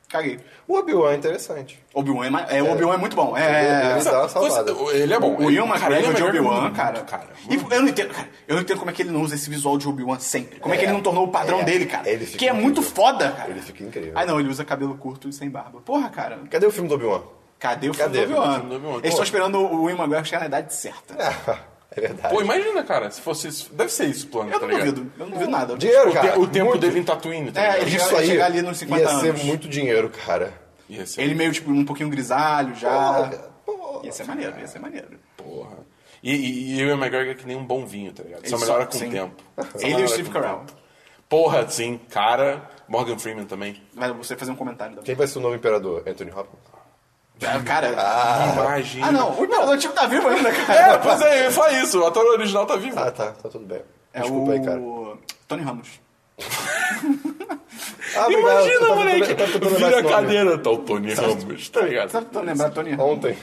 Speaker 1: Caguei.
Speaker 3: O Obi-Wan é interessante.
Speaker 1: Obi-Wan é, mais- é, o Obi-Wan é muito bom.
Speaker 3: Ele-
Speaker 1: É.
Speaker 3: ele dá uma salvada.
Speaker 2: Você- Ele é bom.
Speaker 1: O Ian
Speaker 2: Cara, ele é
Speaker 1: McGregor de
Speaker 2: melhor que
Speaker 1: Obi-Wan,
Speaker 2: muito,
Speaker 1: cara. E eu não entendo, cara. Eu não entendo como é que ele não usa esse visual de Obi-Wan sempre. Como é, que
Speaker 3: É.
Speaker 1: ele não tornou o padrão
Speaker 3: É.
Speaker 1: dele, cara?
Speaker 3: Ele fica
Speaker 1: que é
Speaker 3: incrível.
Speaker 1: muito foda, cara.
Speaker 3: Ele fica incrível.
Speaker 1: Ah, não, ele usa cabelo curto e sem barba. Porra, cara.
Speaker 3: Cadê o filme do Obi-Wan? *laughs*
Speaker 1: Cadê o filme
Speaker 3: Cadê?
Speaker 1: do
Speaker 3: Cadê o
Speaker 1: Obi-Wan?
Speaker 2: filme do Obi-Wan?
Speaker 1: Eles estão
Speaker 2: Porra.
Speaker 1: esperando o Ian McGregor chegar na idade certa.
Speaker 3: é verdade.
Speaker 2: Pô, imagina, cara, se fosse isso. Deve ser isso o plano,
Speaker 1: Eu
Speaker 2: tá
Speaker 1: não
Speaker 2: ligado?
Speaker 1: duvido. Eu não duvido nada.
Speaker 2: O,
Speaker 3: Dinheiro,
Speaker 2: te-
Speaker 3: cara.
Speaker 2: o tempo
Speaker 3: muito.
Speaker 2: dele em Tatooine, tá
Speaker 1: É,
Speaker 2: ligado?
Speaker 1: ele já-
Speaker 3: Isso
Speaker 1: ia
Speaker 3: aí
Speaker 1: chegar ali nos 50
Speaker 3: ia
Speaker 1: anos.
Speaker 3: ser muito dinheiro, cara.
Speaker 2: Ia ser
Speaker 1: Ele meio, tipo, um pouquinho grisalho já.
Speaker 3: Porra, porra.
Speaker 1: Ia ser maneiro, ia ser maneiro.
Speaker 2: Porra. E, e, e o Ian McGregor é que nem um bom vinho, tá ligado? Só
Speaker 1: Ele
Speaker 2: melhora
Speaker 1: só-
Speaker 2: com
Speaker 1: sim.
Speaker 2: o tempo. Só
Speaker 1: Ele e o
Speaker 2: melhora
Speaker 1: Steve
Speaker 2: com o
Speaker 1: Carell.
Speaker 2: tempo. Porra, sim, cara. Morgan Freeman também.
Speaker 1: Vai você fazer um comentário também.
Speaker 3: Quem vai ser o novo imperador? Anthony Hopkins?
Speaker 1: Ah, Cara.
Speaker 2: Imagina.
Speaker 1: Ah, não. O imperador tipo tá vivo ainda,
Speaker 2: É,
Speaker 1: cara.
Speaker 2: pois é, eu ia isso. O ator original tá vivo.
Speaker 3: Ah, tá. Tá tudo bem.
Speaker 1: É
Speaker 3: Desculpa aí, cara.
Speaker 1: o Tony Ramos.
Speaker 3: Ah, obrigado. Eu
Speaker 2: Imagina,
Speaker 3: tava tentando- eu tava
Speaker 2: moleque.
Speaker 3: tentando lembrar
Speaker 2: Vira a
Speaker 3: esse nome.
Speaker 2: cadeira, tá o Tony Ramos, tá ligado?
Speaker 1: Sabe tô lembrando Tony Ramos?
Speaker 3: Ontem.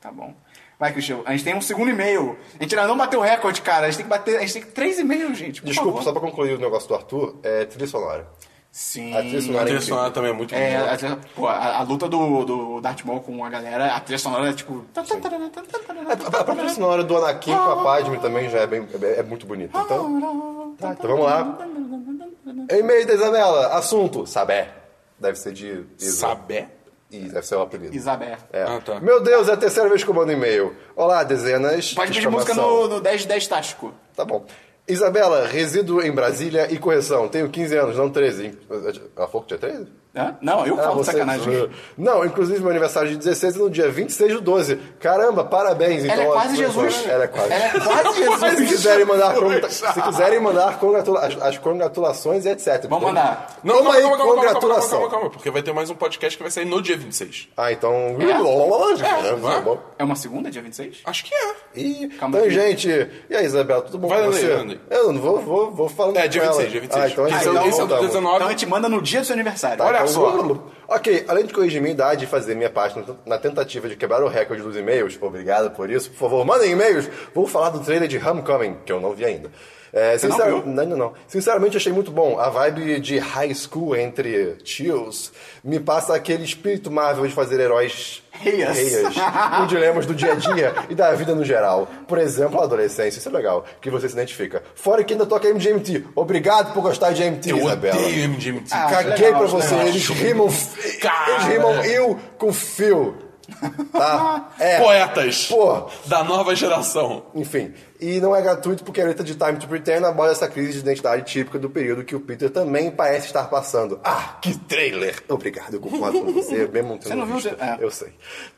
Speaker 1: Tá bom. Vai, Cristiano. A gente tem um segundo e meio. A gente ainda não bateu o recorde, cara. A gente tem que bater. A gente tem que três e meio, gente. por
Speaker 3: Desculpa,
Speaker 1: favor.
Speaker 3: só pra concluir o negócio do Arthur, é trilha sonora.
Speaker 1: Sim.
Speaker 3: A trilha
Speaker 2: A
Speaker 3: sonora é
Speaker 2: trilha
Speaker 3: incrível.
Speaker 2: sonora também é muito
Speaker 1: É,
Speaker 2: boa.
Speaker 1: a, trilha- pô, a- a luta do, do Darth Maul com a galera, a trilha sonora é tipo.
Speaker 3: A a
Speaker 1: Uhum.
Speaker 3: própria trilha sonora do Anakin com a Padme também já é, bem, é, é muito bonita. Então, tá, então vamos lá. E-mail da Isabela, assunto, saber. Deve ser de... Isa.
Speaker 2: Sabé?
Speaker 3: Ih, Deve ser o apelido.
Speaker 1: Isabel.
Speaker 3: É.
Speaker 2: Ah, tá.
Speaker 3: Meu Deus, é a terceira vez que eu mando e-mail. Olá, dezenas.
Speaker 1: Pode pedir
Speaker 3: exclamação.
Speaker 1: música no, no 10 10 Tático.
Speaker 3: Tá bom. Isabela, resido em Brasília e correção. Tenho 15 anos, não 13. Ela falou que tinha 13?
Speaker 1: Hã? Não,
Speaker 2: *laughs*
Speaker 1: eu
Speaker 3: Ah,
Speaker 1: falo de
Speaker 3: você-
Speaker 1: sacanagem.
Speaker 3: *laughs* Não, inclusive meu aniversário de 16 é no dia 26 do 12. Caramba, parabéns.
Speaker 1: Ela é
Speaker 3: então,
Speaker 1: quase
Speaker 3: ó,
Speaker 1: Jesus.
Speaker 3: Ela é quase.
Speaker 1: Ela é quase Jesus.
Speaker 3: *laughs* Se quiserem mandar, congratu- se quiserem mandar congratula- as, as congratulações e etc.
Speaker 1: Vamos mandar.
Speaker 2: Não,
Speaker 3: Toma
Speaker 2: calma, calma, calma, calma,
Speaker 3: aí,
Speaker 2: calma, calma,
Speaker 3: congratulação.
Speaker 2: calma, calma, porque vai ter mais um podcast que vai sair no dia 26.
Speaker 3: Ah, então.
Speaker 2: É.
Speaker 3: Tá bom.
Speaker 1: É uma segunda, dia 26?
Speaker 2: Acho que é.
Speaker 3: Ih,
Speaker 1: Calma
Speaker 3: então,
Speaker 1: aí.
Speaker 3: gente. E aí, Isabela, tudo bom
Speaker 2: Vai
Speaker 3: com
Speaker 2: ler,
Speaker 3: você?
Speaker 2: Andy.
Speaker 3: Eu não vou, vou, vou falando.
Speaker 2: É, dia
Speaker 3: com ela.
Speaker 2: 26, dia 26.
Speaker 3: Ah, então a gente
Speaker 2: esse,
Speaker 1: então
Speaker 2: é, esse é do
Speaker 3: voltamos.
Speaker 2: 19.
Speaker 1: Então a gente manda no dia do seu aniversário.
Speaker 2: Olha
Speaker 3: Então,
Speaker 2: só.
Speaker 3: blub. Ok, além de corrigir minha idade e fazer minha parte na- na tentativa de quebrar o recorde dos e-mails, obrigado por isso, por favor, mandem e-mails. Vou falar do trailer de Homecoming, que eu não vi ainda. É,
Speaker 1: não
Speaker 3: sincera-
Speaker 1: viu?
Speaker 3: não, não, não. Sinceramente, achei muito bom. A vibe de high school entre tios me passa aquele espírito Marvel de fazer heróis
Speaker 1: Reias.
Speaker 2: *laughs*
Speaker 3: com dilemas do dia a dia e da vida no geral. Por exemplo, a adolescência, isso é legal, que você se identifica. Fora que ainda toca MGMT. Obrigado por gostar de MGMT,
Speaker 2: Eu
Speaker 3: Isabela.
Speaker 2: odeio MGMT.
Speaker 1: Ah,
Speaker 3: Caguei
Speaker 1: legal,
Speaker 3: pra
Speaker 1: acho
Speaker 3: você,
Speaker 1: legal.
Speaker 3: eles rimam.
Speaker 2: Cara.
Speaker 3: Eles rimam eu com fio. Tá? É.
Speaker 2: Poetas
Speaker 3: Pô.
Speaker 2: da nova geração.
Speaker 3: Enfim. E não é gratuito porque a letra de Time to Pretend aborda essa crise de identidade típica do período que o Peter também parece estar passando. Ah, que trailer! Obrigado, eu concordo com você, mesmo tendo
Speaker 1: Você não viu o
Speaker 3: visto.
Speaker 1: tra- é.
Speaker 3: Eu sei.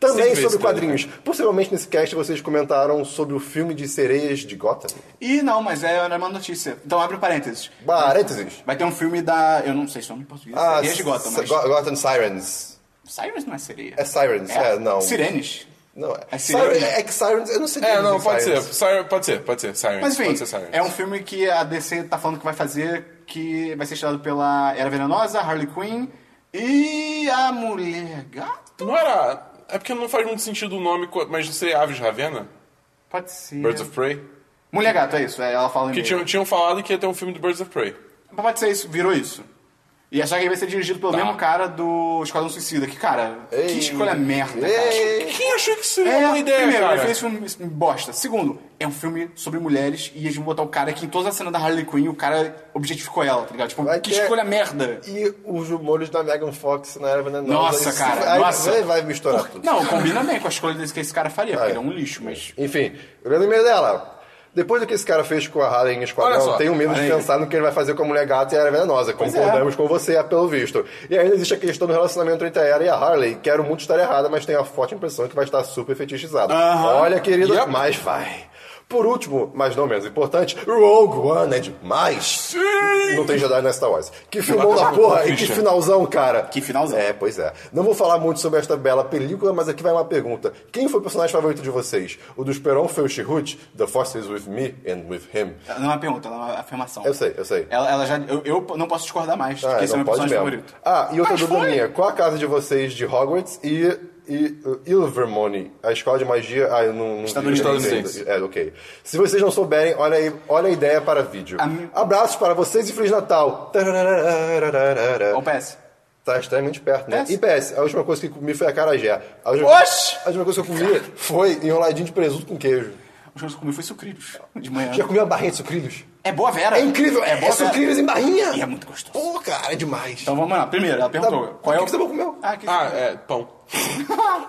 Speaker 3: Também
Speaker 2: Sempre
Speaker 3: sobre
Speaker 2: esse
Speaker 3: quadrinhos. Possivelmente nesse cast vocês comentaram sobre o filme de sereias de Gotham.
Speaker 1: E não, mas é era uma notícia. Então abre o parênteses.
Speaker 3: Parênteses.
Speaker 1: Vai ter um filme da. Eu não sei se é o nome em português. Ah, Sereias de Gotham,
Speaker 3: S-
Speaker 1: mas.
Speaker 3: Go- Gotham Sirens.
Speaker 1: Sirens não é sereia.
Speaker 3: É Sirens, é, não.
Speaker 1: Sirenes.
Speaker 3: Não,
Speaker 1: É
Speaker 3: é,
Speaker 1: Sirens.
Speaker 3: Siren- é que Sirens, eu não sei
Speaker 2: É,
Speaker 3: dizer
Speaker 2: não, pode ser.
Speaker 3: Sirens.
Speaker 2: Siren- pode ser, pode ser. Siren.
Speaker 1: Mas enfim,
Speaker 2: pode ser Siren.
Speaker 1: é um filme que a DC tá falando que vai fazer, que vai ser estrelado pela Era Venenosa, Harley Quinn e a Mulher Gato?
Speaker 2: Não era... É porque não faz muito sentido o nome, co- mas não sei, Aves de Ravena?
Speaker 1: Pode ser.
Speaker 2: Birds of Prey?
Speaker 1: Mulher Gato, é isso. é, Ela fala em
Speaker 2: Que
Speaker 1: meio.
Speaker 2: tinham, tinham falado que ia ter um filme do Birds of Prey.
Speaker 1: Pode ser isso, virou isso. E é só que ele vai ser dirigido pelo
Speaker 2: Tá.
Speaker 1: mesmo cara do Esquadrão Suicida, que, cara, que
Speaker 3: Ei.
Speaker 1: escolha merda, cara.
Speaker 3: Ei.
Speaker 2: Quem achou que isso seria
Speaker 1: É,
Speaker 2: uma ideia,
Speaker 1: primeiro,
Speaker 2: cara?
Speaker 1: ele fez filme bosta. Segundo, é um filme sobre mulheres e eles vão botar o cara que em toda a cena da Harley Quinn o cara objetificou ela, tá ligado? Tipo,
Speaker 3: Vai
Speaker 1: que
Speaker 3: ter-
Speaker 1: escolha merda.
Speaker 3: E os rumores da Megan Fox na era venenosa.
Speaker 1: Nossa,
Speaker 3: Isso
Speaker 1: cara,
Speaker 3: Aí
Speaker 1: nossa.
Speaker 3: Vai, vai misturar tudo.
Speaker 1: Não, combina bem com a escolha desse que esse cara faria, porque ele é um lixo, mas.
Speaker 3: Enfim, olhando o e-mail dela. Depois do que esse cara fez com a Harley em
Speaker 2: Olha
Speaker 3: Esquadrão,
Speaker 2: só.
Speaker 3: tenho medo de
Speaker 1: Olha aí.
Speaker 3: pensar no que ele vai fazer com a mulher gata e a era venenosa. Concordamos com você, pelo visto. E ainda existe a questão do relacionamento entre a Era e a Harley. Quero muito estar errada, mas tenho a forte impressão que vai estar super fetichizado. Olha, querida,
Speaker 2: Yep.
Speaker 3: mas vai. Por último, mas não menos importante, Rogue One é demais. Não tem Jedi na Star Wars. Que filmão da
Speaker 2: Batata
Speaker 3: porra
Speaker 2: com
Speaker 3: e que
Speaker 2: Christian.
Speaker 3: finalzão, cara. Que
Speaker 1: finalzão.
Speaker 3: É, pois é. Não vou falar muito sobre esta bela película, mas aqui vai uma pergunta. Quem foi o personagem favorito de vocês? O do Esperon foi o Chihut? The Force is with me and with him.
Speaker 1: Não é uma pergunta, ela é uma afirmação.
Speaker 3: Eu sei, eu sei.
Speaker 1: Ela, ela já. Eu, eu não posso discordar mais,
Speaker 3: Ah,
Speaker 1: É, porque esse é o
Speaker 3: não
Speaker 1: meu
Speaker 3: pode
Speaker 1: personagem
Speaker 3: mesmo.
Speaker 1: favorito.
Speaker 3: Ah, e outra
Speaker 1: Mas
Speaker 3: dúvida
Speaker 1: foi.
Speaker 3: minha. Qual a casa de vocês de Hogwarts e e uh, Ilvermony, a escola de magia. Ah, eu não. não
Speaker 2: Estadunidense.
Speaker 3: É, ok. Se vocês não souberem, olha, aí, olha a ideia para vídeo.
Speaker 1: A mi-
Speaker 3: Abraços para vocês e Feliz Natal!
Speaker 1: Ô, PS.
Speaker 3: Tá extremamente perto, né?
Speaker 1: PS?
Speaker 3: E PS, a última coisa que eu comi foi a carajé. A última,
Speaker 1: É. Oxi!
Speaker 3: a última coisa que eu comi foi enroladinho de presunto com queijo.
Speaker 1: Os que eu comi foi sucrilhos de manhã.
Speaker 3: Já comi uma barrinha de sucrilhos?
Speaker 1: É boa Vera.
Speaker 3: É incrível! É,
Speaker 1: boa Vera.
Speaker 3: sucrilhos em barrinha!
Speaker 1: E é muito gostoso.
Speaker 3: Pô, cara, é demais.
Speaker 1: Então vamos lá. Primeiro, ela
Speaker 3: Tá-
Speaker 1: perguntou. qual é
Speaker 3: o
Speaker 1: o...
Speaker 3: que, que você não comeu?
Speaker 1: Ah, que...
Speaker 2: Ah, é, pão.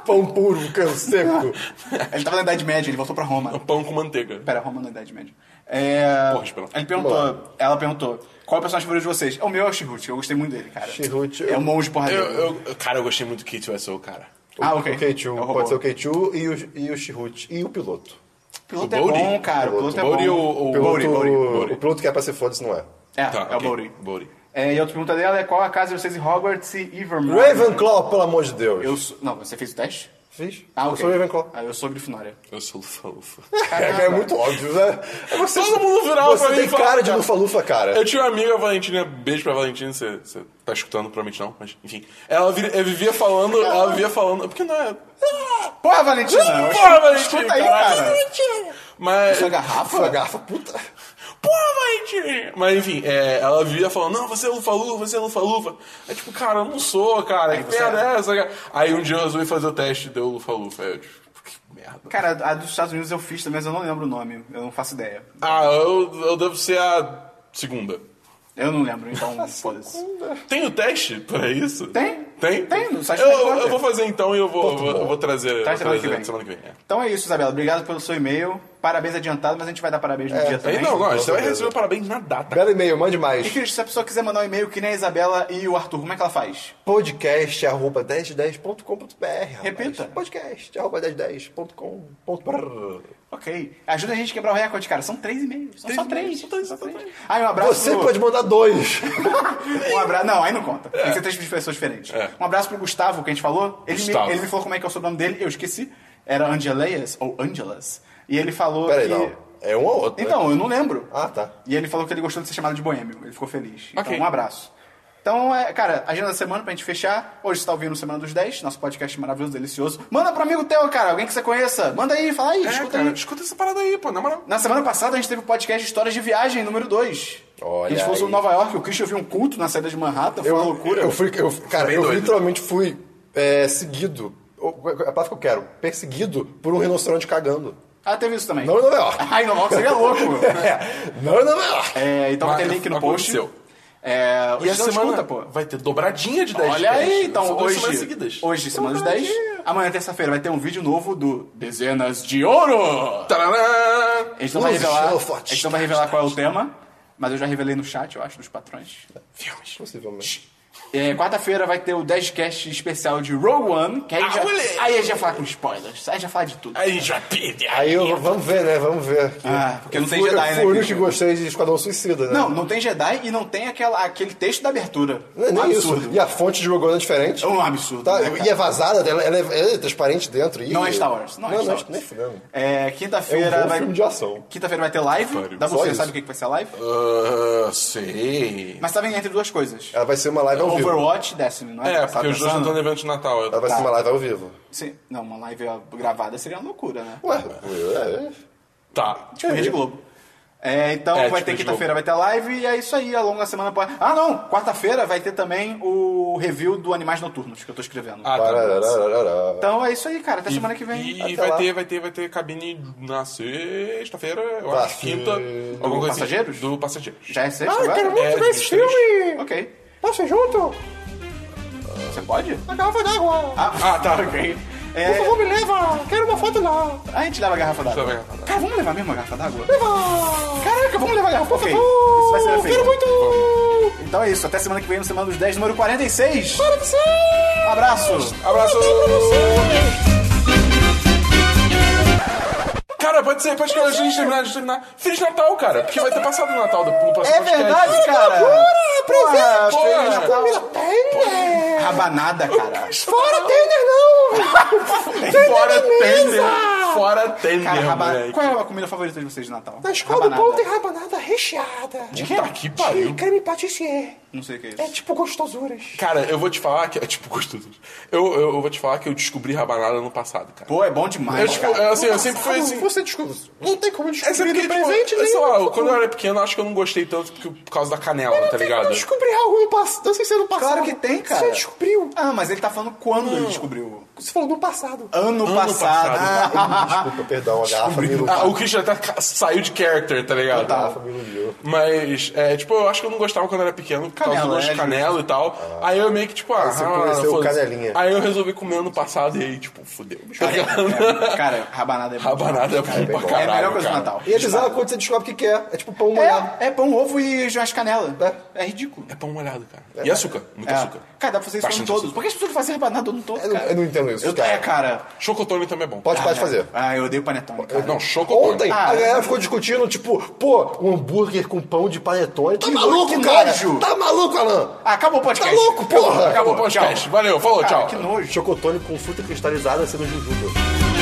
Speaker 3: Pão puro, canseco.
Speaker 1: *laughs* Ele tava na Idade Média, ele voltou pra Roma.
Speaker 2: Um Pão com manteiga.
Speaker 1: Pera, Roma na Idade Média. É...
Speaker 2: Porra, espera.
Speaker 1: Ele perguntou, ela perguntou, qual é o personagem favorito de vocês? O meu é o Chirrut, eu gostei muito dele, cara.
Speaker 3: Chirrut,
Speaker 1: É
Speaker 3: eu-
Speaker 1: um monge porradeiro.
Speaker 2: Eu, eu- cara, eu gostei muito do K2SO, cara.
Speaker 1: *laughs* Ah, ok.
Speaker 3: O Keichu,
Speaker 1: É o robô.
Speaker 3: pode ser o Keichu e o, e o Chirrut. E o piloto.
Speaker 1: O piloto
Speaker 2: O
Speaker 1: é
Speaker 2: Bowdy?
Speaker 1: bom, cara. O piloto é
Speaker 2: Bowdy
Speaker 1: bom.
Speaker 2: ou- ou-
Speaker 1: O Bowdy,
Speaker 3: piloto-
Speaker 1: Bowdy.
Speaker 3: O piloto que é pra ser foda, se não é.
Speaker 1: É,
Speaker 2: Tá,
Speaker 1: é o
Speaker 2: ok.
Speaker 1: Bowdy.
Speaker 2: Bowdy.
Speaker 1: É, e a outra pergunta dela é qual a casa de vocês em Hogwarts e Evermore?
Speaker 3: Ravenclaw, pelo amor de Deus.
Speaker 1: Ah. Eu sou... Não, você fez o teste?
Speaker 3: fiz.
Speaker 1: Ah,
Speaker 3: Eu
Speaker 1: ok.
Speaker 3: sou Ravenclaw.
Speaker 1: Ah, eu sou Grifinória.
Speaker 2: Eu sou lufa-lufa.
Speaker 1: Caramba.
Speaker 3: *laughs* É, é muito óbvio, né? É Você,
Speaker 2: Todo mundo virar
Speaker 3: Você
Speaker 2: pra mim
Speaker 3: tem
Speaker 2: e falar,
Speaker 3: cara de
Speaker 2: cara.
Speaker 3: lufa-lufa, cara.
Speaker 2: Eu tinha uma amiga, a Valentina, beijo pra Valentina, você, você tá escutando, provavelmente não, mas enfim. Ela, vir- ela vivia falando, ela vivia falando, porque não é.
Speaker 1: Porra, Valentina! eu acho-
Speaker 2: Porra, Valentina!
Speaker 1: Escuta aí,
Speaker 2: caralho.
Speaker 1: cara!
Speaker 2: Mas.
Speaker 1: Sua
Speaker 3: Uma
Speaker 1: garrafa?
Speaker 3: garrafa, puta.
Speaker 2: Porra, Valentina! Mas enfim, é, ela vivia falando, não, você é lufa-lufa, você é lufa-lufa. É tipo, cara, eu não sou, cara, que
Speaker 1: você
Speaker 2: merda
Speaker 1: é.
Speaker 2: é essa, cara? Aí um dia eu resolvi fazer o teste e deu lufa-lufa. Aí eu, tipo, que merda.
Speaker 1: Cara, a dos Estados Unidos eu fiz, mas eu não lembro o nome. Eu não faço ideia.
Speaker 2: Ah, eu, eu devo ser a segunda.
Speaker 1: Eu não lembro, então foda-se.
Speaker 2: Tem o teste para isso?
Speaker 1: Tem.
Speaker 2: Tem?
Speaker 1: Tem, no site
Speaker 2: eu,
Speaker 1: da
Speaker 2: eu,
Speaker 1: Repórter.
Speaker 2: vou fazer então e eu vou, eu vou, eu vou trazer,
Speaker 1: Traz
Speaker 2: vou
Speaker 1: semana
Speaker 2: trazer
Speaker 1: que vem.
Speaker 2: semana que vem. é.
Speaker 1: Então é isso, Isabela. Obrigado pelo seu e-mail. Parabéns adiantado, mas a gente vai dar parabéns no dia também.
Speaker 2: Aí, não, não, você vai
Speaker 3: certeza.
Speaker 2: receber o parabéns na data.
Speaker 3: Belo e-mail, mande
Speaker 1: E,
Speaker 3: mais.
Speaker 1: Cris, se a pessoa quiser mandar um e-mail que nem a Isabela e o Arthur, como é que ela faz?
Speaker 3: Podcast arroba 1010.com.br.
Speaker 1: Repita.
Speaker 3: Podcast arroba 1010.com.br.
Speaker 1: Ok. Ajuda a gente a quebrar o recorde, cara. São três e-mails. São
Speaker 2: Três
Speaker 1: só
Speaker 2: e-mails,
Speaker 1: três.
Speaker 2: só três, só três.
Speaker 1: Ah, e um abraço
Speaker 3: Você
Speaker 1: pro...
Speaker 3: pode mandar
Speaker 1: *laughs*
Speaker 3: dois.
Speaker 1: Um abraço... Não, aí não conta. Tem que ser três pessoas diferentes.
Speaker 2: É.
Speaker 1: Um abraço pro Gustavo, que a gente falou. Ele me,
Speaker 2: Gustavo.
Speaker 1: ele me falou como é que é o sobrenome dele. Eu esqueci. Era Angeleias ou Angelas. E ele falou
Speaker 3: Peraí,
Speaker 1: que...
Speaker 3: não. É um ou outro. né?
Speaker 1: Então, eu não lembro.
Speaker 3: Ah, tá.
Speaker 1: E ele falou que ele gostou de ser chamado de boêmio. Ele ficou feliz. Então,
Speaker 2: Ok.
Speaker 1: um abraço. Então, é, cara, agenda da semana pra gente fechar. Hoje você tá ouvindo Semana dos 10, nosso podcast maravilhoso, delicioso. Manda pro amigo teu, cara, alguém que você conheça. Manda aí, fala aí,
Speaker 2: É,
Speaker 1: escuta
Speaker 2: cara,
Speaker 1: aí.
Speaker 2: escuta essa parada aí, pô, na moral.
Speaker 1: Na semana passada a gente teve o podcast de Histórias de Viagem, número 2.
Speaker 3: Olha
Speaker 1: a gente foi
Speaker 3: aí.
Speaker 1: sobre Nova York, o Christian viu um culto na saída de Manhattan, foi
Speaker 3: Eu,
Speaker 1: uma loucura.
Speaker 3: Eu fui, eu, cara,
Speaker 2: Bem
Speaker 3: eu
Speaker 2: doido.
Speaker 3: literalmente fui é, seguido. ou- É a palavra que eu quero. Perseguido por um rinoceronte cagando.
Speaker 1: Ah, teve isso também.
Speaker 3: Não em Nova York.
Speaker 1: *laughs* Ai, Nova York seria louco.
Speaker 3: *laughs* É, não em Nova York.
Speaker 1: É, então vai ter link no post.
Speaker 2: Aconteceu.
Speaker 1: É,
Speaker 2: E
Speaker 1: hoje
Speaker 2: essa
Speaker 1: não
Speaker 2: semana
Speaker 1: escuta, pô.
Speaker 2: vai ter dobradinha de 10
Speaker 1: Olha
Speaker 2: de 10.
Speaker 1: aí, então,
Speaker 2: São duas semanas
Speaker 1: hoje,
Speaker 2: seguidas.
Speaker 1: hoje, semana dos 10. Amanhã, terça-feira, vai ter um vídeo novo do Dezenas de Ouro.
Speaker 2: Tarará!
Speaker 1: A gente não vai
Speaker 3: Luzes de
Speaker 1: revelar,
Speaker 3: holofotes.
Speaker 1: a gente não vai revelar qual é o tema, mas eu já revelei no chat, eu acho, dos patrões.
Speaker 2: Filmes.
Speaker 3: Possivelmente.
Speaker 1: É, Quarta-feira vai ter o 10cast especial de Rogue One, que aí,
Speaker 2: Ah,
Speaker 1: já,
Speaker 2: moleque!
Speaker 1: aí a gente vai falar com spoilers, aí já fala de tudo.
Speaker 2: Aí a gente vai perder.
Speaker 3: Aí eu, vamos ver, né? Vamos ver.
Speaker 1: Ah, porque não tem
Speaker 3: Fui-
Speaker 1: Jedi,
Speaker 3: eu
Speaker 1: né,
Speaker 3: fui o único que
Speaker 1: Christian?
Speaker 3: gostei de Esquadrão Suicida, né?
Speaker 1: Não, não tem Jedi e não tem aquela, aquele texto da abertura.
Speaker 3: Não é nem
Speaker 1: um absurdo.
Speaker 3: isso. E a fonte de Rogue One é diferente.
Speaker 1: É um absurdo.
Speaker 3: Tá,
Speaker 1: né, cara?
Speaker 3: e é vazada, ela, ela é, ela é transparente dentro. E...
Speaker 1: Não é Star Wars. Não, é Star Wars.
Speaker 3: nem fudendo.
Speaker 1: É, quinta-feira
Speaker 3: É um bom
Speaker 1: vai.
Speaker 3: filme de ação.
Speaker 1: Quinta-feira vai ter live.
Speaker 2: Pariu.
Speaker 1: Dá
Speaker 3: Só
Speaker 1: você
Speaker 3: isso.
Speaker 1: sabe o que que vai ser a live?
Speaker 2: Ah, sei.
Speaker 1: Mas sabem entre duas coisas.
Speaker 3: Ela vai ser uma live ao vivo.
Speaker 1: Overwatch e Destiny, não é?
Speaker 2: É,
Speaker 1: Você tava
Speaker 2: porque os dois não
Speaker 1: pensando?
Speaker 2: estão no evento de Natal. eu-
Speaker 3: Ela vai ser uma live ao vivo.
Speaker 1: Sim. Não, uma live gravada seria uma loucura, né?
Speaker 3: Ué, é, é.
Speaker 2: Tá.
Speaker 1: Tipo, Rede Globo. É, então
Speaker 2: É,
Speaker 1: vai
Speaker 2: tipo
Speaker 1: ter
Speaker 2: Rede
Speaker 1: quinta-feira, vai ter live e é isso aí, ao longo da semana pode. Ah, não! Quarta-feira vai ter também o review do Animais Noturnos que eu tô escrevendo.
Speaker 2: Ah, tá.
Speaker 3: Parararararara.
Speaker 1: Então é isso aí, cara. Até semana que vem.
Speaker 2: E
Speaker 3: Até
Speaker 2: vai
Speaker 3: lá.
Speaker 2: ter, vai ter, vai ter cabine na sexta-feira, eu
Speaker 3: Tá.
Speaker 2: acho, quinta.
Speaker 3: Do
Speaker 2: alguma coisa assim.
Speaker 1: Passageiros?
Speaker 2: Do Passageiros.
Speaker 1: Já é sexta
Speaker 3: Ah, eu
Speaker 1: agora?
Speaker 3: quero muito
Speaker 2: É,
Speaker 3: ver esse
Speaker 2: administrativo.
Speaker 3: filme!
Speaker 1: Ok.
Speaker 3: Vamos ser junto?
Speaker 1: Você pode?
Speaker 3: A garrafa d'água!
Speaker 2: Ah, tá.
Speaker 1: Ok. É,
Speaker 3: Por favor, me leva! Quero uma foto lá!
Speaker 1: a gente leva a garrafa
Speaker 2: Leva a
Speaker 1: d'água.
Speaker 2: garrafa d'água.
Speaker 1: Cara, vamos levar mesmo a garrafa d'água?
Speaker 3: Ah,
Speaker 1: Caraca, vamos levar a garrafa.
Speaker 4: Oh,
Speaker 1: Ok. Isso vai ser
Speaker 3: eu
Speaker 1: perfeito.
Speaker 3: quero muito!
Speaker 1: Então é isso. Até semana que vem, no Semana dos 10, número 46.
Speaker 3: Para de ser!
Speaker 1: Um abraço.
Speaker 2: Abraço! Cara, pode ser, pode ser, a gente terminar, a gente terminar. Feliz Natal, cara, porque vai ter passado o Natal do, do próximo
Speaker 1: É
Speaker 2: podcast.
Speaker 1: verdade, cara.
Speaker 4: é
Speaker 1: Porra,
Speaker 2: presente,
Speaker 1: feliz
Speaker 2: porra.
Speaker 1: Natal.
Speaker 3: Tender!
Speaker 1: Rabanada, cara.
Speaker 3: Fora Tender, não!
Speaker 2: Fora Tender!
Speaker 3: Tender!
Speaker 2: fora tem,
Speaker 1: Cara,
Speaker 2: né,
Speaker 1: raba-
Speaker 2: moleque?
Speaker 1: Qual é a comida favorita de vocês de Natal?
Speaker 4: Na escola do
Speaker 1: Rabanada.
Speaker 4: pão tem rabanada recheada.
Speaker 2: De Puta que pariu.
Speaker 4: De creme patissier.
Speaker 1: Não sei o que é isso.
Speaker 4: É tipo gostosuras.
Speaker 2: Cara, eu vou te falar que. *laughs* É tipo gostoso. Eu, eu, eu vou te falar que eu descobri rabanada no passado, cara.
Speaker 1: Pô, é bom
Speaker 2: eu,
Speaker 1: demais,
Speaker 2: tipo,
Speaker 1: cara.
Speaker 2: eu, assim, eu sempre fui assim.
Speaker 3: Você descobriu. Não tem como
Speaker 2: É sempre
Speaker 3: descobrir
Speaker 2: que,
Speaker 3: no
Speaker 2: tipo,
Speaker 3: presente,
Speaker 2: sei
Speaker 3: nem
Speaker 2: lá, quando eu era pequeno, eu acho que eu não gostei tanto porque- por causa da canela, tá ligado?
Speaker 4: Eu descobri algo no passado. Não sei se é no passado.
Speaker 1: Claro que tem, cara.
Speaker 4: Você descobriu.
Speaker 1: Ah, mas ele tá falando quando ele descobriu.
Speaker 4: Você falou no passado.
Speaker 1: Ano, passado.
Speaker 2: passado.
Speaker 3: Desculpa, perdão, a garrafa me iludiu.
Speaker 2: Ah, o Christian até ca- saiu de character, tá ligado?
Speaker 3: A garrafa me iludiu.
Speaker 2: Mas, é, tipo, eu acho que eu não gostava quando eu era pequeno, por causa do
Speaker 1: Canela,
Speaker 2: gosto de
Speaker 1: é,
Speaker 2: canela e tal. Aí eu meio que, tipo, ah,
Speaker 3: você
Speaker 2: ah,
Speaker 3: conheceu
Speaker 2: foda-se.
Speaker 3: canelinha.
Speaker 2: Aí eu resolvi comer ano passado e aí, tipo, fudeu. Tá ligado?
Speaker 1: É, cara, rabanada é bom.
Speaker 2: *laughs* Rabanada é bom pra
Speaker 3: bom.
Speaker 2: caralho.
Speaker 1: é a melhor coisa
Speaker 2: cara.
Speaker 1: do Natal.
Speaker 3: E é bizarro quando você descobre o que que é. É tipo pão molhado.
Speaker 1: É, é pão, ovo e umas canelas. É, ridículo.
Speaker 2: É pão molhado, cara. E açúcar, muito
Speaker 1: É.
Speaker 2: açúcar.
Speaker 1: Cara, dá pra vocês falando
Speaker 2: Bastante
Speaker 1: todos.
Speaker 2: açúcar.
Speaker 1: Por que as pessoas fazem rabanada no todo,
Speaker 3: É, Eu não-
Speaker 1: cara?
Speaker 3: eu não entendo isso,
Speaker 1: Eu,
Speaker 3: cara.
Speaker 1: É, cara.
Speaker 2: Chocotone também é bom.
Speaker 3: Pode, pode fazer.
Speaker 1: Ah, eu odeio panetone, cara.
Speaker 2: Não, chocotone.
Speaker 3: Ontem,
Speaker 1: Ah,
Speaker 3: a galera ficou discutindo, tipo, pô, um hambúrguer com pão de panetone. Tá
Speaker 1: Que
Speaker 3: maluco,
Speaker 1: nojo, que
Speaker 3: cara?
Speaker 1: nojo.
Speaker 3: Tá maluco, Alan?
Speaker 1: Ah, acabou o podcast.
Speaker 3: Tá louco, porra?
Speaker 2: Acabou o podcast. Valeu, falou,
Speaker 1: Cara,
Speaker 2: tchau.
Speaker 1: que nojo.
Speaker 3: Chocotone com fruta cristalizada sendo jujuba.